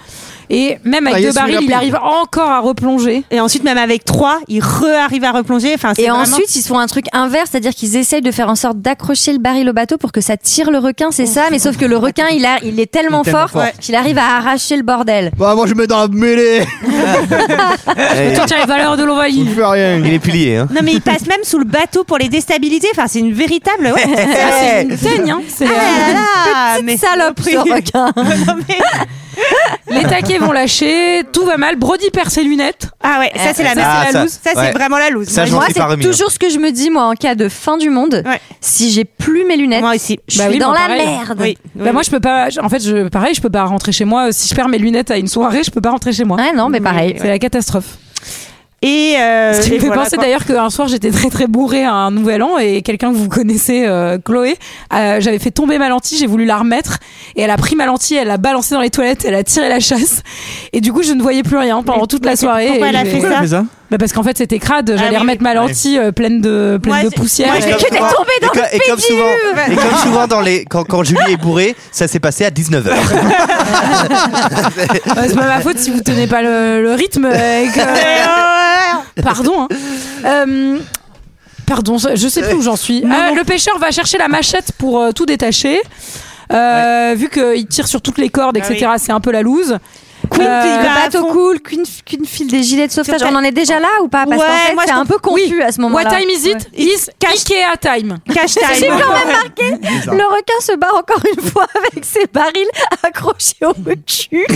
S1: Et même avec
S9: Ah, il est
S1: deux
S9: sous la
S1: barils, il
S9: pile.
S1: arrive encore à replonger.
S10: Et ensuite, même avec trois, il re-arrive à replonger. Enfin, c'est
S6: Et
S10: vraiment-
S6: ensuite, ils font un truc inverse, c'est-à-dire qu'ils essayent de faire en sorte d'accrocher le baril au bateau pour que ça tire le requin,
S10: Oh,
S6: c'est ça, mais sauf que le requin, il, a, il est tellement
S9: Il est tellement
S6: fort
S9: fort.
S6: qu'il arrive à arracher le bordel.
S9: bah, moi, je me mets dans la mêlée.
S6: Ah.
S9: Eh.
S1: Et toi, tu as les valeurs de
S9: Je
S1: l'Ovalie.
S9: fais rien.
S7: Il est plié. Hein.
S10: Non, mais il passe même sous le bateau pour les déstabiliser. Enfin, c'est une véritable. Ouais.
S1: Ça, Ah, C'est une
S9: Eh.
S1: teigne. Hein. C'est,
S10: Ah
S1: euh,
S10: là là, mais-
S6: Salope, ce requin
S10: Non, mais-
S1: les Taquets vont lâcher, tout va mal. Brody perd ses lunettes.
S10: Ah ouais, ça c'est la,
S7: Ah,
S10: ça,
S7: ça-
S10: loose. Ça, c'est
S7: ouais.
S10: vraiment la loose.
S7: Ça, je m'en
S6: Moi,
S7: suis
S6: c'est
S7: pas remis. hein.
S6: toujours ce que je me dis, moi, en cas de fin du monde.
S10: Ouais.
S6: Si j'ai plus mes lunettes,
S10: Moi aussi.
S6: je
S1: Bah
S6: suis
S1: oui,
S6: dans
S1: moi,
S6: la
S1: pareil.
S6: merde.
S10: Oui.
S1: Bah moi je peux pas. En fait, je, pareil, je peux pas rentrer chez moi. Si je perds mes lunettes à une soirée, je peux pas rentrer chez
S10: Ah,
S1: moi.
S6: Ouais, non, mais pareil.
S1: C'est la catastrophe.
S10: Et euh,
S1: Ce qui
S10: et
S1: me fait
S10: voilà,
S1: penser
S10: quoi.
S1: d'ailleurs qu'un soir j'étais très très bourré à un nouvel an et quelqu'un que vous connaissez, euh, Chloé, euh, j'avais fait tomber ma lentille, j'ai voulu la remettre et elle a pris ma lentille, elle l'a balancée dans les toilettes, elle a tiré la chasse et du coup je ne voyais plus rien pendant toute la soirée.
S10: pourquoi
S1: et
S10: elle a
S1: j'ai-
S10: fait ça
S9: Pourquoi elle fait ça
S1: bah Parce qu'en fait c'était crade, j'allais
S10: oui, oui.
S1: remettre ma lentille euh, pleine de, pleine
S10: Moi,
S1: de
S10: j'ai-
S1: poussière.
S10: moi, j'ai-
S1: Et-
S6: que t'es tombé
S7: Et comme, et comme souvent, et comme souvent dans les, quand, quand Julie est bourrée, ça s'est passé à 19h.
S1: Ouais, c'est pas ma faute si vous tenez pas le, le rythme. euh, et que- Pardon. hein. Euh, Pardon, je sais plus où j'en suis. Ah, le pêcheur va chercher la machette pour euh, tout détacher. Euh, Vu qu'il tire sur toutes les
S10: Ah
S1: cordes, etc., c'est un peu la loose.
S10: Queen,
S1: Euh,
S10: il
S6: Le
S10: va à
S6: bateau
S10: fond.
S6: cool, qu'une qu'une file des gilets de sauvetage.
S10: Sur-
S6: On en est déjà là ou pas Parce
S10: Ouais,
S6: qu'en fait,
S10: moi, je
S6: c'est un peu
S1: Oui.
S6: confus à ce
S1: What
S6: moment-là.
S1: time is it Is Ikea time.
S10: Cash
S6: J'ai
S10: time.
S6: quand même marqué, le requin se bat encore une fois avec ses barils accrochés au cul.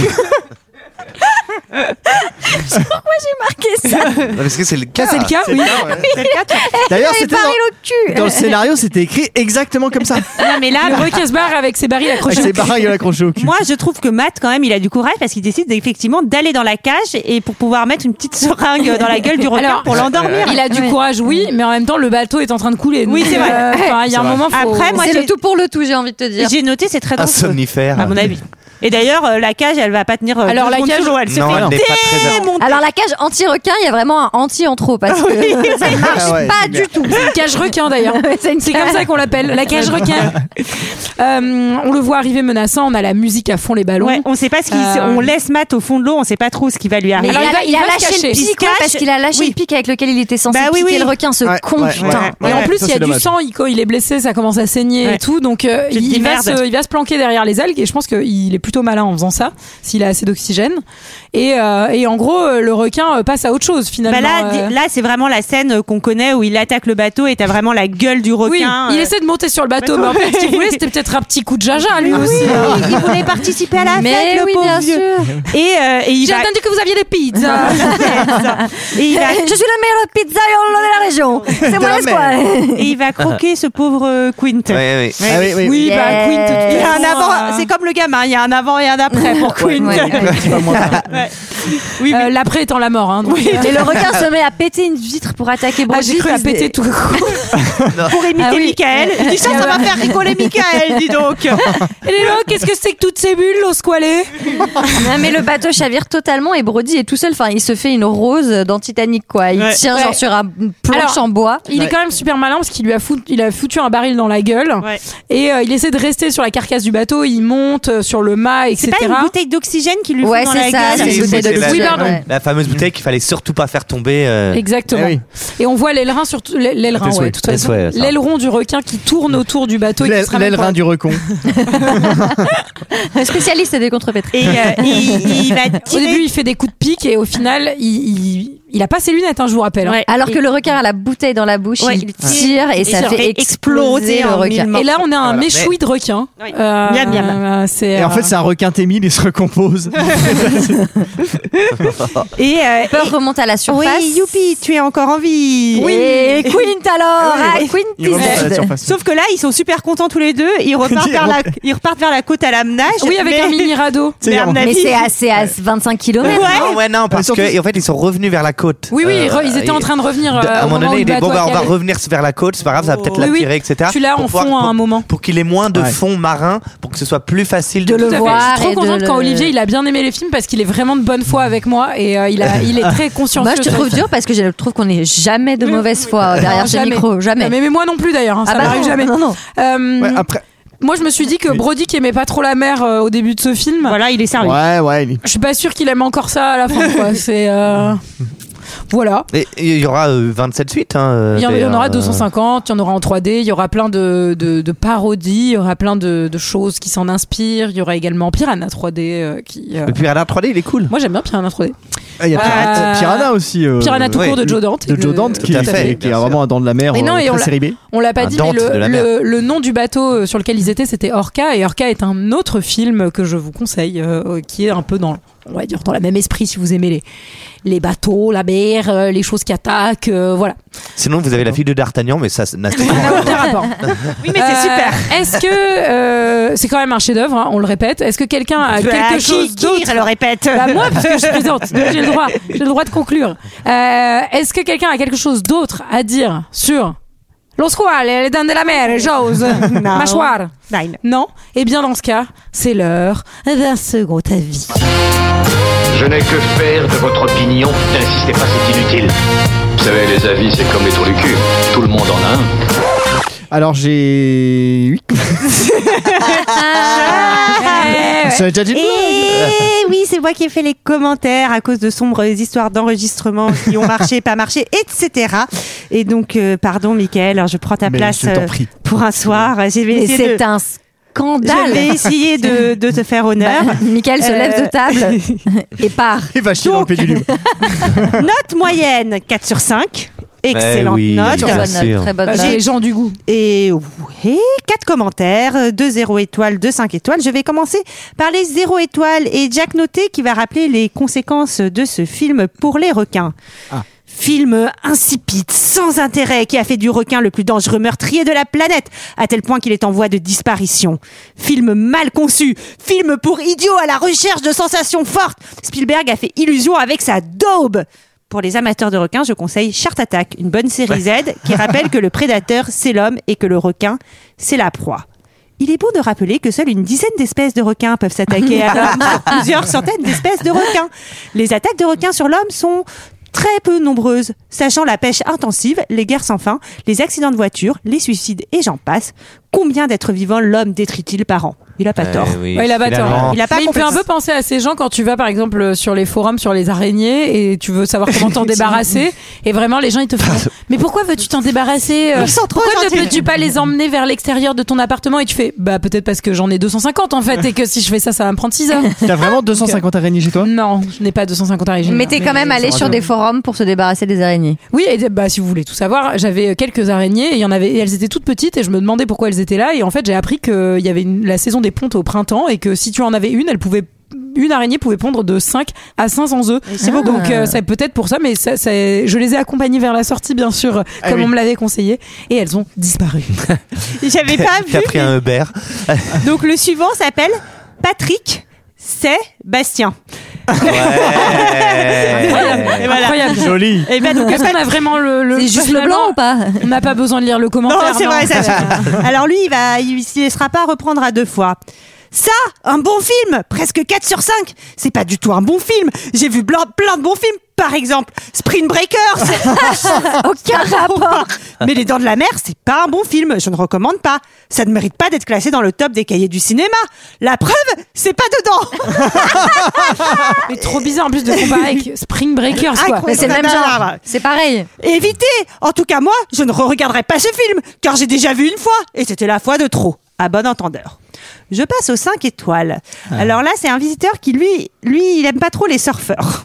S6: Je sais Pourquoi j'ai marqué ça
S7: Parce que c'est le
S10: Ah,
S7: cas.
S1: Ah, C'est le cas, oui.
S9: D'ailleurs,
S6: Les
S9: c'était
S6: barils
S9: dans,
S6: au cul
S9: dans le scénario, c'était écrit exactement comme ça.
S10: Non, mais là,
S1: Le requin se barre avec ses barils
S9: Avec
S1: accrochés.
S9: ses barils accrochés au cul.
S10: Moi, je trouve que Matt, quand même, il a du courage parce qu'il décide effectivement d'aller dans la cage et pour pouvoir mettre une petite seringue dans la gueule du requin
S1: Alors, euh,
S10: pour l'endormir.
S1: Il a du
S6: Ouais.
S1: courage, oui, mais en même temps, le bateau est en train de couler.
S10: Oui, c'est vrai.
S1: Euh, enfin, Il y a un moment, faut...
S10: Après, moi,
S6: C'est
S10: j'ai
S6: le tout pour le tout, j'ai envie de te dire.
S10: j'ai noté, c'est très dangereux,
S7: Insomnifère.
S10: à mon avis. Et d'ailleurs, euh, la cage, elle va pas tenir. euh,
S1: Alors,
S10: deux
S1: la
S10: secondes
S1: cage-
S10: sous l'eau, elle se
S7: Non,
S10: fait Eh,
S7: elle n'est pas très.
S10: démonter.
S6: Alors la cage anti-requin, il y a vraiment un anti en trop parce que ça marche
S9: Ah ouais,
S6: pas
S9: c'est
S6: du tout.
S1: Une cage requin d'ailleurs.
S6: C'est une
S1: C'est comme ça qu'on l'appelle, la cage requin. Euh, on le voit arriver menaçant, on a la musique à fond, les ballons.
S10: Ouais, on sait pas ce qu'il.
S1: Euh,
S10: On laisse Matt au fond de l'eau, on sait pas trop ce qui va lui
S6: Mais
S10: arriver.
S1: Alors,
S6: il,
S1: il va-
S6: a, il
S1: il
S6: a
S1: va se
S6: lâché
S1: cacher.
S6: le
S10: Il se
S6: pic ouais,
S10: cache.
S6: parce qu'il a lâché
S10: Oui.
S6: le pic avec lequel il était censé
S10: Bah oui,
S6: piquer
S10: oui.
S6: le requin, ce
S9: Ouais,
S6: con
S9: ouais,
S6: putain.
S9: ouais.
S1: Et en plus,
S9: ça,
S1: il y a
S9: c'est
S1: du
S9: dommage.
S1: sang, il, quand il est blessé, ça commence à saigner
S10: Ouais.
S1: et tout. Donc, euh,
S10: te dis
S1: il, va
S10: merde.
S1: se, il va se planquer derrière les algues. Et je pense qu'il est plutôt malin en faisant ça, s'il a assez d'oxygène. Et, euh, et en gros, euh, le requin euh, passe à autre chose finalement.
S10: Bah là,
S1: Euh,
S10: di- là, c'est vraiment la scène euh, qu'on connaît où il attaque le bateau et t'as vraiment la gueule du
S1: oui,
S10: requin.
S1: il
S10: euh,
S1: essaie de monter sur le bateau, mais
S10: bateau.
S1: en fait, ce qu'il voulait, c'était peut-être un petit coup de jaja lui aussi. hein.
S10: il voulait participer à la
S6: Mais oui, bien sûr.
S10: Et, euh, et il
S1: J'ai
S10: va.
S1: entendu que vous aviez des pizzas.
S10: Et il va,
S6: Eh, Je suis le meilleur pizzaïolo de la région. C'est moi l'escouade.
S10: et il va croquer ce pauvre euh, Quint.
S7: Ouais, ouais.
S9: Ah oui, oui,
S1: oui,
S9: oui.
S1: bah,
S6: Yeah.
S1: Queen, de toute
S10: Il y a un
S1: façon,
S10: avant,
S1: euh,
S10: c'est comme le gamin, il y a un avant et un après pour Quint.
S6: Ouais, ouais.
S10: Oui,
S1: euh, L'après étant la mort. Hein, donc, euh,
S6: Et le requin se met à péter une vitre pour attaquer
S1: Ah,
S6: Brody.
S1: j'ai cru à péter tout.
S10: pour imiter
S1: Ah oui.
S10: Michael. Il dit ça, ça va faire rigoler Michael, dis donc.
S1: Et les locs, qu'est-ce que c'est que toutes ces bulles, l'eau squalée
S6: Non, mais le bateau chavire totalement et Brody est tout seul. Enfin, il se fait une rose dans Titanic, quoi. Il
S10: Ouais.
S6: tient
S1: Ouais.
S6: genre sur un une planche
S1: Alors,
S6: en bois.
S1: Il est quand même super malin parce qu'il lui a foutu, il a foutu un baril dans la gueule
S10: Ouais.
S1: et euh, il essaie de rester sur la carcasse du bateau. Il monte euh, sur le mât, etc.
S10: C'est pas une bouteille d'oxygène qui lui
S6: Ouais,
S10: fout dans
S6: c'est
S10: la
S6: ça,
S10: gueule. euh,
S6: c'est
S7: Oui,
S6: une
S7: c'est
S6: bouteille
S7: la-
S6: d'oxygène.
S1: Oui,
S6: ouais.
S7: La fameuse bouteille qu'il fallait surtout pas faire tomber. euh,
S1: Exactement.
S9: Eh oui.
S1: Et on voit l'aileron sur l'ai- l'aileron,
S9: Tes
S1: ouais,
S9: souhaits,
S1: de toute
S7: tes
S1: façon.
S7: souhaits, ça.
S1: l'aileron du requin qui tourne autour du bateau. et qui se ramène
S9: L'ailerin
S1: pour-
S9: du recon.
S6: Spécialiste des contrepétries.
S10: Et euh, il, il va
S1: Au
S10: tirer.
S1: début, il fait des coups de pique et au final, il, il, il a pas ses lunettes, hein, je vous rappelle. hein.
S10: Ouais.
S6: Alors que le requin a la bouteille dans la bouche,
S10: Ouais,
S6: il
S10: il
S6: tire et ça
S10: ça
S6: fait
S10: fait
S6: exploser
S10: exploser
S6: le
S10: en
S6: requin.
S10: mille
S1: Et là, on a un
S9: Voilà.
S1: méchoui de requin.
S10: Oui.
S1: Euh,
S10: Miam, miam.
S1: euh, c'est,
S9: Et en
S1: euh,
S9: fait, c'est un requin témide, il se recompose.
S10: Et, euh,
S6: Peur remonte à la surface.
S10: oui, youpi, tu es encore en vie.
S6: Et Quint alors ah, Quint
S9: Il remonte à la surface.
S10: Sauf que là, ils sont super contents tous les deux. Ils repartent, vers, la, ils repartent vers la côte à l'amenage.
S1: Oui, avec
S10: mais-
S1: un mini radeau.
S9: C'est
S10: mais à
S9: énorme.
S10: mon
S6: Mais
S10: avis,
S6: c'est à, c'est à 25 km.
S10: Ouais.
S7: Non, ouais, non, parce
S9: Euh, surtout-
S7: que et en fait, ils sont revenus vers la côte.
S1: Oui, oui,
S7: Euh,
S1: re- ils étaient en train de revenir. euh,
S7: à un
S1: au
S7: moment
S1: où
S7: donné,
S1: le
S7: il dit
S1: bateau
S7: bon, bah,
S1: a
S7: on va
S1: calé.
S7: revenir vers la côte, c'est pas grave, ça va peut-être
S1: Oui, oui.
S7: l'attirer, etc.
S1: Tu l'as
S7: Pour
S1: en
S7: pouvoir-
S1: fond à
S7: pour-
S1: un moment.
S7: Pour qu'il ait moins de
S9: Ouais.
S7: fond marin, pour que ce soit plus facile
S6: De le
S1: Tout à fait.
S6: voir
S1: Je suis
S6: et
S1: trop contente
S6: de
S1: quand
S6: le-
S1: Olivier il a bien aimé les films parce qu'il est vraiment de bonne foi avec moi et euh, il, a, il est très conscient.
S6: Moi, je te trouve dur parce que je trouve qu'on n'est jamais de mauvaise foi derrière ce micro. Jamais.
S1: Mais, mais moi non plus d'ailleurs, hein, ça
S6: Ah bah
S1: m'arrive
S6: non,
S1: jamais.
S6: Non, non.
S1: Euh,
S9: Ouais,
S7: ah.
S9: après.
S1: Moi je me suis dit que Brody qui aimait pas trop la mer euh, au début de ce film,
S10: Voilà, il est sérieux.
S9: Ouais, ouais, il est-
S1: je suis pas sûre qu'il aime encore ça à la fin. quoi. C'est euh, voilà.
S7: Et et il y aura euh, 27 suites. hein, euh,
S1: Il y, en, il y en
S7: d'ailleurs,
S1: aura
S7: euh,
S1: 250, il y en aura en 3D, il y aura plein de, de, de parodies, il y aura plein de, de choses qui s'en inspirent. Il y aura également Piranha 3D euh, qui. euh,
S7: Le Piranha 3D, il est cool.
S1: Moi j'aime bien Piranha 3D.
S9: Ah, il y a Pirate-
S1: Euh,
S9: Piranha aussi. euh,
S1: Piranha tout
S7: ouais,
S1: court de Joe Dante.
S9: de Joe
S1: Le-
S9: Dante qui,
S7: à fait,
S9: qui- qui est
S7: bien
S9: vraiment un dent de la mer
S1: Mais non,
S9: euh,
S1: et on
S9: très
S1: l'a-
S9: série B.
S1: On l'a pas
S7: Un
S1: dit, mais
S7: Dante
S1: le,
S7: de la mer.
S1: le- le nom du bateau euh, sur lequel ils étaient, c'était Orca. Et Orca est un autre film que je vous conseille, euh, qui est un peu dans on va dire dans le même esprit si vous aimez les, les bateaux, la mer, euh, les choses qui attaquent, euh, voilà.
S7: Sinon, vous avez la fille de D'Artagnan, mais ça n'a strictement rien à voir.
S1: Aucun rapport.
S10: Oui, Ah mais c'est super.
S1: Euh, Est-ce que euh, c'est quand même un chef-d'œuvre hein, On le répète. Est-ce que quelqu'un a quelque chose d'autre
S10: Je le répète.
S1: bah moi, parce que je présente, donc j'ai le droit, j'ai le droit de conclure. Euh, Est-ce que quelqu'un a quelque chose d'autre à dire sur Los squales, les dents de la mer, les choses, mâchoire
S10: Nine.
S1: Non Eh bien, dans ce cas, c'est l'heure d'un second avis.
S8: Je n'ai que faire de votre opinion. N'insistez pas, c'est inutile. Vous savez, les avis, c'est comme les trous du cul. Tout le monde en a un.
S9: Alors j'ai. Oui.
S1: Eh ouais.
S9: Ça a déjà dit.
S10: Et oui, c'est moi qui ai fait les commentaires à cause de sombres histoires d'enregistrements qui ont marché, pas marché, etc. Et donc, euh, pardon, Michael, alors je prends ta
S9: Mais
S10: place
S9: je t'en
S10: euh,
S9: prie.
S10: pour un soir. J'ai
S6: Et
S10: essayé
S6: c'est
S10: de,
S6: un
S10: je vais
S6: scandale.
S10: essayer de, de te faire honneur.
S6: Michael se
S10: Euh,
S6: lève de table et part.
S9: Et va chier dans le pays du libre.
S10: Note moyenne 4 sur 5. Excellente
S7: oui.
S10: note.
S7: Bien
S6: Très bonne
S7: sûr.
S6: note, très bonne
S1: Bah,
S6: note.
S1: j'ai les gens du goût.
S10: Et ouais, 4 commentaires, 2 0 étoiles, 2 5 étoiles. Je vais commencer par les 0 étoiles et Jack Noté qui va rappeler les conséquences de ce film pour les requins. Film insipide, sans intérêt, qui a fait du requin le plus dangereux meurtrier de la planète, à tel point qu'il est en voie de disparition. Film mal conçu, film pour idiots à la recherche de sensations fortes. Spielberg a fait illusion avec sa daube. Pour les amateurs de requins, je conseille Shark Attack, une bonne série Z qui rappelle que le prédateur, c'est l'homme et que le requin, c'est la proie. Il est bon de rappeler que seule une dizaine d'espèces de requins peuvent s'attaquer à l'homme sur plusieurs centaines d'espèces de requins. Les attaques de requins sur l'homme sont très peu nombreuses, sachant la pêche intensive, les guerres sans fin, les accidents de voiture, les suicides et j'en passe. Combien d'êtres vivants l'homme détrit-il par an Il a pas
S7: Euh,
S10: tort.
S7: Eh
S1: Ouais, il a pas tort.
S7: finalement.
S10: Il a pas
S1: Mais il me fait
S10: compris.
S1: un peu penser à ces gens quand tu vas par exemple sur les forums sur les araignées et tu veux savoir comment t'en débarrasser et vraiment les gens ils te font mais pourquoi veux-tu t'en débarrasser euh,
S10: Ils sont trop
S1: pourquoi ne
S10: gentils.
S1: peux-tu pas les emmener vers l'extérieur de ton appartement et tu fais bah peut-être parce que j'en ai 250 en fait et que si je fais ça ça va me prendre 6 heures
S9: T'as vraiment 250 araignées chez toi
S1: non je n'ai pas 250 araignées
S6: Mais t'es quand même allé sur des forums pour se débarrasser des araignées.
S1: oui et bah si vous voulez tout savoir j'avais quelques araignées et il y en avait et elles étaient toutes petites et je me demandais pourquoi elles étaient là et en fait j'ai appris qu'il y avait une- la saison des pontes au printemps et que si tu en avais une elle pouvait une araignée pouvait pondre de 5 à 500 œufs.
S10: C'est beaucoup.
S1: Donc euh, c'est peut-être pour ça, mais ça, ça- je les ai accompagnées vers la sortie, bien sûr, comme
S9: Ah oui.
S1: on me l'avait conseillé, et elles ont disparu.
S10: J'avais pas Ah, vu.
S7: T'as pris un Uber.
S10: Donc le suivant s'appelle Patrick c'est Bastien.
S1: Incroyable.
S10: Et voilà.
S1: Incroyable.
S9: Joli.
S10: Et ben donc
S1: Est-ce qu'on a vraiment le, le Bah,
S6: C'est juste le blanc ou pas
S1: On n'a pas besoin de lire le
S10: Non,
S1: commentaire.
S10: c'est vrai, ça. Alors lui, il va, il se laissera pas reprendre à deux fois. Ça, un bon film, presque 4 sur 5. C'est pas du tout un bon film. J'ai vu blan- plein de bons films, par exemple Spring Breakers.
S6: Aucun rapport.
S10: Mais Les Dents de la Mer, c'est pas un bon film. Je ne recommande pas. Ça ne mérite pas d'être classé dans le top des cahiers du cinéma. La preuve, c'est pas dedans.
S1: Mais trop bizarre en plus de comparer avec Spring Breakers, quoi.
S6: Mais c'est le même genre.
S10: Incroyable.
S6: C'est pareil.
S10: Évitez. En tout cas, moi, je ne re-regarderai pas ce film, car j'ai déjà vu une fois, et c'était la fois de trop. À bon entendeur. Je passe aux 5 étoiles. Alors là, c'est un visiteur qui, lui, lui, il aime pas trop les surfeurs.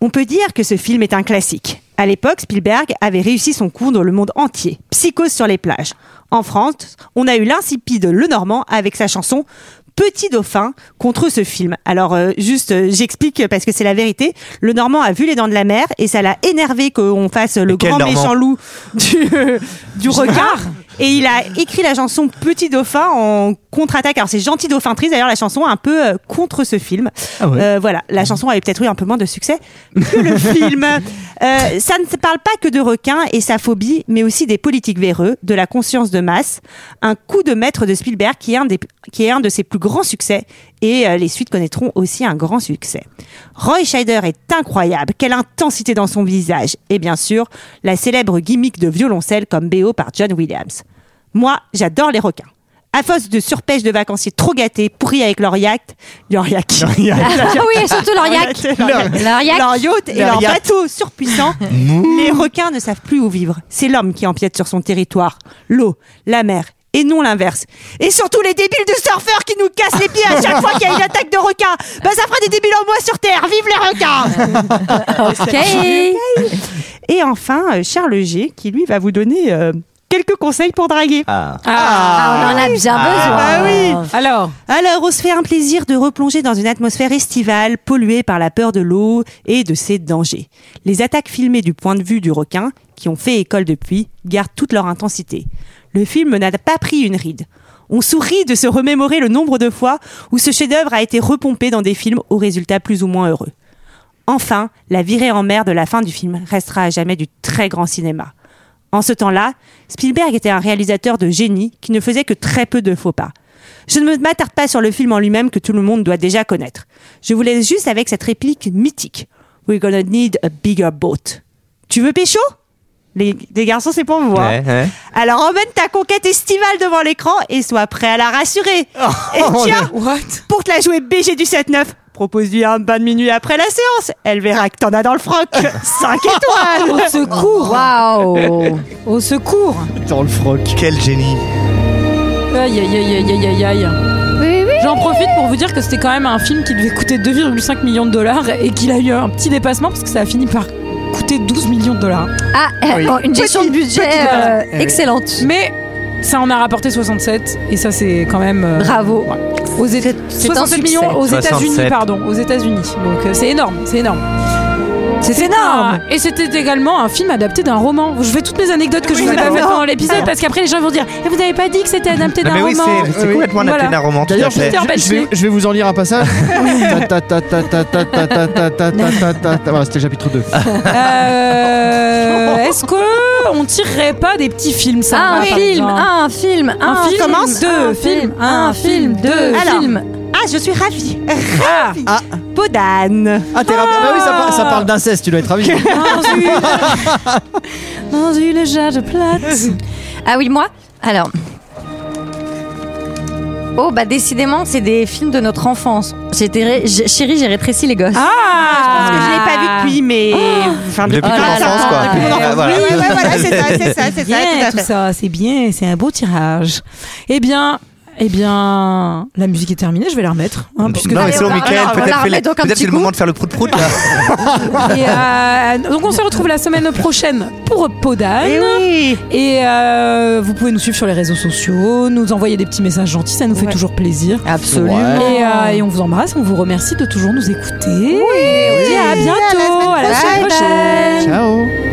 S10: On peut dire que ce film est un classique. À l'époque, Spielberg avait réussi son coup dans le monde entier. Psychose sur les plages. En France, on a eu l'insipide Le Normand avec sa chanson Petit Dauphin contre ce film. Alors euh, juste, euh, j'explique parce que c'est la vérité. Le Normand a vu les dents de la mer et ça l'a énervé qu'on fasse le
S7: Mais quel
S10: grand
S7: Normand
S10: méchant loup du, du regard. Et il a écrit la chanson Petit Dauphin en contre-attaque. Alors c'est Gentil Dauphin Triste d'ailleurs la chanson un peu euh, contre ce film.
S9: Ah ouais.
S10: Euh, voilà, la chanson avait peut-être eu un peu moins de succès que le film. Euh, ça ne se parle pas que de requins et sa phobie, mais aussi des politiques véreux, de la conscience de masse, un coup de maître de Spielberg qui est un, des, qui est un de ses plus grands succès et euh, les suites connaîtront aussi un grand succès. Roy Scheider est incroyable, quelle intensité dans son visage et bien sûr la célèbre gimmick de violoncelle comme BO par John Williams. Moi, j'adore les requins. À force de surpêche de vacanciers trop gâtés, pourris avec leur yacht, leur yacht,
S6: Ah oui, surtout Lauriac. Lauriac.
S10: leur yacht et leur bateau surpuissant, les requins ne savent plus où vivre. C'est l'homme qui empiète sur son territoire, l'eau, la mer, et non l'inverse. Et surtout les débiles de surfeurs qui nous cassent les pieds à chaque fois qu'il y a une attaque de requins. Bah ça fera des débiles en moi sur Terre. Vive les requins
S6: Ok.
S10: Et enfin, euh, Charles G, qui lui va vous donner euh, quelques conseils pour draguer.
S7: Ah.
S6: Ah, on en a bien besoin.
S10: Ah, bah oui.
S1: Alors,
S10: Alors, on se fait un plaisir de replonger dans une atmosphère estivale polluée par la peur de l'eau et de ses dangers. Les attaques filmées du point de vue du requin, qui ont fait école depuis, gardent toute leur intensité. Le film n'a pas pris une ride. On sourit de se remémorer le nombre de fois où ce chef-d'œuvre a été repompé dans des films aux résultats plus ou moins heureux. Enfin, la virée en mer de la fin du film restera à jamais du très grand cinéma. En ce temps-là, Spielberg était un réalisateur de génie qui ne faisait que très peu de faux pas. Je ne m'attarde pas sur le film en lui-même que tout le monde doit déjà connaître. Je vous laisse juste avec cette réplique mythique. We're gonna need a bigger boat. Tu veux pécho les, les garçons, c'est pour vous. hein.
S7: Ouais, ouais.
S10: Alors emmène ta conquête estivale devant l'écran et sois prêt à la rassurer. et tiens, pour te la jouer BG du 7-9, propose-lui un bain de minuit après la séance. Elle verra que t'en as dans le froc. 5 étoiles.
S1: au secours
S6: Waouh
S1: Au secours
S9: Dans le froc.
S7: Quel génie.
S1: Aïe, aïe, aïe, aïe, aïe, aïe, aïe. J'en profite pour vous dire que c'était quand même un film qui devait coûter 2,5 millions de dollars et qu'il a eu un petit dépassement parce que ça a fini par coûter 12 millions de dollars.
S6: Ah, euh, bon, une gestion de budget euh, excellente.
S1: Mais ça en a rapporté 67 et ça c'est quand même euh,
S6: Bravo.
S1: aux Éta-
S6: c'est un
S1: 67
S6: succès.
S1: millions aux
S7: 67.
S1: États-Unis pardon, aux États-Unis. Donc euh, c'est énorme, c'est énorme.
S6: C'est énorme.
S1: Ah, et c'était également un film adapté d'un roman. Je fais toutes mes anecdotes que je vous ai pas faites pendant l'épisode parce qu'après les gens vont dire "Eh, vous n'avez pas dit que c'était adapté
S7: Non,
S1: d'un
S7: mais
S1: roman
S7: oui, c'est c'est complètement
S1: Voilà.
S7: adapté d'un roman. tout
S9: D'ailleurs,
S7: à fait.
S1: Peter
S9: Je vais,
S1: Benchley.
S9: je vais vous en lire un passage. Ta, ta, ta, ta, ta, ta, ta, ta, ta, ta, ta, ta. Voilà, c'était le chapitre 2.
S1: Euh, Est-ce que on tirerait pas des petits films ça
S6: Ah,
S10: Ah,
S6: Un
S1: par
S6: film,
S1: exemple
S6: un film, un,
S1: Un film,
S6: commence.
S1: deux
S6: un
S1: films, un
S6: un film,
S1: film,
S6: deux
S10: Alors.
S6: films.
S10: Ah, je suis ravie.
S1: Ah,
S10: Podane.
S9: Ah, t'es ravi. Bah oui, ça, par- ça parle d'inceste, tu dois être ravi.
S1: dans une- dans une jarre de plate.
S6: Ah oui, moi Alors. Oh, bah décidément, c'est des films de notre enfance. J'étais ré- j'ai- Chérie, j'ai rétréci les gosses.
S1: Ah,
S10: Parce que je l'ai pas vu depuis, mais. Enfin,
S7: Depuis
S10: depuis
S7: ton
S10: longtemps.
S7: enfance, quoi.
S10: Depuis mon enfance.
S7: Ah, voilà.
S10: Oui, ouais, ouais, voilà, c'est ça, Ah, c'est ça, c'est ça, tout
S1: Bien,
S10: à
S1: tout
S10: fait.
S1: ça, c'est bien, c'est un beau tirage. Eh bien, eh bien, la musique est terminée, je vais la remettre. hein, puisque-
S7: non, mais
S6: Allez,
S7: selon
S6: on la- on
S7: Michael,
S6: la
S7: peut-être
S6: remet
S7: fais-le-
S6: donc un
S7: peut-être
S6: petit
S7: c'est le
S6: coup.
S7: moment de faire le prout-prout là.
S1: Et, euh, donc on se retrouve la semaine prochaine pour Podane.
S10: Eh oui.
S1: Et euh, vous pouvez nous suivre sur les réseaux sociaux, nous envoyer des petits messages gentils, ça nous fait toujours plaisir.
S6: Absolument.
S1: Et, euh, et on vous embrasse, on vous remercie de toujours nous écouter. Oui, on dit à bientôt,
S10: à
S1: à
S10: la semaine
S1: la semaine
S10: prochaine.
S1: prochaine.
S9: Ciao.